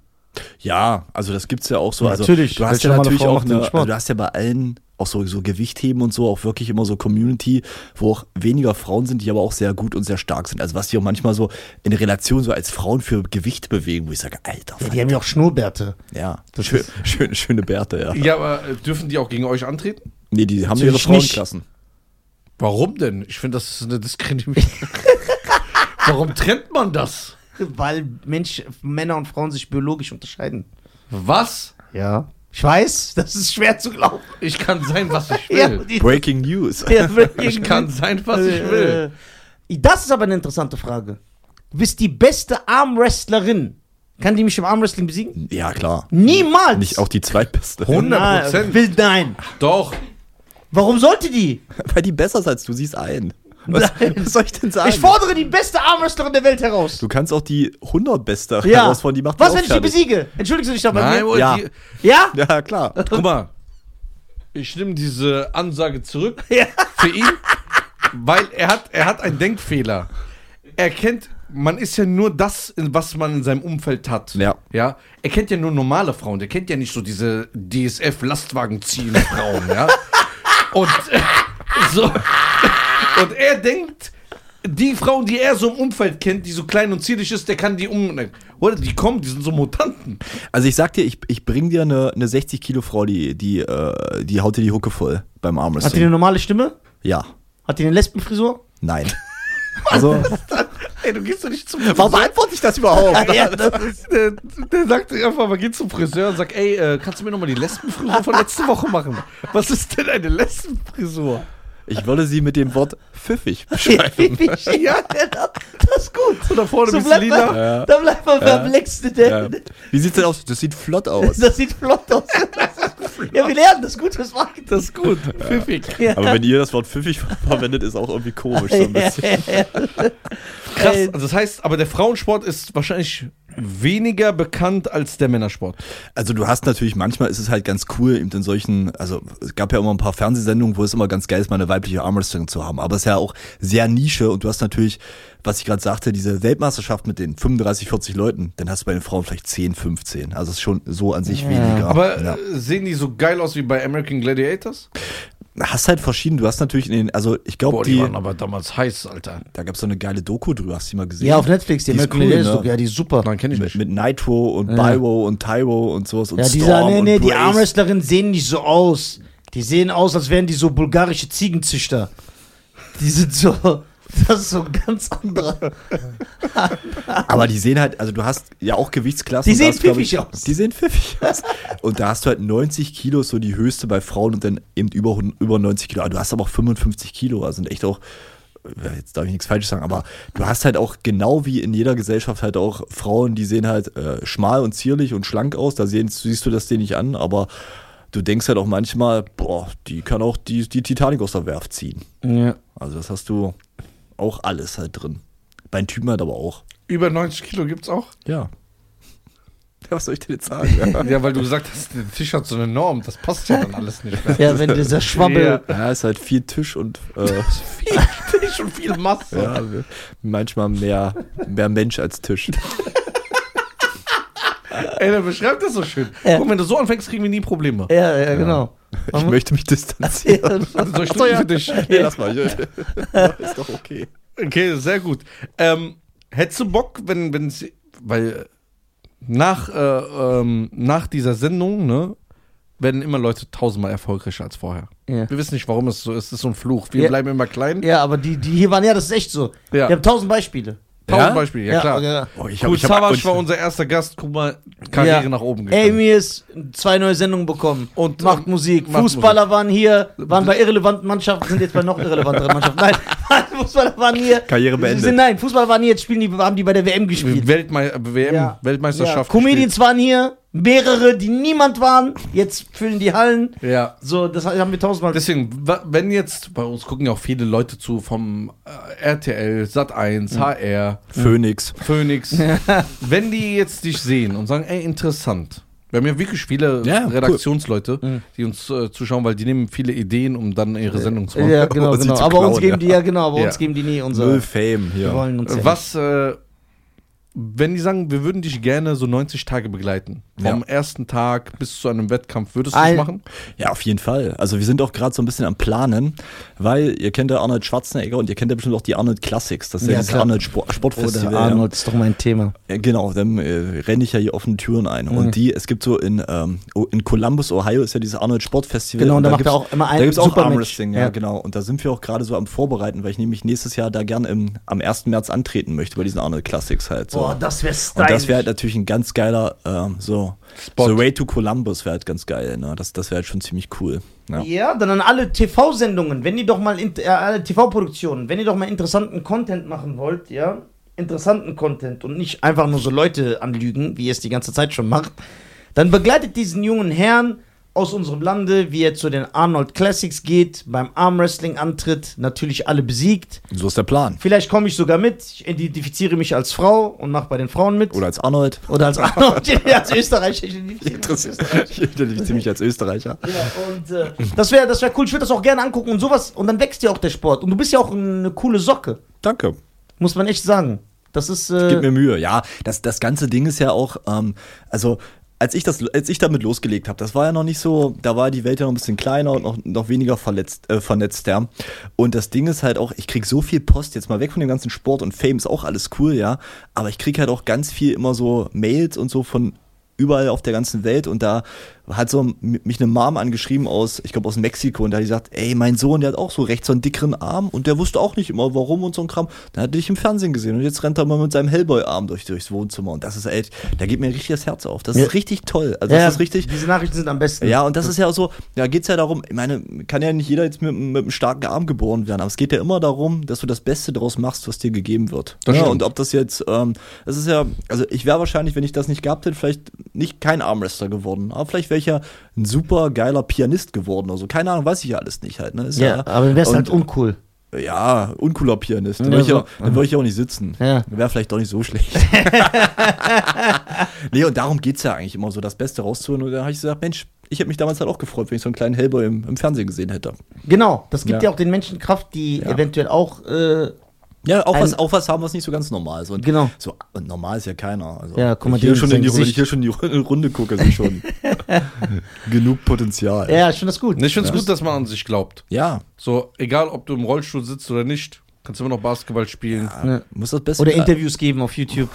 ja, also das gibt's ja auch so. Also, Natürlich, du hast welche ja normale natürlich Frau auch macht denn eine, Sport? also, du hast ja bei allen auch so, so Gewichtheben und so, auch wirklich immer so Community, wo auch weniger Frauen sind, die aber auch sehr gut und sehr stark sind. Also was die auch manchmal so in Relation so als Frauen für Gewicht bewegen, wo ich sage, Alter, Ja, die haben ja auch Schnurrbärte. ja, Das schön, ist- schön, schöne Bärte, ja. Ja, aber äh, dürfen die auch gegen euch antreten? Nee, die haben ihre Natürlich nicht. Frauenklassen. Warum denn? Ich finde, das ist eine Diskriminierung. Warum trennt man das? Weil Mensch, Männer und Frauen sich biologisch unterscheiden. Was? Ja. Ich weiß, das ist schwer zu glauben. Ich kann sein, was ich will. Ja, die- Breaking News. Der wird Ich kann sein, was ich will. Äh, Das ist aber eine interessante Frage. Du bist die beste Armwrestlerin. Kann die mich im Armwrestling besiegen? Ja, klar. Niemals! Nicht auch die zweitbeste. 100%. Will nein. also- Doch. Warum sollte die? Weil die besser ist als du, siehst ein. Was, Nein. was soll ich denn sagen? Ich fordere die beste Armwrestlerin der Welt heraus. du kannst auch die 100 Beste ja. herausfordern, die macht Was, die wenn ich die besiege? Entschuldigen Sie mich doch bei Nein, mir. Bruder, Ja. Die, Ja? Ja, klar. guck mal. Ich nehme diese Ansage zurück Ja. für ihn, weil er hat, er hat einen Denkfehler. Er kennt, man ist ja nur das, in- was man in seinem Umfeld hat. Ja. ja? Er kennt ja nur normale Frauen. Der kennt ja nicht so diese DSF-Lastwagen-Ziehen-Frauen, ja? Und, äh, so, und er denkt, die Frauen, die er so im Umfeld kennt, die so klein und zierlich ist, der kann die um. Oder die kommen, die sind so Mutanten. Also ich sag dir, ich, ich bring dir eine, eine 60 Kilo Frau, die, die, äh, die haut dir die Hucke voll Hat die beim eine Armwrestling. normale Stimme? Ja, Hat die eine Lesbenfrisur? nein. Also, Ey, du gehst doch nicht zum warum beantworte ich das überhaupt? Ja, das ist. Der, der sagt einfach, man geht zum Friseur und sagt, ey, äh, kannst du mir nochmal die Lesbenfrisur von letzte Woche machen? Was ist denn eine Lesbenfrisur? Ich würde sie mit dem Wort pfiffig Ja, beschreiben. das ist gut. Und da vorne ein bisschen bleibt lila. man, Da bleibt man beim letzten Ja. der, Wie sieht's denn aus? Das sieht flott aus. Das sieht flott aus. ja, wir lernen das gut fürs Marketing. Das ist gut, pfiffig. Ja. Aber wenn ihr das Wort pfiffig verwendet, ist auch irgendwie komisch so ein bisschen. Krass. Ey. Also das heißt, aber der Frauensport ist wahrscheinlich weniger bekannt als der Männersport. Also du hast natürlich, manchmal ist es halt ganz cool, eben in solchen, also es gab ja immer ein paar Fernsehsendungen, wo es immer ganz geil ist, mal eine weibliche Armwrestlerin zu haben. Aber es ist ja auch sehr Nische und du hast natürlich, was ich gerade sagte, diese Weltmeisterschaft mit den 35, 40 Leuten, dann hast du bei den Frauen vielleicht 10, 15. Also es ist schon so an sich weniger. Aber ja. äh, sehen die so geil aus wie bei American Gladiators? hast halt verschieden, du hast natürlich in den, also ich glaube, Boah, die, die, waren aber damals heiß, Alter. da gab es so eine geile Doku drüber, hast du die mal gesehen? Ja, auf Netflix, die, Die ist American cool, Idol ist ne? so- ja, die ist super. Nein, kenne ich mit, nicht. mit Nitro und Byro und Tyro und sowas und Ja, Storm dieser, nee, und nee, die Blaze. Armwrestlerinnen sehen nicht so aus. Die sehen aus, als wären die so bulgarische Ziegenzüchter. Die sind so, das ist so ein ganz anderer. Aber die sehen halt, also du hast ja auch Gewichtsklassen. Die da sehen hast, glaub ich, pfiffig aus. Die sehen pfiffig aus. Und da hast du halt 90 Kilo, ist so die höchste bei Frauen und dann eben über, 100 über 90 Kilo. Aber du hast aber auch 55 Kilo, also sind echt auch, ja, jetzt darf ich nichts Falsches sagen, aber du hast halt auch genau wie in jeder Gesellschaft halt auch Frauen, die sehen halt äh, schmal und zierlich und schlank aus. Da sehen, siehst du das denen nicht an, aber du denkst halt auch manchmal, boah, die kann auch die, die Titanic aus der Werft ziehen. Ja. Also das hast du auch alles halt drin. Bei den Typen halt aber auch. Über 90 Kilo gibt's auch? Ja. Was soll ich dir jetzt sagen? Ja, Ja, weil du gesagt hast, der Tisch hat so eine Norm, das passt ja dann alles nicht mehr. Ja, wenn dieser Schwabbel. Ja. ist halt viel Tisch und äh, viel Tisch und viel Masse. ja, manchmal mehr, mehr Mensch als Tisch. Ey, der beschreibt das so schön. Ja. Guck, wenn du so anfängst, kriegen wir nie Probleme. Ja, ja, genau. Ich möchte mich distanzieren. Ja. So stimmt für dich. Nee, lass mal. Ist doch okay. Okay, sehr gut. Ähm, hättest du Bock, wenn, wenn es, weil äh, nach, äh, ähm, nach dieser Sendung, ne, werden immer Leute tausendmal erfolgreicher als vorher. Ja. Wir wissen nicht, warum es so ist. Es ist so ein Fluch. Wir Ja. bleiben immer klein. ja, aber die, die hier waren, ja, das ist echt so. Ja. Wir haben tausend Beispiele. Tausend Ja? Beispiele, ja, klar. ja. Oh, ich Gut, Savas war und, unser erster Gast. Guck mal, Karriere Ja. nach oben gegangen. Amy ist zwei neue Sendungen bekommen Und, und macht ähm, Musik. macht Fußballer waren hier, waren bei irrelevanten Mannschaften, sind jetzt bei noch irrelevanteren Mannschaften. Nein, Fußballer waren hier. Karriere beendet. Sind, nein, Fußballer waren hier, jetzt spielen die, haben die bei der WM gespielt. Weltme äh, WM, Ja. Weltmeisterschaft. Ja. Comedians waren hier, mehrere, die niemand waren, jetzt füllen die Hallen. gespielt. Ja. So, das haben wir tausendmal. Deswegen, wa- wenn jetzt, bei uns gucken ja auch viele Leute zu vom äh, RTL, Sat1, HR, Phoenix. Phoenix. Wenn die jetzt dich sehen und sagen, ey, interessant. Wir haben ja wirklich viele Ja, cool. Redaktionsleute, die uns äh, zuschauen, weil die nehmen viele Ideen, um dann ihre Sendung zu machen. Mhm. ja, genau, um sie genau. zu Aber uns klauen, geben die, ja. ja genau, aber Ja. uns geben die nie unser. Null Fame Wir hier. wollen uns ja Was, äh, wenn die sagen, wir würden dich gerne so 90 Tage begleiten, vom Ja. ersten Tag bis zu einem Wettkampf, würdest du Ein- das machen? Ja, auf jeden Fall. Also wir sind auch gerade so ein bisschen am Planen, weil ihr kennt ja Arnold Schwarzenegger und ihr kennt ja bestimmt auch die Arnold Classics. Das ist ja, Ja, das klar. Arnold Sport Oder Sportfestival. ja. Arnold, ist doch mein Thema. Ja, Genau, dann äh, renne ich ja hier offene Türen ein. Mhm. Und die, es gibt so in, ähm, o- in Columbus, Ohio, ist ja dieses Arnold Sport Festival. Genau, und da macht gibt's- er auch immer ein Da gibt's auch Supermatch. Armwrestling, ja, Ja. genau. Und da sind wir auch gerade so am Vorbereiten, weil ich nämlich nächstes Jahr da gern im, am 1. März antreten möchte bei diesen Arnold Classics halt. So. Boah, und das wäre stylisch. das wäre halt natürlich ein ganz geiler, ähm, so, Spot. The Way to Columbus wäre halt ganz geil, ne? Das, das wäre halt schon ziemlich cool. Ja. Ja, dann an alle TV-Sendungen, wenn ihr doch mal, in- äh, alle TV-Produktionen, wenn ihr doch mal interessanten Content machen wollt, ja, interessanten Content und nicht einfach nur so Leute anlügen, wie ihr es die ganze Zeit schon macht, dann begleitet diesen jungen Herrn aus unserem Lande, wie er zu den Arnold Classics geht, beim Armwrestling antritt, natürlich alle besiegt. So ist der Plan. Vielleicht komme ich sogar mit, ich identifiziere mich als Frau und mache bei den Frauen mit. Oder als Arnold. Oder als Arnold, als Österreicher. Ich Interessiert ziemlich als Österreicher. ja, und äh, das wäre das wär cool. Ich würde das auch gerne angucken und sowas. Und dann wächst ja auch der Sport. Und du bist ja auch eine coole Socke. Danke. Muss man echt sagen. Das ist. Gib mir Äh, Mühe. Ja, das, das ganze Ding ist ja auch, ähm, also als ich, das, als ich damit losgelegt habe, das war ja noch nicht so, da war die Welt ja noch ein bisschen kleiner und noch, noch weniger verletzt, äh, vernetzt, ja. Und das Ding ist halt auch, ich krieg so viel Post, jetzt mal weg von dem ganzen Sport und Fame ist auch alles cool, ja. Aber ich krieg halt auch ganz viel immer so Mails und so von überall auf der ganzen Welt und da hat so m- mich eine Mom angeschrieben aus, ich glaube aus Mexiko und da hat die gesagt, ey, mein Sohn, der hat auch so rechts so einen dickeren Arm und der wusste auch nicht immer warum und so ein Kram. Dann hat er dich im Fernsehen gesehen und jetzt rennt er mal mit seinem Hellboy-Arm durch, durchs Wohnzimmer und das ist echt, da geht mir richtig das Herz auf. Das Ja. ist richtig toll. Also das ja, ist richtig, Diese Nachrichten sind am besten. ja, und das ist ja auch so, da geht's ja darum, ich meine, kann ja nicht jeder jetzt mit, mit einem starken Arm geboren werden, aber es geht ja immer darum, dass du das Beste daraus machst, was dir gegeben wird. Das ja, stimmt. und ob das jetzt, ähm, das ist ja, also ich wäre wahrscheinlich, wenn ich das nicht gehabt hätte, vielleicht nicht kein Armwrestler geworden, aber vielleicht wäre ich ja ein super geiler Pianist geworden oder so. Keine Ahnung, weiß ich ja alles nicht halt. Ne? Ist ja, aber du wärst und- halt uncool. ja, uncooler Pianist. Dann Ja, würde ich, so. auch- dann würd ich auch nicht sitzen. Ja. Wäre vielleicht doch nicht so schlecht. nee, und darum geht es ja eigentlich immer so, das Beste rauszuholen. Und da habe ich gesagt, Mensch, ich hätte mich damals halt auch gefreut, wenn ich so einen kleinen Hellboy im, im Fernsehen gesehen hätte. Genau, das gibt Ja. ja, auch den Menschen Kraft, die Ja. eventuell auch. Äh, Ja, auch, Ein- was, auch was haben, was nicht so ganz normal ist. Und Genau. So, und normal ist ja keiner. Also, Ja, guck mal, hier den schon in die, sein Runde- Gesicht. hier schon in die Runde, Runde gucke, sind schon genug Potenzial. ja, ich finde das gut. Ich finde es gut, dass man an sich glaubt. Ja, So, egal ob du im Rollstuhl sitzt oder nicht, kannst du immer noch Basketball spielen. Ja. muss das Beste Oder Interviews geben auf YouTube.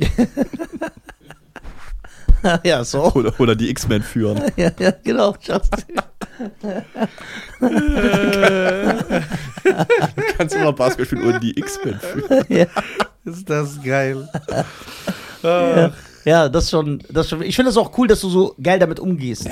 ja, so. Oder, oder die X-Men führen. Ja, ja, genau. Justin. Du kannst immer Basketball spielen oder die X-Men führen. ja. Ist das geil. Ja. ja, das schon, das schon. Ich finde das auch cool, dass du so geil damit umgehst.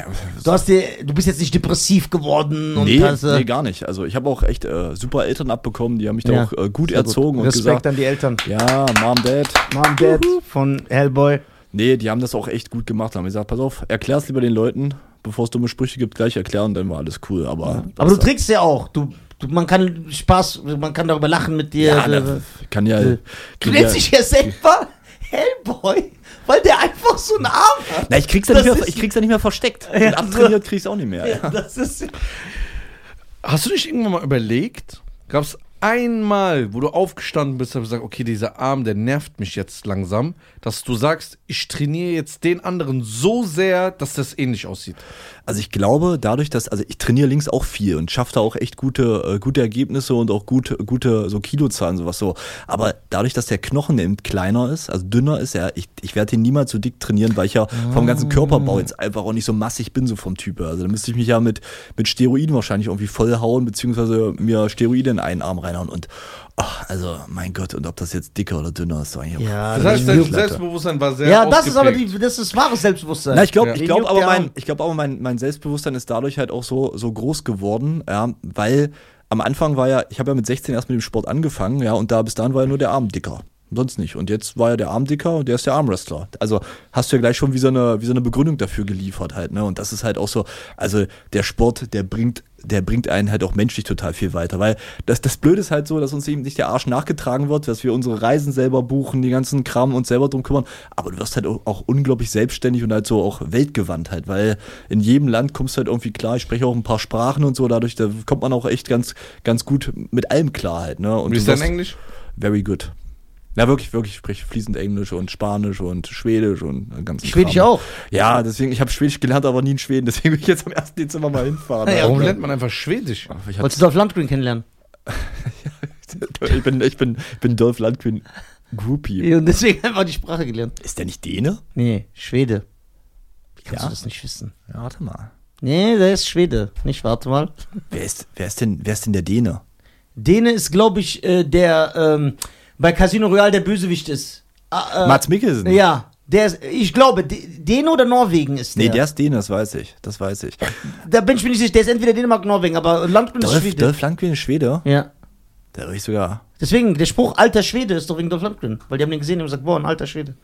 du hast dir, du bist jetzt nicht depressiv geworden und Nee, hast, äh, nee, gar nicht. Also ich habe auch echt äh, super Eltern abbekommen, die haben mich da Ja, auch äh, gut sehr erzogen und Respekt gesagt, an die Eltern. ja, Mom, Dad. Mom, Dad von Hellboy. Nee, die haben das auch echt gut gemacht. Haben gesagt, pass auf, erklär's lieber den Leuten, bevor es dumme Sprüche gibt, gleich erklären, dann war alles cool. Aber, Aber du trickst ja auch. Du, du, man kann Spaß, man kann darüber lachen mit dir. Äh, ja, na, Ah, ne, kann ja. Du kann ja- nennst dich ja selber Hellboy, weil der einfach so einen Arm hat. Na, ich krieg's ja nicht Das mehr, ist- ich krieg's ja nicht mehr versteckt. Ja, Und abtrainiert krieg's auch nicht mehr. Ja. Das ist, Hast du nicht irgendwann mal überlegt? Gab es einmal, wo du aufgestanden bist und gesagt, okay, dieser Arm, der nervt mich jetzt langsam, dass du sagst, ich trainiere jetzt den anderen so sehr, dass das ähnlich aussieht. Also ich glaube, dadurch, dass, also ich trainiere links auch viel und schaffe da auch echt gute, äh, gute Ergebnisse und auch gute, gute so Kilozahlen, sowas so. Aber dadurch, dass der Knochen eben kleiner ist, also dünner ist, ja, ich, ich werde ihn niemals so dick trainieren, weil ich ja vom ganzen Körperbau jetzt einfach auch nicht so massig bin, so vom Typ. her. Also da müsste ich mich ja mit, mit Steroiden wahrscheinlich irgendwie vollhauen, beziehungsweise mir Steroide in einen Arm reinhauen und ach, also mein Gott, und ob das jetzt dicker oder dünner ist, doch eigentlich auch ja, Das das heißt, dein ist, Selbstbewusstsein war sehr ja, das ist aber die, ausgeprägt. das ist wahres Selbstbewusstsein. Na, ich glaube, Ja. ich glaube Den aber juckt der mein, ich glaube aber mein, mein Selbstbewusstsein ist dadurch halt auch so, so groß geworden, ja, weil am Anfang war ja, ich habe ja mit 16 erst mit dem Sport angefangen, ja, und da bis dahin war ja nur der Arm dicker. Sonst nicht. Und jetzt war ja der Arm dicker und der ist der Armwrestler. Also hast du ja gleich schon wie so eine, wie so eine Begründung dafür geliefert halt, ne? Und das ist halt auch so, also der Sport, der bringt, der bringt einen halt auch menschlich total viel weiter. Weil das, das Blöde ist halt so, dass uns eben nicht der Arsch nachgetragen wird, dass wir unsere Reisen selber buchen, die ganzen Kram uns selber drum kümmern. Aber du wirst halt auch, auch unglaublich selbstständig und halt so auch weltgewandt halt, weil in jedem Land kommst du halt irgendwie klar. Ich spreche auch ein paar Sprachen und so, dadurch da kommt man auch echt ganz, ganz gut mit allem klar halt. Ne? Und Wie du ist dein wirst- Englisch? Very good. Na wirklich, wirklich, ich spreche fließend Englisch und Spanisch und Schwedisch und den ganzen Schwedisch Kram. auch? Ja, deswegen, ich habe Schwedisch gelernt, aber nie in Schweden, deswegen will ich jetzt am 1. Dezember mal hinfahren. Ja, Warum okay. lernt man einfach Schwedisch? Ich, Arm. hab, Wolltest du Dolph Landgren kennenlernen? ich bin, ich bin, bin Dolph Lundgren Groupie. Und deswegen einfach die Sprache gelernt. Ist der nicht Däne? Nee, Schwede. Wie kannst Ja. du das nicht wissen? Ja, warte mal. Nee, der ist Schwede. Nicht, warte mal. Wer ist, wer ist denn, wer ist denn der Däne? Dene ist, glaube ich, äh, der ähm, bei Casino Royale der Bösewicht ist. Ah, äh, Mats Mikkelsen. Ja, der ist, ich glaube, D- Däne oder Norwegen ist der. Nee, der ist Däne, das weiß ich. Das weiß ich. Da bin ich mir nicht sicher, der ist entweder Dänemark oder Norwegen, aber Landgren ist Dolph, Schwede. Dolph Lundgren ist Schwede? Ja. Da würde ich sogar. Deswegen, der Spruch alter Schwede ist doch wegen Dolph Landgren, weil die haben den gesehen und haben gesagt, boah, ein alter Schwede.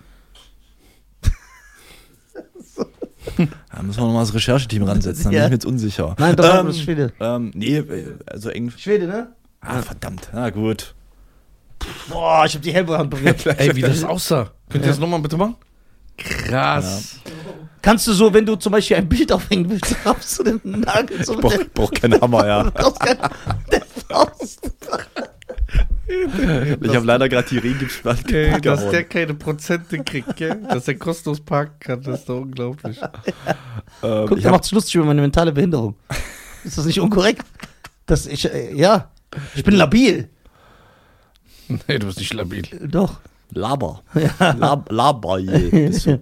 Da müssen wir nochmal das Rechercheteam ransetzen, dann Ja. bin ich mir jetzt unsicher. Nein, Dolph Lundgren ist Schwede. Ähm, nee, äh, also Englisch. Schwede, ne? Ah, verdammt. Na gut. Boah, ich hab die Hellboy-Hand berührt. Ey, wie das aussah. Könnt ihr das nochmal bitte machen? Krass. Kannst du so, wenn du zum Beispiel ein Bild aufhängen willst, raufst du den Nagel so mit Boah, der, ich brauch keinen Hammer, ja. raus- der Faust. Ich habe leider gerade die Regenspann Ey, dass der keine Prozente kriegt, gell? Dass der kostenlos parken kann, das ist doch unglaublich. Ähm, Guck, der macht lustig über meine mentale Behinderung. Ist das nicht unkorrekt? Das ich, äh, ja. Ich bin labil. Nee, du bist nicht labil. Äh, Doch. Laber. Lab, Laber. je, bist du.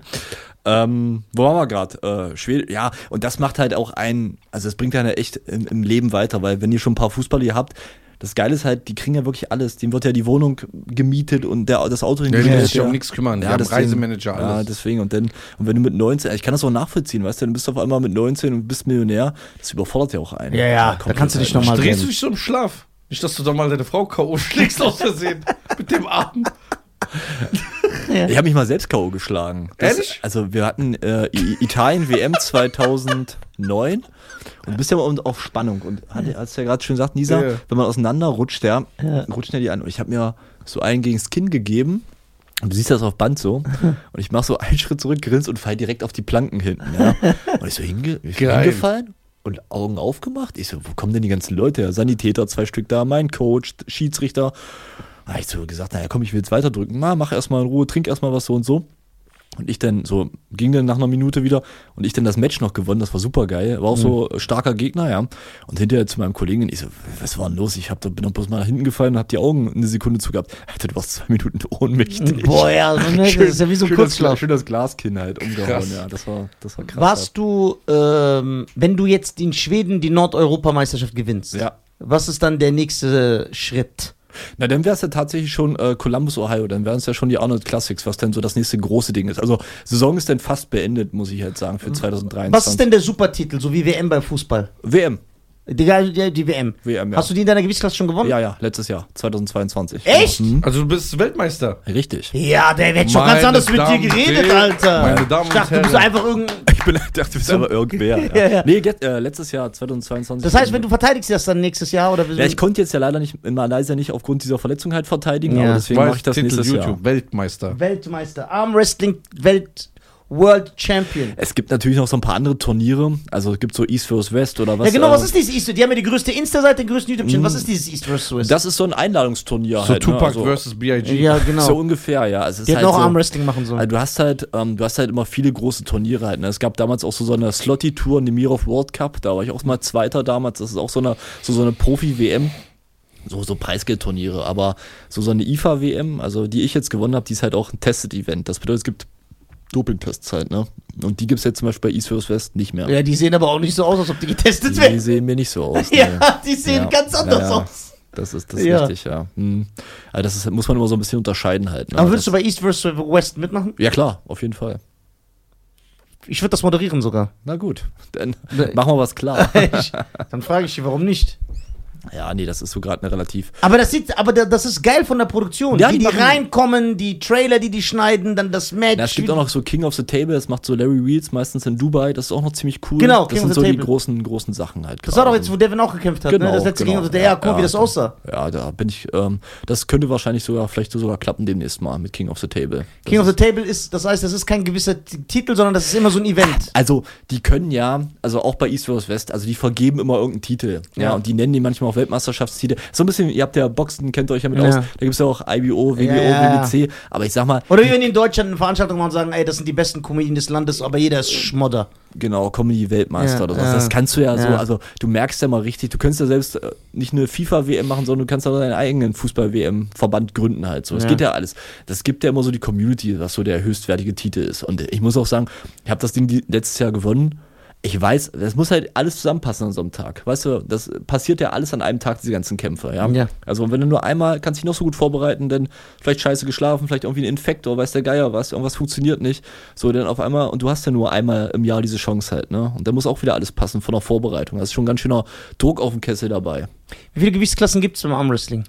ähm, wo waren wir gerade? Äh, Schwede. Ja, und das macht halt auch einen, also das bringt einen ja echt im, im Leben weiter, weil wenn ihr schon ein paar Fußballer hier habt, das Geile ist halt, die kriegen ja wirklich alles. Dem wird ja die Wohnung gemietet und der, das Auto Ja, die hingestellt, müssen sich um nichts kümmern. Die haben deswegen- Reisemanager, alles. Ja, deswegen. Und dann, und wenn du mit 19, ich kann das auch nachvollziehen, weißt du, du bist auf einmal mit 19 und bist Millionär, das überfordert ja auch einen. Ja, ja, da komplett kannst du dich einen. noch mal Äh, Drehst du dich so im Schlaf? Nicht, dass du da mal deine Frau K.O. schlägst aus Versehen mit dem Arm. Ich habe mich mal selbst K.O. geschlagen. Ehrlich? Also wir hatten äh, I- Italien WM 2009 und bist ja mal auf Spannung. Und hat, hast ja gerade schon gesagt, Nisa, Ja. wenn man auseinander rutscht, ja, Ja. rutscht ja die an. Und ich habe mir so einen gegens Kinn gegeben. Und du siehst das auf Band so. Und ich mache so einen Schritt zurück, grinst und fall direkt auf die Planken hinten. Ja. Und ich so hinge ich so Geil. hingefallen und Augen aufgemacht. Ich so, wo kommen denn die ganzen Leute her? Sanitäter, zwei Stück da, mein Coach, Schiedsrichter. Da hab ich so gesagt, naja, komm, ich will jetzt weiterdrücken. Na, mach erstmal in Ruhe, trink erstmal was so und so. Und ich dann so, ging dann nach einer Minute wieder und ich dann das Match noch gewonnen, das war super geil. War auch so Mhm. starker Gegner, ja. Und hinterher zu meinem Kollegen, ich so, was war denn los? Ich hab da, bin doch bloß mal nach hinten gefallen und hab die Augen eine Sekunde zugehabt. Alter, du warst zwei Minuten ohnmächtig. Boah, ja, so, ne, das ist ja wie so ein schön das, Kurzschlaf. schön das Glaskinn halt umgehauen, Krass. ja. Das war, das war krass. Warst du, ähm, wenn du jetzt in Schweden die Nordeuropameisterschaft gewinnst, Ja. was ist dann der nächste Schritt? Na, dann wär's ja tatsächlich schon äh, Columbus, Ohio. Dann wären es ja schon die Arnold Classics, was dann so das nächste große Ding ist. Also, Saison ist dann fast beendet, muss ich halt sagen, für 2023. Mhm. Was ist denn der Supertitel, so wie WM beim Fußball? WM. Die, die, die WM. WM, ja. Hast du die in deiner Gewichtsklasse schon gewonnen? Ja, ja, letztes Jahr, 2022. Echt? Mhm. Also du bist Weltmeister. Richtig. Ja, der hätte schon Meine ganz anders Damen mit dir geredet, und- Alter. Meine Damen ich dachte, und du bist Herren. einfach irgendein. Ich bin, dachte, du bist aber irgendwer. Ja. Ja, ja. Nee, get, äh, letztes Jahr, 2022. Das heißt, wenn du verteidigst das dann nächstes Jahr oder Ja, ich konnte jetzt ja leider nicht in Malaysia nicht aufgrund dieser Verletzung halt verteidigen, Ja. aber deswegen mache ich das nächtes Jahr. Weltmeister. Weltmeister, Armwrestling Welt World Champion. Es gibt natürlich noch so ein paar andere Turniere. Also es gibt so East vs. West oder was. ja, genau, äh, was ist dieses East? Die haben ja die größte Insta-Seite, den größten YouTube-Channel. Was ist dieses East vs. Swiss? Das ist so ein Einladungsturnier So halt. Tupac ne? also, versus B.I.G. ja, genau. So ungefähr, ja. Es ist die hätten halt auch so, Armwrestling machen sollen. Also du hast halt, ähm, du hast halt immer viele große Turniere halt. Ne? Es gab damals auch so, so eine Slotty-Tour, eine Mirov World Cup, da war ich auch mal Zweiter damals. Das ist auch so eine, so, so eine Profi-WM. So, so Preisgeldturniere, aber so, so eine IFA-WM, also die ich jetzt gewonnen habe, die ist halt auch ein Tested-Event. Das bedeutet, es gibt Doping-Tests halt, ne? Und die gibt es jetzt zum Beispiel bei East vs. West nicht mehr. ja, die sehen aber auch nicht so aus, als ob die getestet Die werden. sehen mir nicht so aus. ne? Ja, die sehen Ja, ganz anders ja, ja. aus. Das ist das ist Ja. richtig, ja. Hm. Also das ist, muss man immer so ein bisschen unterscheiden halt. Ne? Aber würdest du das, bei East vs. West mitmachen? ja klar, auf jeden Fall. Ich würde das moderieren sogar. Na gut, dann Nee. machen wir was klar. Ich- Dann frage ich dich, warum nicht? Ja, nee, das ist so gerade eine relativ. Aber das sieht, aber da- das ist geil von der Produktion. Ja, wie die die machen- reinkommen, die Trailer, die die schneiden, dann das Match. Na, es gibt auch noch so King of the Table, das macht so Larry Wheels meistens in Dubai, das ist auch noch ziemlich cool. Genau, das King of sind the so die Table. großen, großen Sachen halt. das war gerade. doch jetzt, wo Devin auch gekämpft hat, genau, ne? Das letzte genau. Ding, der, ja, guck, wie das aussah. Ja, da bin ich, ähm, das könnte wahrscheinlich sogar, vielleicht sogar klappen demnächst mal mit King of the Table. Das King of ist- the Table ist, das heißt, das ist kein gewisser T- Titel, sondern das ist immer so ein Event. also, die können ja, also auch bei East vs. West, also die vergeben immer irgendeinen Titel. Ja, Ja. und die nennen die manchmal auch Weltmeisterschaftstitel. So ein bisschen, ihr habt ja Boxen, kennt ihr euch ja mit Ja. aus. Da gibt's ja auch IBO, WBO, Ja, ja, ja. WBC. Aber ich sag mal, Oder wie wenn die in Deutschland eine Veranstaltung machen und sagen, ey, das sind die besten Comedien des Landes, aber jeder ist Schmodder. Genau, Comedy-Weltmeister Ja, oder sowas. ja. Das kannst du ja, so, Ja. also du merkst ja mal richtig, du kannst ja selbst äh, nicht eine FIFA-WM machen, sondern du kannst auch deinen eigenen Fußball-WM-Verband gründen halt. So, es Ja. geht ja alles. Das gibt ja immer so die Community, was so der höchstwertige Titel ist. Und ich muss auch sagen, ich habe das Ding die, letztes Jahr gewonnen. Ich weiß, das muss halt alles zusammenpassen an so einem Tag. Weißt du, das passiert ja alles an einem Tag, diese ganzen Kämpfe, ja. Ja. Also wenn du nur einmal, kannst dich noch so gut vorbereiten, denn vielleicht scheiße geschlafen, vielleicht irgendwie ein Infekt oder weiß der Geier was, irgendwas funktioniert nicht. So, dann auf einmal, und du hast ja nur einmal im Jahr diese Chance halt, ne? Und da muss auch wieder alles passen von der Vorbereitung. Das ist schon ein ganz schöner Druck auf dem Kessel dabei. Wie viele Gewichtsklassen gibt es beim Armwrestling?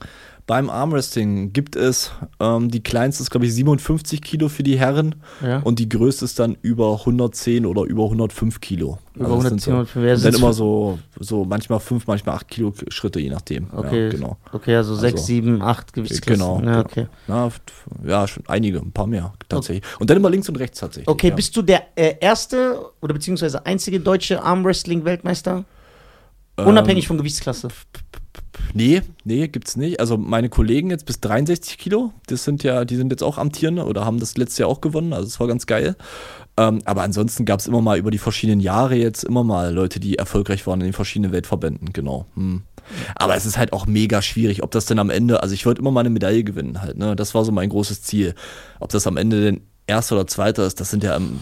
Beim Armwrestling gibt es, ähm, die kleinste ist glaube ich 57 Kilo für die Herren Ja. und die größte ist dann über 110 oder über 105 Kilo. Also Über das 110, sind so, 105, ja, und dann sind's immer so, so manchmal fünf, manchmal acht Kilo Schritte, je nachdem. Okay, Ja, genau. okay also sechs, Also- sieben, acht Gewichtsklassen. Genau. Ja, okay. Na, f- ja, schon einige, ein paar mehr tatsächlich. Und dann immer links und rechts tatsächlich. Okay, ja. bist du der äh, erste oder beziehungsweise einzige deutsche Armwrestling-Weltmeister? Ähm, Unabhängig von Gewichtsklasse. Nee, nee, gibt's nicht. Also meine Kollegen jetzt bis 63 Kilo, das sind ja, die sind jetzt auch amtierende oder haben das letztes Jahr auch gewonnen, also es war ganz geil. Ähm, aber ansonsten gab's immer mal über die verschiedenen Jahre jetzt immer mal Leute, die erfolgreich waren in den verschiedenen Weltverbänden, genau. Hm. Aber es ist halt auch mega schwierig, ob das denn am Ende, also ich wollte immer mal eine Medaille gewinnen halt, ne? Das war so mein großes Ziel. Ob das am Ende denn erster oder zweiter ist, das sind ja am,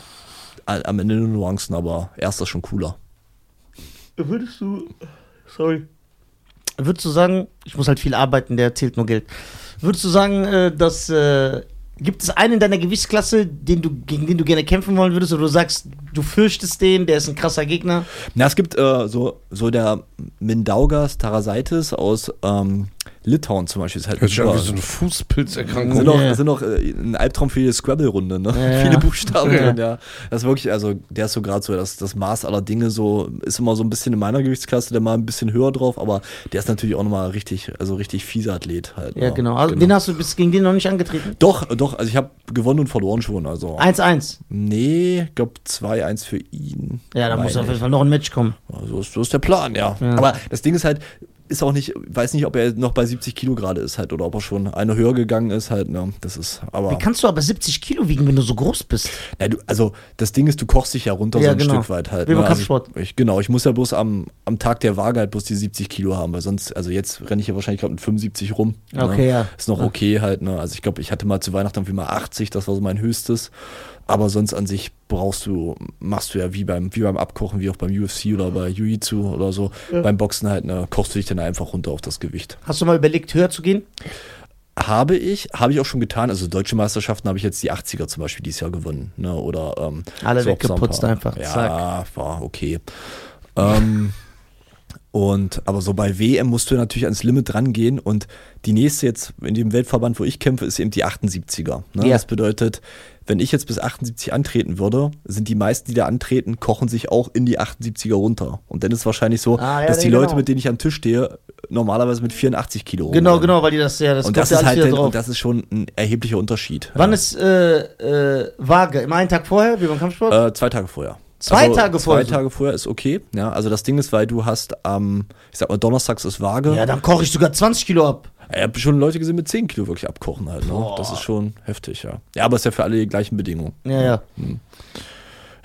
am Ende nur Nuancen, aber erster ist schon cooler. Würdest du. Sorry. Würdest du sagen, ich muss halt viel arbeiten, der zählt nur Geld. Würdest du sagen, äh, dass. Äh, gibt es einen in deiner Gewichtsklasse, den du, gegen den du gerne kämpfen wollen würdest, oder du sagst, du fürchtest den, der ist ein krasser Gegner? Na, es gibt äh, so, so der Mindaugas Tarasaitis aus ähm, Litauen zum Beispiel ist halt Hört sich an wie überall. so eine Fußpilzerkrankung. sind auch, Ja. sind auch äh, ein Albtraum für die Scrabble-Runde, ne? Ja. Viele Buchstaben Ja. drin, ja. Das ist wirklich, also der ist so gerade so, das, das Maß aller Dinge so, ist immer so ein bisschen in meiner Gewichtsklasse, der mal ein bisschen höher drauf, aber der ist natürlich auch nochmal richtig, also richtig fieser Athlet halt. Ja, ne? genau. Also, Den hast du bis gegen den noch nicht angetreten. Doch, doch, also ich habe gewonnen und verloren schon, also. 1-1. Nee, ich glaube 2-1 für ihn. Ja, da Meine muss auf ich. jeden Fall noch ein Match kommen. Ja, So ist, so ist der Plan, ja. Ja. Aber das Ding ist halt, ist auch nicht, weiß nicht, ob er noch bei 70 Kilo gerade ist halt oder ob er schon eine höher gegangen ist halt, ne. Das ist, aber. Wie kannst du aber 70 Kilo wiegen, wenn du so groß bist? Ja, du, also das Ding ist, du kochst dich ja runter Ja, so ein genau. Stück weit halt. Wie beim Also ich- Kampfsport. Ich, genau, ich muss ja bloß am, am Tag der Waage halt bloß die 70 Kilo haben, weil sonst, also jetzt renne ich ja wahrscheinlich gerade mit 75 rum. Okay, ne? ja. Ist noch okay halt, ne? Also ich glaube, ich hatte mal zu Weihnachten irgendwie mal 80, das war so mein höchstes. Aber sonst an sich brauchst du, machst du ja wie beim, wie beim Abkochen, wie auch beim UFC oder bei Jiu-Jitsu oder so, beim Boxen halt, ne, kochst du dich dann einfach runter auf das Gewicht. Hast du mal überlegt, höher zu gehen? Oh Habe ich, habe ich auch schon getan. Also deutsche Meisterschaften habe ich jetzt die 80er zum Beispiel dieses Jahr gewonnen. Ne? Oder ähm, Alle auch so ein weggeputzt paar- einfach, Ja, zack. war okay. Ähm, und aber so bei WM musst du natürlich ans Limit rangehen und die nächste jetzt in dem Weltverband, wo ich kämpfe, ist eben die 78er. Ne? Ja. Das bedeutet, wenn ich jetzt bis 78 antreten würde, sind die meisten, die da antreten, kochen sich auch in die 78er runter. Und dann ist wahrscheinlich so, Ah, ja, dass die nee, Leute, genau. mit denen ich am Tisch stehe, normalerweise mit 84 Kilo Genau, rumrennen. genau, weil die das ja, das Und kommt das ja ist alles halt wieder dann, drauf. und das ist schon ein erheblicher Unterschied. Wann ist äh, äh, Waage? Immer einen Tag vorher, wie beim Kampfsport? Äh, zwei Tage vorher. Also Zwei Tage vorher? Zwei Tage vorher ist okay. Ja, also das Ding ist, weil du hast am, ich sag mal, donnerstags ist Waage. ja, dann koche ich sogar 20 Kilo ab. Ich habe schon Leute gesehen mit 10 Kilo wirklich abkochen halt. Ne? Das ist schon heftig, ja. Ja, aber ist ja für alle die gleichen Bedingungen. Ja, ja.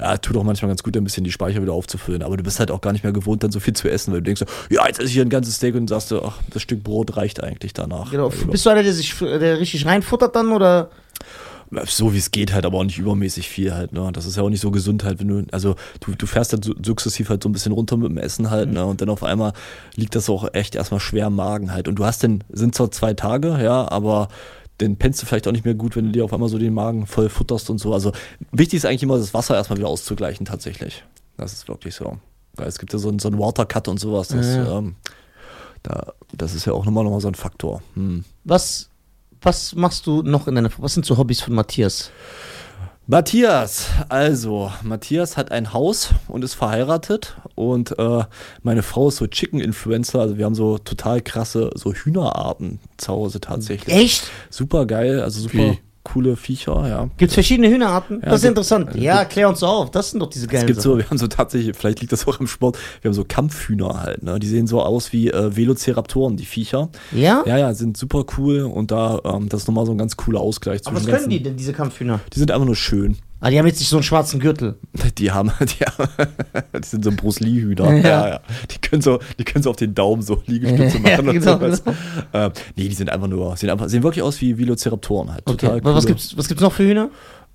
Ja, tut auch manchmal ganz gut, ein bisschen die Speicher wieder aufzufüllen. Aber du bist halt auch gar nicht mehr gewohnt, dann so viel zu essen, weil du denkst, so, ja, jetzt esse ich hier ein ganzes Steak und sagst du, ach, das Stück Brot reicht eigentlich danach. Genau. Also, Bist du einer, der sich der richtig reinfuttert dann oder? so wie es geht halt, aber auch nicht übermäßig viel halt, ne? Das ist ja auch nicht so gesund halt, wenn du, also du, du fährst dann su- sukzessiv halt so ein bisschen runter mit dem Essen halt, ne? Und dann auf einmal liegt das auch echt erstmal schwer im Magen halt. Und du hast dann, sind zwar zwei Tage, ja, aber dann pennst du vielleicht auch nicht mehr gut, wenn du dir auf einmal so den Magen voll futterst und so. Also wichtig ist eigentlich immer, das Wasser erstmal wieder auszugleichen tatsächlich. Das ist wirklich so. Weil es gibt ja so einen, so einen Watercut und sowas. Das, ähm, da, das ist ja auch nochmal, nochmal so ein Faktor. Hm. Was, was machst du noch in deiner, was sind so Hobbys von Matthias? Matthias, also, Matthias hat ein Haus und ist verheiratet und äh, meine Frau ist so Chicken-Influencer, also wir haben so total krasse so Hühnerarten zu Hause tatsächlich. Echt? Super geil, also super Wie? coole Viecher, ja. Gibt's verschiedene Hühnerarten? das ist gibt- interessant. Ja, klär uns auf. Das sind doch diese äh, Es geilen gibt Sachen. so, wir haben so tatsächlich, vielleicht liegt das auch im Sport, wir haben so Kampfhühner halt, ne? Die sehen so aus wie äh, Velociraptoren, die Viecher. ja? Ja, ja, sind super cool und da, ähm, das ist nochmal so ein ganz cooler Ausgleich Aber was den können ganzen- die denn, diese Kampfhühner? Die sind einfach nur schön. Ah, die haben jetzt nicht so einen schwarzen Gürtel. Die haben, die haben, die sind so Bruce Lee Hühner. Ja. Ja. Ja, Die können so, die können so auf den Daumen so Liegestütze Ja, machen und genau, sowas. Ähm, nee, die sind einfach nur, sehen einfach, sehen wirklich aus wie Velociraptoren halt. Okay. Total Was- was, coole. gibt's, was gibt's noch für Hühner?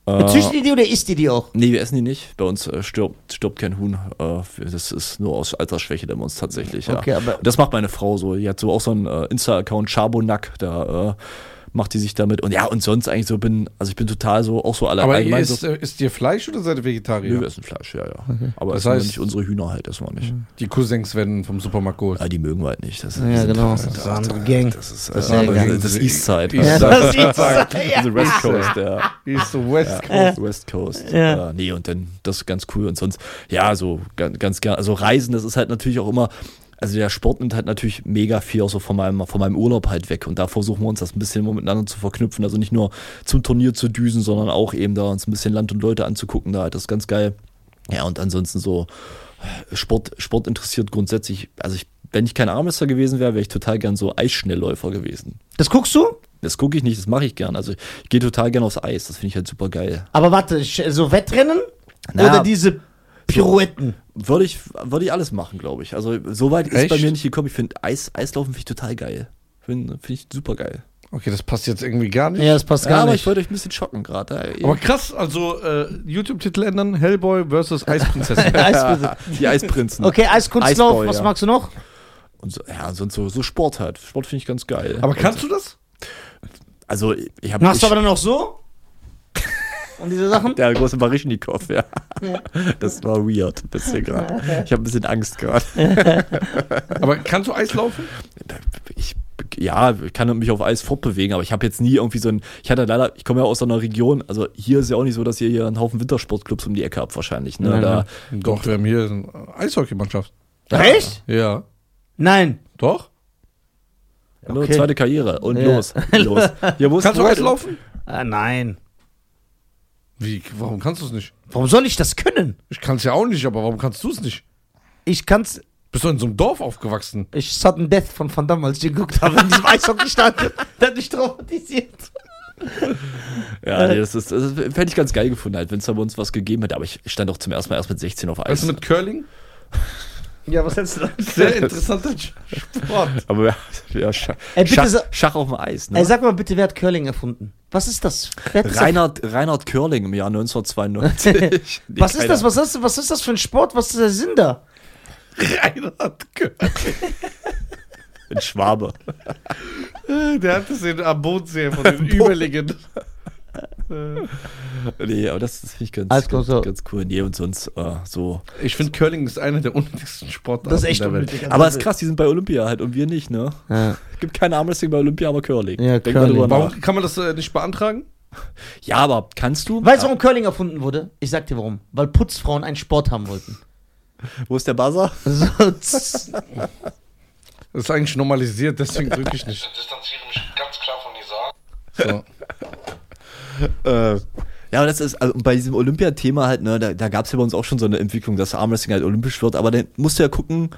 Äh, Züchtet ihr die oder isst ihr die auch? Nee, wir essen die nicht. Bei uns äh, stirbt, stirbt kein Huhn. Äh, das ist nur aus Altersschwäche bei uns tatsächlich. Ja. Okay, aber- Und das macht meine Frau so. Die hat so auch so einen äh, Insta-Account, Schabonack, da äh, macht die sich damit. Und ja, und sonst eigentlich so bin, also ich bin total so, auch so alle Aber allgemein ist, so. äh, ist ihr Fleisch oder seid ihr Nö, wir Vegetarier? essen Fleisch, ja, ja. Aber Das das heißt, heißt- nicht unsere Hühner halt erstmal nicht. Mhm. Die Cousins werden vom Supermarkt geholt. Ja, die mögen wir halt nicht. Das, Ja, genau. Das Das, ist eine andere Gang. das ist, Das das, ist eine das, Gang. Ah, das ist Eastside. Ja, East das ist- also West Coast, ja. Die ist so West Coast. Coast, West Coast. Ja. Ja. nee, und dann das ist ganz cool. Und sonst, ja, so ganz, ganz gerne. Also Reisen, das ist halt natürlich auch immer. Also der Sport nimmt halt natürlich mega viel auch so von meinem, von meinem Urlaub halt weg. Und da versuchen wir uns das ein bisschen immer miteinander zu verknüpfen. Also nicht nur zum Turnier zu düsen, sondern auch eben da uns ein bisschen Land und Leute anzugucken. Da halt das ist ganz geil. Ja, und ansonsten so äh, Sport, Sport interessiert grundsätzlich. Also ich, wenn ich kein Armmeister gewesen wäre, wäre ich total gern so Eisschnellläufer gewesen. Das guckst du? Das gucke ich nicht, das mache ich gern. Also ich gehe total gern aufs Eis. Das finde ich halt super geil. Aber warte, sch- so Wettrennen? Na, oder diese Pirouetten? Würde ich, würde ich alles machen, glaube ich. Also so weit ist bei Echt? mir nicht gekommen. Ich finde Eis, Eislaufen finde ich total geil. Finde find ich super geil. Okay, das passt jetzt irgendwie gar nicht. Ja, das passt Ja, gar aber ich nicht. wollte euch ein bisschen schocken gerade. Aber krass, also äh, YouTube-Titel ändern: Hellboy versus Eisprinzessin. Eisbitte. Die Eisprinzen. Okay, Eiskunstlauf, Eisball, was ja. magst du noch? Und so, ja, sonst so, so Sport halt. Sport finde ich ganz geil. Aber kannst du das? also ich habe Machst du aber dann auch so? Und diese Sachen? der große Barischnikow, ja. Das war weird, ein bisschen gerade. Ich habe ein bisschen Angst gerade. Aber kannst du Eislaufen? Ich, ja, ich kann mich auf Eis fortbewegen, aber ich habe jetzt nie irgendwie so ein, ich hatte leider, ich komme ja aus so einer Region, also hier ist ja auch nicht so, dass ihr hier einen Haufen Wintersportclubs um die Ecke habt wahrscheinlich, ne? Nein, da, nein. Doch, wir haben hier eine Eishockeymannschaft. Echt? Ja. Nein. Doch? Hallo, Okay. zweite Karriere und Ja. los, los. Hier musst Kannst du heute- Eis laufen? Ah, nein. Wie? Warum kannst du es nicht? Warum soll ich das können? Ich kann es ja auch nicht, aber warum kannst du es nicht? Ich kann's. Bist du in so einem Dorf aufgewachsen? Ich Sudden Death von Van Damme, als ich den geguckt habe, in diesem Eishockey-Stadion. Der hat mich traumatisiert. Ja, nee, das ist, das hätte ich ganz geil gefunden, halt, wenn es da bei uns was gegeben hätte, aber ich stand doch zum ersten Mal erst mit 16 auf Eis. Weißt du, mit Curling? Ja, was hältst du da? Sehr interessanter Sport. aber ja, ja Schach, Ey, bitte Schach, sa- Schach auf dem Eis, ne? Ey, sag mal bitte, wer hat Curling erfunden? Was ist das? Wer hat das Reinhard, Reinhard Curling im Jahr 1992. Nee, was keine ist das? Ahnung. Was, ist, was ist das für ein Sport? Was ist der Sinn da? Reinhard Curling. Ein Schwabe. Der hat es in, am Bodensee von den Überlingen. Nee, aber das ist nicht ganz, Alles klar, ganz, so. ganz cool. Nee, und sonst äh, so. Ich finde, Curling ist einer der unnötigsten Sportarten Das ist echt der Welt. unnötig. Aber es ist krass, die sind bei Olympia halt und wir nicht, ne? Ja. Es gibt kein Armwrestling bei Olympia, aber Curling. Ja, Denk mal Curling. drüber nach. Warum kann man das äh, nicht beantragen? Ja, aber kannst du? Weißt du, warum Curling erfunden wurde? Ich sag dir warum. Weil Putzfrauen einen Sport haben wollten. Ah, Wo ist der Buzzer? So, tss. Das ist eigentlich normalisiert, deswegen drücke ich nicht. Ich distanziere mich ganz klar von Nizar. So. Äh, ja, aber das ist also bei diesem Olympia-Thema halt, ne, da, da gab es ja bei uns auch schon so eine Entwicklung, dass Armwrestling halt olympisch wird, aber dann musst du ja gucken,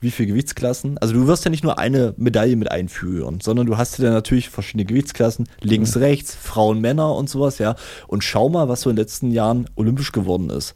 wie viele Gewichtsklassen. Also du wirst ja nicht nur eine Medaille mit einführen, sondern du hast ja dann natürlich verschiedene Gewichtsklassen, links, rechts, Frauen, Männer und sowas, ja. Und schau mal, was so in den letzten Jahren olympisch geworden ist.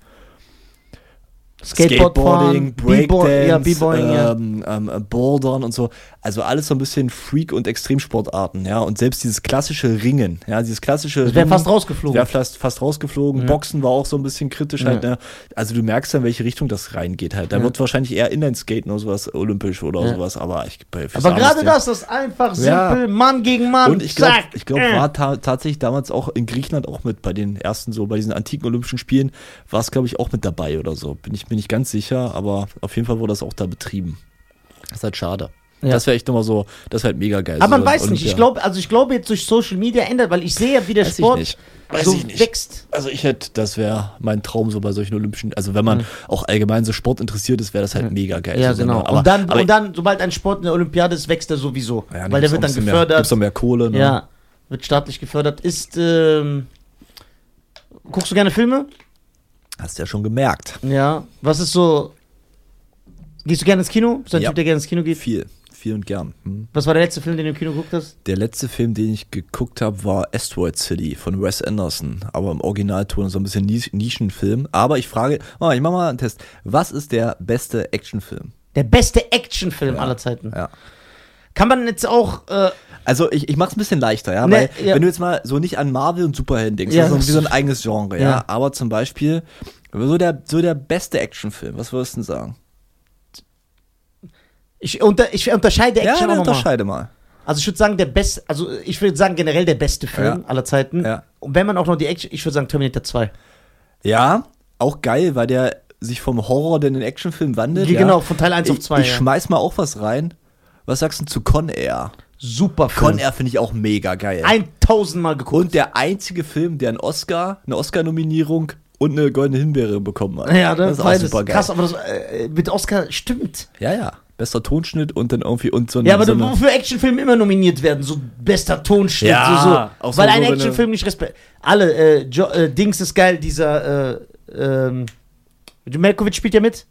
Skateboard fahren, B-Boy- Breakdance, ja, B-Boying, ja. ähm, ähm, äh, Bouldern und so. Also alles so ein bisschen Freak- und Extremsportarten, ja. Und selbst dieses klassische Ringen, ja, dieses klassische wär Ringen- fast rausgeflogen. Ja, fast, fast rausgeflogen. Boxen war auch so ein bisschen kritisch halt, ne. Also du merkst dann, in welche Richtung das reingeht halt. Da wird wahrscheinlich eher Inline-Skaten oder sowas olympisch oder sowas, aber ich bei- fürs Aber gerade Armwrestling- das ist einfach Ja. simpel. Mann gegen Mann. und ich glaube, Zack. ich glaub, Äh. war ta tatsächlich damals auch in Griechenland auch mit bei den ersten so, bei diesen antiken Olympischen Spielen, war es, glaube ich, auch mit dabei oder so. Bin ich mir nicht ganz sicher, aber auf jeden Fall wurde das auch da betrieben. Das ist halt schade. Ja. Das wäre echt nochmal so, das wäre halt mega geil. Aber so man ein weiß nicht. Ich Olympia. glaube, also ich glaube jetzt durch Social Media ändert, weil ich sehe ja, wie der Weiß ich Sport nicht. Weiß so ich nicht. wächst. Also ich hätte, das wäre mein Traum so bei solchen Olympischen, also wenn man auch allgemein so Sport interessiert ist, wäre das halt mega geil. Mhm. Ja, so, wenn genau. man- Aber, und, dann, aber, und dann, sobald ein Sport in der Olympiade ist, wächst er sowieso. Ja, dann weil der wird gibt's noch dann ein bisschen Mehr, gibt's gefördert. noch mehr Kohle, ne? ja, wird staatlich gefördert. Ist, ähm, guckst du gerne Filme? Hast du ja schon gemerkt. Ja. Was ist so, gehst du gerne ins Kino? Bist du ein Ja. Typ, der gerne ins Kino geht? Viel, viel und gern. Hm. Was war der letzte Film, den du im Kino geguckt hast? Der letzte Film, den ich geguckt habe, war Asteroid City von Wes Anderson, aber im Originalton so ein bisschen Nisch- Nischenfilm. Aber ich frage, oh, ich mache mal einen Test. Was ist der beste Actionfilm? Der beste Actionfilm aller Zeiten. Ja. Kann man jetzt auch, äh, Also ich, ich mach's ein bisschen leichter, ja, Nee, weil ja. wenn du jetzt mal so nicht an Marvel und Superhelden denkst, Ja. das ist so wie so ein eigenes Genre, ja. Ja. Aber zum Beispiel so der so der beste Actionfilm, was würdest du denn sagen? ich, unter, ich unterscheide Action ja, auch dann nochmal. unterscheide mal. Also ich würde sagen, der beste, also ich würde sagen generell der beste Film Ja. aller Zeiten. Ja. Und wenn man auch noch die Action, ich würde sagen Terminator 2. Ja, auch geil, weil der sich vom Horror dann in den Actionfilm wandelt. Die- ja. genau, von Teil 1 auf Ich- 2, Ich ja. schmeiß mal auch was rein. Was sagst du denn zu Con Air? Super Film. Con Air finde ich auch mega geil. 1000 Mal geguckt. und der einzige Film, der einen Oscar, eine Oscar-Nominierung und eine goldene Himbeere bekommen hat. ja, ne? das ist auch super geil. Krass, aber das äh, mit Oscar stimmt. Ja, ja. Bester Tonschnitt und dann irgendwie und so eine- Ja, aber so du, eine- wofür Actionfilme immer nominiert werden, so bester Tonschnitt, Ja, so, so. auch so, äh, Weil wo ein wir eine- Actionfilm nicht respekt. Alle, äh, jo äh, Dings ist geil, dieser, äh, ähm, Malkovich spielt ja mit.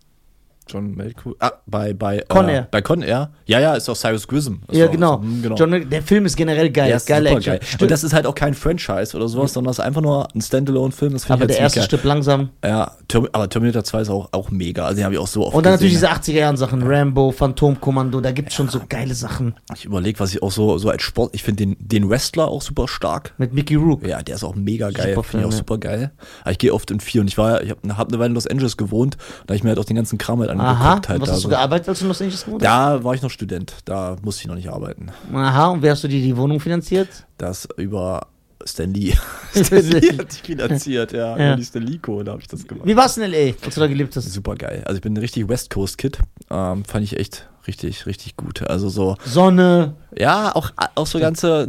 John Melko. Ah, bei, bei Con äh, Air. Bei Con Air. Ja, ja, ist auch Cyrus Grism. Ist ja, auch- genau. hm, genau. John, Mal- der Film ist generell geil. ja, ist geile super Action. geil. Stimmt. Mhm. Und das ist halt auch kein Franchise oder sowas, sondern das ist einfach nur ein Standalone-Film. Das finde aber der ich halt erste ziemlich stirbt langsam. geil. Ja, Term aber Terminator 2 ist auch, auch mega. Also den habe ich auch so oft Und dann natürlich gesehen. diese 80er-Jahren-Sachen, Rambo, Phantomkommando, da gibt's schon so geile Sachen Ich überlege, was ich auch so, so als Sport. Ich finde den, den Wrestler auch super stark. mit Mickey Rook. Ja, der ist auch mega Super geil. Super Film, ich auch ja. super geil. Aber ich gehe oft in vier und ich war, ich habe hab eine Weile in Los Angeles gewohnt. Da habe ich mir halt auch den ganzen Kram halt angeguckt. Aha, halt was da hast du so. gearbeitet, als du in Los Angeles gewohnt hast? Da war ich noch Student. Da musste ich noch nicht arbeiten. Aha, und wie hast du dir die Wohnung finanziert? Das über Stan Lee. Stan Lee hat die finanziert, ja. Ja. ja. Die Stan Lee-Kohle habe ich das gemacht. Wie war's in L.A., als du da gelebt hast? Super geil. Also ich bin ein richtig West Coast Kid. Ähm, fand ich echt richtig, richtig gut. Also so, Sonne. ja, auch, auch so ganze,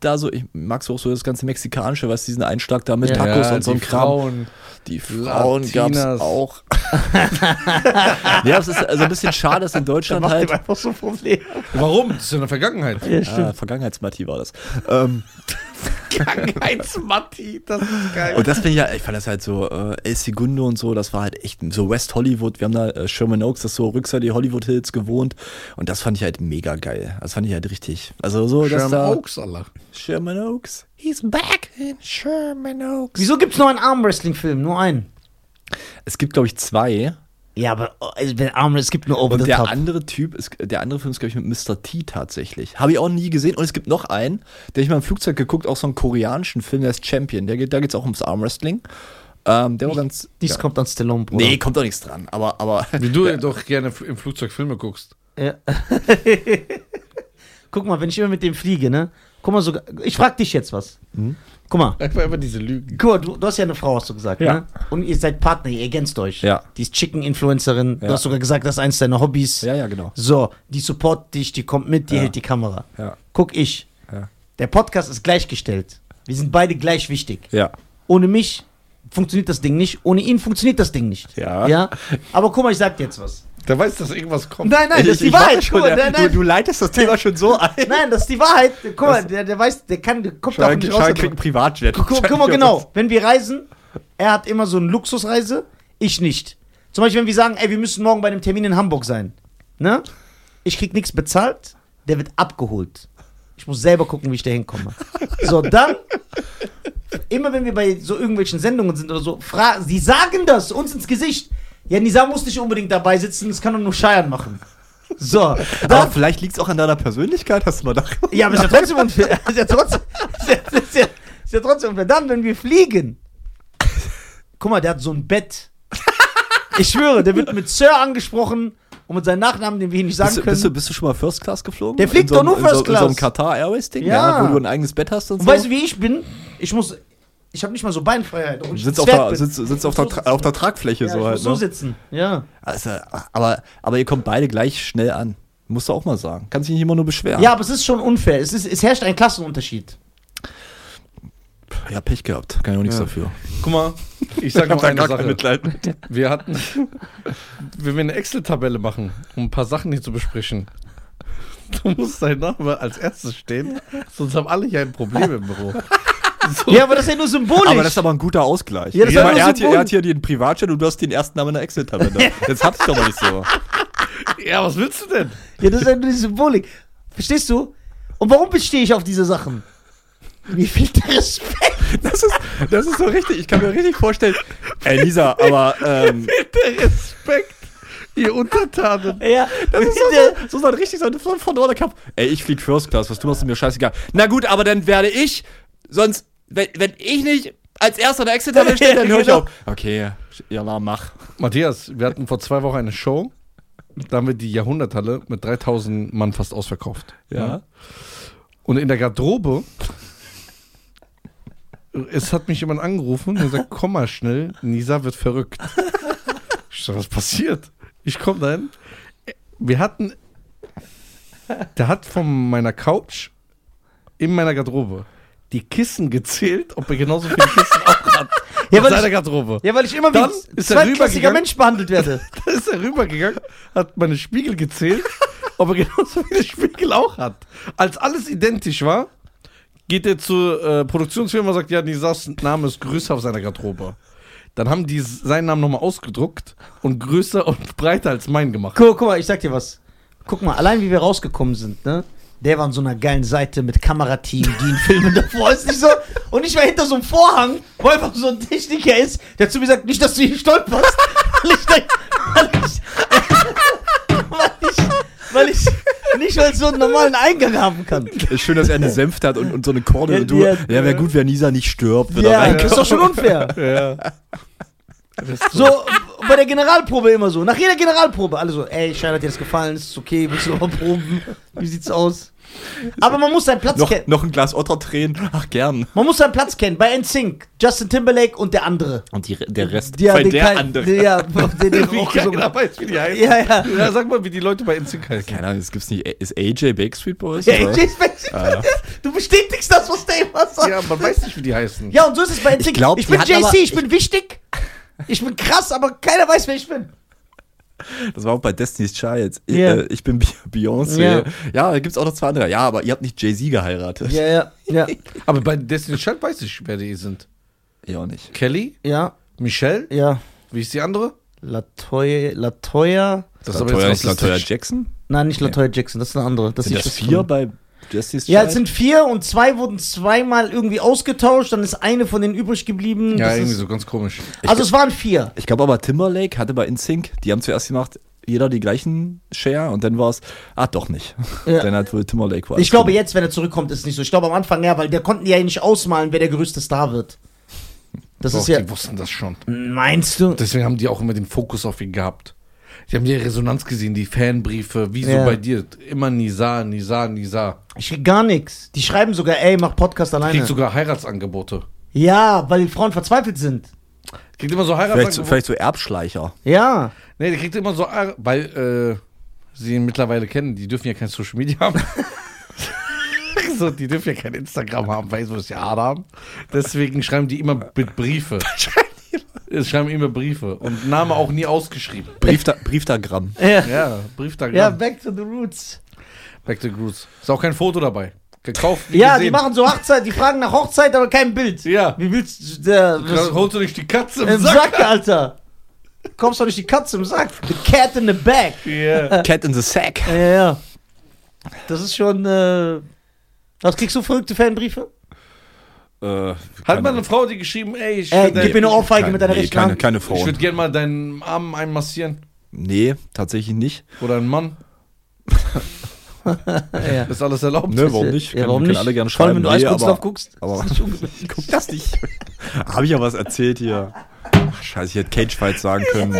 da so, ich mag so auch so das ganze Mexikanische, was diesen Einschlag da mit Tacos und so ein Kram. Frauen. Die Frauen gab's Latinas. auch. ja, es ist also ein bisschen schade, dass in Deutschland Macht halt. ihm einfach so ein Problem. Warum? Das ist in der Vergangenheit. Ja, Ah, Vergangenheitsmatti war das. Ähm, Eins, Matti, das ist geil. und das finde ich ja, ich fand das halt so, äh, El Segundo und so, das war halt echt so West Hollywood. Wir haben da äh, Sherman Oaks, das ist so Rückseite die Hollywood Hills gewohnt. Und das fand ich halt mega geil. Das fand ich halt richtig. Also so, dass da. Sherman Oaks, Allah. Sherman Oaks. He's back in Sherman Oaks. Wieso gibt's nur einen Armwrestling-Film? Nur einen. Es gibt, glaube ich, zwei. Ja, aber oh, also, wenn Armwrestling, es gibt nur Over Und the der Top. andere Typ ist, der andere Film ist, glaube ich, mit Mr. T tatsächlich. Habe ich auch nie gesehen. Und es gibt noch einen, der ich mal im Flugzeug geguckt, auch so einen koreanischen Film, der ist Champion. Der, geht- da geht es auch ums Armwrestling. Ähm, der war ganz. Dies ja. kommt an Stallone, Bruder. Nee, kommt doch nichts dran. Aber, aber. Wie du doch gerne im Flugzeug Filme guckst. Ja. Guck mal, wenn ich immer mit dem fliege, ne? Guck mal, sogar, ich frag dich jetzt was. Hm? Guck mal, Einfach immer diese Lügen. guck mal du, du hast ja eine Frau, hast du gesagt, Ja. ne? Und ihr seid Partner, ihr ergänzt euch. Ja. Die ist Chicken-Influencerin, du Ja. hast sogar gesagt, das ist eins deiner Hobbys. Ja, ja, genau. So, die support dich, die kommt mit, die Ja. hält die Kamera. Ja. Guck ich. Ja. Der Podcast ist gleichgestellt. Wir sind beide gleich wichtig. Ja. Ohne mich funktioniert das Ding nicht, ohne ihn funktioniert das Ding nicht. Ja. ja? Aber guck mal, ich sag dir jetzt was. Der weiß, dass irgendwas kommt. Nein, nein, das ist die Ich- ich Wahrheit. weiß Schon, Guck mal, der, nein, nein. Du, du leitest das Thema schon so ein. Nein, das ist die Wahrheit. Guck mal, der, der weiß, der kann, der kommt da auch Schein, nicht Schein raus. kriegt einen Privatjet. Guck, guck, guck mal genau, wenn wir reisen, er hat immer so eine Luxusreise, ich nicht. Zum Beispiel, wenn wir sagen, ey, wir müssen morgen bei einem Termin in Hamburg sein, ne? Ich krieg nichts bezahlt, der wird abgeholt. Ich muss selber gucken, wie ich da hinkomme. So, dann, immer wenn wir bei so irgendwelchen Sendungen sind oder so, fragen, sie sagen das uns ins Gesicht. Ja, Nizar muss nicht unbedingt dabei sitzen, das kann doch nur Scheiern machen. So, Aber dann, vielleicht liegt es auch an deiner Persönlichkeit, hast du mal darüber. ja, aber ist ja trotzdem unfair. Ist ja trotzdem, ist ja, ist ja, ist ja trotzdem unfair. Dann, wenn wir fliegen. Guck mal, der hat so ein Bett. Ich schwöre, der wird mit Sir angesprochen und mit seinem Nachnamen, den wir hier nicht sagen Bist, du- können. bist, du, bist du schon mal First Class geflogen? Der fliegt In so doch nur einem- in so, First In so einem Class. Qatar Airways Ding, Ja. wo du ein eigenes Bett hast und, und so. weißt du, wie ich bin? Ich muss. Ich habe nicht mal so Beinfreiheit. obwohl ich Sitzt ein auf, Zwerg der, bin. sitzt, sitzt auf, der, So Tra- sitzen. auf der Tragfläche ja, so ich halt. muss so ne? sitzen. Ja. also, aber, aber ihr kommt beide gleich schnell an. Musst du auch mal sagen. Kannst dich nicht immer nur beschweren. ja, aber es ist schon unfair. Es, ist, es herrscht ein Klassenunterschied. ja Pech gehabt. Kann ich auch nichts Ja. dafür. Guck mal, ich sag noch eine Sache. Mitleid mit. Wir hatten, wenn wir eine Excel-Tabelle machen, um ein paar Sachen hier zu besprechen, da muss dein Name als erstes stehen, sonst haben alle hier ein Problem im Büro. Ja, aber das ist ja nur symbolisch. Aber das ist aber ein guter Ausgleich. Ja, das Ich war meine, nur er, hat so hier, er bunt. hat hier den Privatjet und du hast den ersten Namen in der Excel-Tabelle. Jetzt hab ich doch mal nicht so. Ja, was willst du denn? Ja, das ist ja nur die Symbolik. Verstehst du? Und warum bestehe ich auf diese Sachen? Mir fehlt der Respekt. Das ist, das ist so richtig. Ich kann mir richtig vorstellen. Ey, Lisa, aber ähm, Der Respekt, ihr Untertanen. Ja, Das ist so, so, so ein richtig so ein von vorne Kampf. Ey, ich flieg First Class, was du machst, ist mir scheißegal. Na gut, aber dann werde ich, sonst, wenn, wenn ich nicht als erster der Exit-Tabelle stehe, dann höre ich Genau. auf. Okay, ja, na, mach. Matthias, wir hatten vor zwei Wochen eine Show, da haben wir die Jahrhunderthalle mit 3000 Mann fast ausverkauft. Ja. Und in der Garderobe, es hat mich jemand angerufen und gesagt, komm mal schnell, Nisa wird verrückt. Ich sag, was passiert? Ich komm dahin. Wir hatten, der hat von meiner Couch in meiner Garderobe die Kissen gezählt, ob er genauso viele Kissen auch hat. Ja, in weil seiner ich- Garderobe. ja, weil ich immer wie Dann ein ist er zweitklassiger rübergegangen. Mensch behandelt werde. Da ist er rübergegangen, hat meine Spiegel gezählt, ob er genauso viele Spiegel auch hat. Als alles identisch war, geht er zur äh, Produktionsfirma und sagt, ja, Nisas Name ist größer auf seiner Garderobe. Dann haben die s- seinen Namen nochmal ausgedruckt und größer und breiter als mein gemacht. Guck, guck mal, ich sag dir was. Guck mal, allein wie wir rausgekommen sind, ne? Der war an so einer geilen Seite mit Kamerateam, die ihn filmen davor. Ist nicht so. Und ich war hinter so einem Vorhang, wo einfach so ein Techniker ist, der zu mir sagt, nicht, dass du hier stolperst. weil ich, denk- weil ich, weil ich, weil ich nicht mal so einen normalen Eingang haben kann. Ist schön, dass er eine Senft hat und, und so eine Kordel. Ja, und du, ja. ja, wäre gut, wenn Nisa nicht stirbt. wenn er Ja, reinkommt. ist doch schon unfair. Ja. So, bei der Generalprobe immer so. Nach jeder Generalprobe alle so, ey, Schein hat dir das gefallen, ist es okay, willst du noch mal proben? Wie sieht's aus? Aber man muss seinen Platz Noch, kennen. noch ein Glas Ottertränen. Ach, gern. Man muss seinen Platz kennen. Bei NSYNC, Justin Timberlake und der andere. Und die, der Rest. Ja, Bei den der kein- andere. Der, ja, den, den Wie auch gesungen keiner hat. weiß, wie die heißen. Ja, ja. Ja, sag mal, wie die Leute bei NSYNC heißen. Keine Ahnung, das gibt's nicht. Ist AJ Backstreet Boys? Ja, oder? AJ Spezial, Ah, Du bestätigst das, was der immer sagt. Ja, man weiß nicht, wie die heißen. Ja, und so ist es bei NSYNC. glaub, ich die bin hat JC, aber- ich bin wichtig. Ich bin krass, aber keiner weiß, wer ich bin. Das war auch bei Destiny's Child. Ich, Ja. äh, ich bin Be- Beyoncé. Ja. Ja, da gibt's auch noch zwei andere. Ja, aber ihr habt nicht Jay-Z geheiratet. Ja, ja, ja. Aber bei Destiny's Child weiß ich, wer die sind. Ich auch nicht. Kelly, Ja, Michelle, ja. wie ist die andere? Latoya, Latoya. Das Latoya, ist Latoya rassistisch. Jackson? Nein, nicht Latoya Jackson, das ist eine andere. Das Sind ist das das vier von- bei Destiny's Ja, Child? es sind vier und zwei wurden zweimal irgendwie ausgetauscht, dann ist eine von denen übrig geblieben. Ja, das irgendwie ist, so ganz komisch. Also es waren vier. Ich glaube aber Timberlake hatte bei InSync, die haben zuerst gemacht, jeder die gleichen Share und dann war es, ah doch nicht. Ja. Dann hat wohl Timberlake war. Ich glaube jetzt, wenn er zurückkommt, ist es nicht so. Ich glaube am Anfang ja, weil der konnten ja nicht ausmalen, wer der größte Star wird. Das Doch, ist ja. Die wussten das schon. Meinst du? Deswegen haben die auch immer den Fokus auf ihn gehabt. Die haben die Resonanz gesehen, die Fanbriefe, wie so Ja. bei dir. Immer Nisa, Nisa, Nisa. Ich krieg gar nichts. Die schreiben sogar, ey, mach Podcast alleine. Kriegt sogar Heiratsangebote. Ja, weil die Frauen verzweifelt sind. Kriegt immer so vielleicht, so- Heiratsangebote. vielleicht so Erbschleicher. Ja. Nee, der kriegt immer so, Ar- weil äh, sie ihn mittlerweile kennen, die dürfen ja kein Social Media haben. so, die dürfen ja kein Instagram haben, Facebook ist ja hart haben. Deswegen schreiben die immer mit Briefe. Äh, schreiben immer Briefe und Name auch nie ausgeschrieben. Briefda Briefdagramm. Ja, Ja, genau. Brieftagramm. ja back to the roots. Back to Groots. Ist auch kein Foto dabei. Gekauft, nie Ja, die gesehen. machen so Hochzeit, die fragen nach Hochzeit, aber kein Bild. Ja. Wie willst du. Der, Da holst du nicht die Katze im, Im Sack? Sack, Alter. Kommst doch nicht die Katze im Sack. The cat in the bag. Ja. Cat in the Sack. Ja, ja. Das ist schon. Äh, was kriegst du verrückte Fanbriefe? Halt Hat mal eine Frau dir geschrieben, ey, ich Ey, würde gib mir eine Ohrfeige keine, mit deiner Äh, nee, rechten keine, Hand. keine ich Frauen. würd gerne mal deinen Arm einmassieren. Nee, tatsächlich nicht. Oder einen Mann. Ja. Ist alles erlaubt. Ne, warum nicht? Ja, warum können nicht? alle gerne Vor schreiben. allem, wenn du nee, Eiskunstlauf aber, guckst. aber- Das ist ungewöhnlich. guck das nicht. Hab ich ja was erzählt hier. Ach, scheiße, ich hätte Cagefight sagen können. du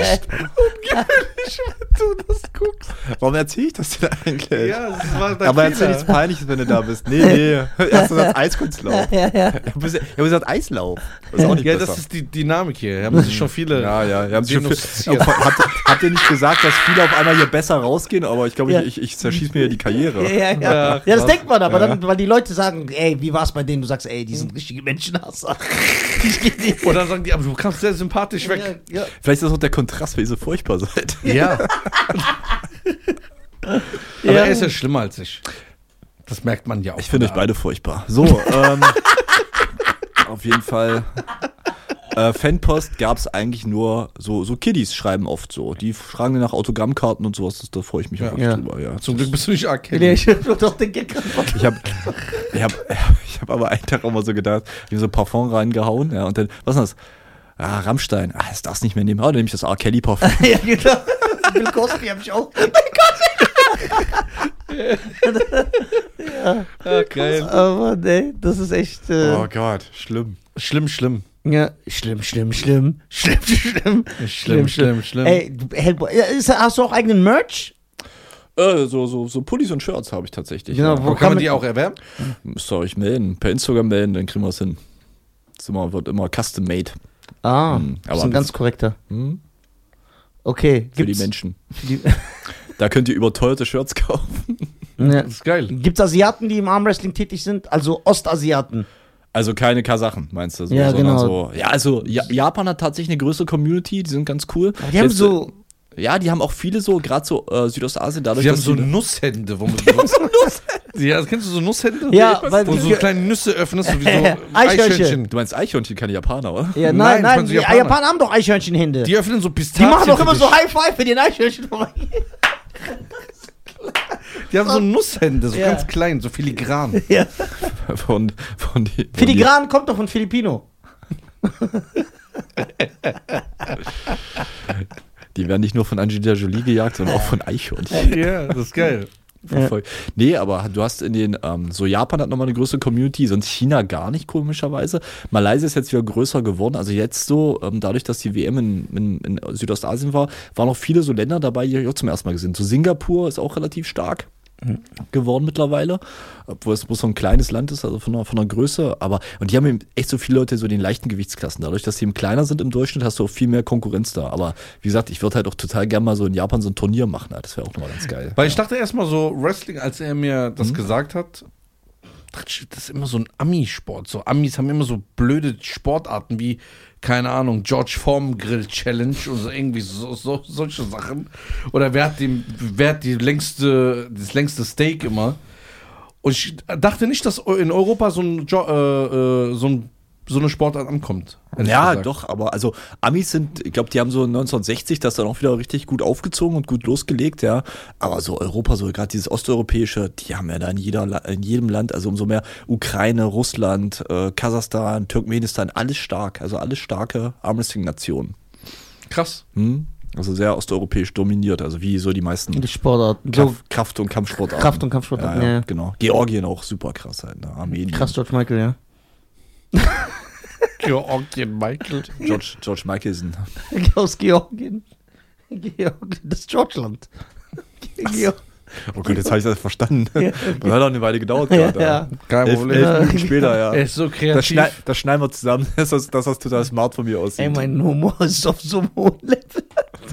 das guckst. Warum erzähle ich das denn eigentlich? Ja, das war dein Aber Fehler. erzähl nichts Peinliches, wenn du da bist. Nee, nee. Erst gesagt Eiskunstlauf. Ja, ja. Ich habe gesagt Eislauf. Das ist auch nicht Ja, besser. das ist die Dynamik hier. Haben sich schon äh, viele. ja, ja, ja. denunziert. Habt, habt ihr nicht gesagt, dass viele auf einmal hier besser rausgehen? Aber ich glaube, Ja. ich, ich, ich zerschieß mir ja die Ja, Karriere. ja, ja. Ja, ja, Hm. das denkt man aber, dann, weil die Leute sagen, ey, wie war's bei denen? Du sagst, ey, die sind richtige Menschenhasser. Ich geh dir- Und dann sagen die, aber du kamst sehr sympathisch weg. Ja, ja. Vielleicht ist das auch der Kontrast, weil ihr so furchtbar seid. Ja. Aber er ist ja schlimmer als ich. Das merkt man ja auch. Ich finde euch beide furchtbar. So, ähm, auf jeden Fall. Äh, Fanpost gab es eigentlich nur so, so Kiddies schreiben oft so. Die fragen nach Autogrammkarten und sowas. Das, da freue ich mich auch wirklich Ja. drüber. Ja. Zum Glück bist du nicht Ja, erkennen. ich hab doch den Gag gemacht. Ich habe ich hab, ich hab aber einen Tag auch mal so gedacht, ich hab so Parfum reingehauen, ja, und dann, was ist das? Ah, Rammstein. Ah, das darfst du nicht mehr nehmen. Ah, dann nehme ich das R. Kelly Parfum. Ja, genau. Oh Bill Cosby hab ich auch. Ah, Ja, geil. Aber nee, Oh das ist echt. Äh, Oh Gott, schlimm. Schlimm, schlimm. Ja, schlimm, schlimm, schlimm. Schlimm, schlimm. Schlimm, schlimm, schlimm. Ey, du- Hellboy. Ja, ist, hast du auch eigenen Merch? Äh, so, so, so Pullis und Shirts habe ich tatsächlich. Genau, Wo kann man die auch erwerben? Müsst ihr euch melden, per Instagram melden, dann kriegen wir es hin. Das immer, wird immer custom made Ah, Hm, das aber ist ein ganz korrekter. Okay, für gibt's, die Menschen. für die- Da könnt ihr überteuerte Shirts kaufen. Ja. Das ist geil. Gibt's Asiaten, die im Armwrestling tätig sind? Also Ostasiaten. Also keine Kasachen, meinst du? So, Ja, sondern genau. So, ja, also ja, Japan hat tatsächlich eine größere Community, die sind ganz cool. Aber die haben Jetzt, äh, so. Ja, die haben auch viele so, gerade so äh, Südostasien, dadurch, Die haben dass so die- Nusshände, wo man so Ja, kennst du so Nusshände? Ja, weil- Wo du so kleine Nüsse öffnest, so wie so Eichhörnchen. Eichhörnchen. Du meinst Eichhörnchen, keine Japaner, oder? Ja, Nein, das nein, nein, waren so die Japaner. Japaner. haben doch Eichhörnchenhände. Die, Die öffnen so Pistazien. die machen doch für immer dich. so High Five für den Eichhörnchen vorbei. Die haben so Nusshände, so Ja. ganz klein, so filigran. Ja. Von, von die, von Filigran kommt doch von Filipino. Die, die werden nicht nur von Angelina Jolie gejagt, sondern auch von Eichhörnchen. Ja, das ist geil. verfolgt. Nee, aber du hast in den, ähm, so Japan hat nochmal eine größere Community, sonst China gar nicht, komischerweise. Malaysia ist jetzt wieder größer geworden. Also jetzt so, ähm, dadurch, dass die WM in, in, in Südostasien war, waren auch viele so Länder dabei, die ich auch zum ersten Mal gesehen habe. So Singapur ist auch relativ stark geworden mittlerweile, obwohl es bloß so ein kleines Land ist, also von der, von der Größe, aber und die haben eben echt so viele Leute so in den leichten Gewichtsklassen, dadurch, dass die eben kleiner sind im Durchschnitt, hast du auch viel mehr Konkurrenz da, aber wie gesagt, ich würde halt auch total gerne mal so in Japan so ein Turnier machen, halt. das wäre auch nochmal ganz geil. Weil ich dachte erstmal so, Wrestling, als er mir Mhm. das gesagt hat, dachte ich, das ist immer so ein Ami-Sport. So Amis haben immer so blöde Sportarten wie, keine Ahnung, George Form Grill Challenge und so irgendwie so, so, solche Sachen. Oder wer hat, den, wer hat die längste, das längste Steak immer? Und ich dachte nicht, dass in Europa so, ein, Jo- äh, äh, so, ein, so eine Sportart ankommt. ehrlich Ja, gesagt. doch, aber also Amis sind, ich glaube, die haben so 1960 das dann auch wieder richtig gut aufgezogen und gut losgelegt, ja. Aber so Europa, so gerade dieses osteuropäische, die haben ja da in, jeder, La- in jedem Land, also umso mehr Ukraine, Russland, äh, Kasachstan, Turkmenistan, alles stark, also alles starke Armlisting-Nationen. Krass. Hm? Also sehr osteuropäisch dominiert, also wie so die meisten Die Sportarten. So Kraft, Kraft- und Kampfsportarten. Kraft- und Kampfsportarten, ja. Genau. Georgien auch super krass halt, ne? Armenien. krass, George Michael, ja. Georgien Michael. George, George Michelson. Aus Georgien. Georgien, das ist Georgland. Georgien. Oh Gott, jetzt habe ich das verstanden. Das hat auch eine Weile gedauert Ja, gerade. ja. Kein Elf, Problem. elf Minuten später, ja. Er ist so Das, schnei kreativ. das schneiden wir zusammen, dass das, dass das total smart von mir aussieht. Ey, mein Humor ist auf so einem hohen Level.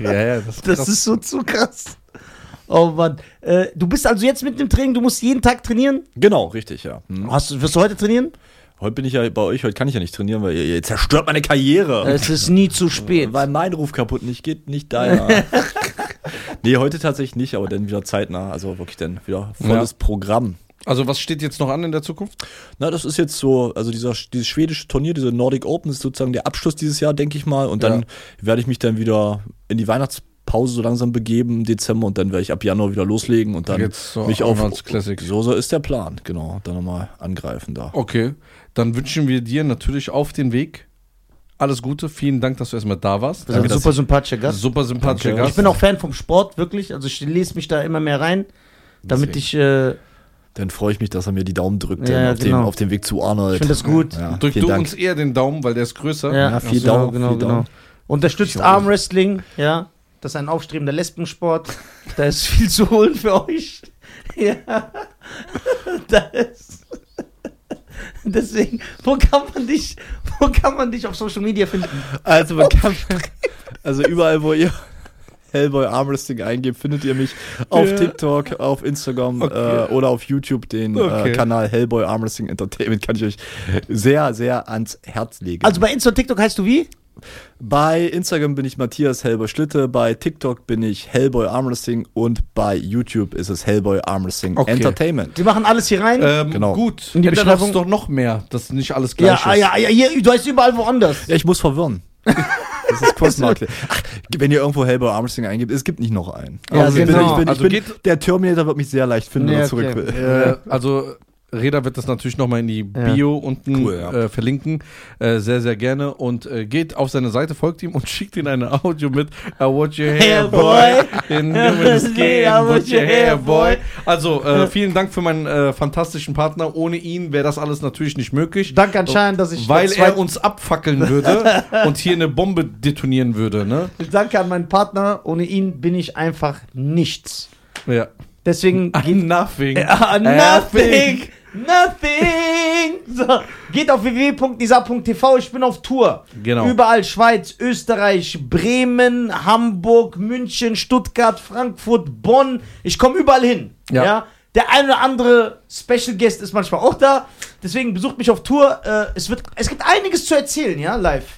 Ja, ja, das ist Das ist so zu krass. Oh Mann. Äh, du bist also jetzt mit dem Training, du musst jeden Tag trainieren. genau, richtig, ja. Hm. Hast, du- wirst du heute trainieren? Heute bin ich ja bei euch, heute kann ich ja nicht trainieren, weil ihr, ihr zerstört meine Karriere. Es ist nie zu spät. weil mein Ruf kaputt nicht geht, nicht deiner. nee, heute tatsächlich nicht, aber dann wieder zeitnah. Also wirklich dann wieder volles Programm. Also, was steht jetzt noch an in der Zukunft? Na, das ist jetzt so, also dieser, dieses schwedische Turnier, diese Nordic Open ist sozusagen der Abschluss dieses Jahr, denke ich mal. Und dann Ja. werde ich mich dann wieder in die Weihnachtspause so langsam begeben im Dezember und dann werde ich ab Januar wieder loslegen und dann Jetzt so mich auf Arnolds Classic. So, so ist der Plan, genau. Dann nochmal angreifen da. Okay, dann wünschen wir dir natürlich auf den Weg alles Gute. Vielen Dank, dass du erstmal da warst. Das ist ein dass super sympathischer Gast. Super sympathischer Danke. Gast. Ich bin auch Fan vom Sport, wirklich. Also ich lese mich da immer mehr rein, damit ich, äh, ich Dann freue ich mich, dass er mir die Daumen drückt Ja, dann auf, genau. dem, auf dem Weg zu Arnold. finde das gut. Ja, Drück vielen du Dank. uns eher den Daumen, weil der ist größer. Ja, viel genau, Daumen, genau, viel genau. Daumen. Unterstützt Armwrestling, ja. Das ist ein aufstrebender Lesbensport. Da ist viel zu holen für euch. Ja. Da ist. Deswegen, wo kann man dich, wo kann man dich auf Social Media finden? Also man kann, also überall, wo ihr Hellboy Armresting eingebt, findet ihr mich auf Ja. TikTok, auf Instagram Okay. äh, oder auf YouTube den Okay. äh, Kanal Hellboy Armresting Entertainment kann ich euch sehr, sehr ans Herz legen. Also bei Insta und TikTok heißt du wie? bei Instagram bin ich Matthias Hellboy Schlitte, bei TikTok bin ich Hellboy Armresting und bei YouTube ist es Hellboy Armresting Okay. Entertainment. Wir machen alles hier rein. Ähm, Genau. Gut, In die bitte darfst Beschreibung- doch noch mehr, dass nicht alles ja, gleich ah, ist. ja, ja, hier, du heißt überall woanders. Ja, ich muss verwirren. Das ist Quasmarkle. Ach, wenn ihr irgendwo Hellboy Armstrong eingibt, es gibt nicht noch einen. Ja, ich bin, genau. ich bin, ich Also bin, geht- der Terminator wird mich sehr leicht finden, wenn Ja, er zurück okay. will. Äh, also Reda wird das natürlich nochmal in die Ja. Bio unten Cool, ja. äh, verlinken. Äh, sehr, sehr gerne. Und äh, geht auf seine Seite, folgt ihm und schickt ihm eine Audio mit I want your hair, Hair, boy. boy. In human skin, I want your hair, boy. Also, äh, vielen Dank für meinen äh, fantastischen Partner. Ohne ihn wäre das alles natürlich nicht möglich. Danke anscheinend, dass ich Weil das zweite- er uns abfackeln würde und hier eine Bombe detonieren würde, ne? Danke an meinen Partner. Ohne ihn bin ich einfach nichts. Ja. Deswegen I'm nothing. Ah, Nothing. nothing! Nothing! So, geht auf www.nisa.tv, ich bin auf Tour. Genau. Überall Schweiz, Österreich, Bremen, Hamburg, München, Stuttgart, Frankfurt, Bonn. Ich komme überall hin. Ja. Der ein oder andere Special Guest ist manchmal auch da. Deswegen besucht mich auf Tour. Äh, Es, wird, es gibt einiges zu erzählen, ja, live.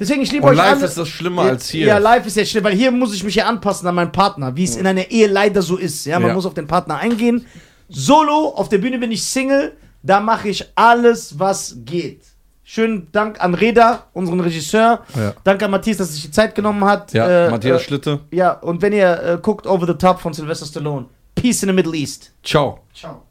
Deswegen, ich liebe Und euch Oh, live alle. ist das schlimmer als hier. Ja, live ist ja schlimm, weil hier muss ich mich ja anpassen an meinen Partner, wie es in einer Ehe leider so ist. Ja, man Ja. muss auf den Partner eingehen. Solo, auf der Bühne bin ich Single, da mache ich alles, was geht. Schönen Dank an Reda, unseren Regisseur. Ja. Danke an Matthias, dass er sich die Zeit genommen hat. Ja, Äh, Matthias äh, Schlitte. Ja, und wenn ihr äh, guckt, Over the Top von Sylvester Stallone. Peace in the Middle East. Ciao. Ciao.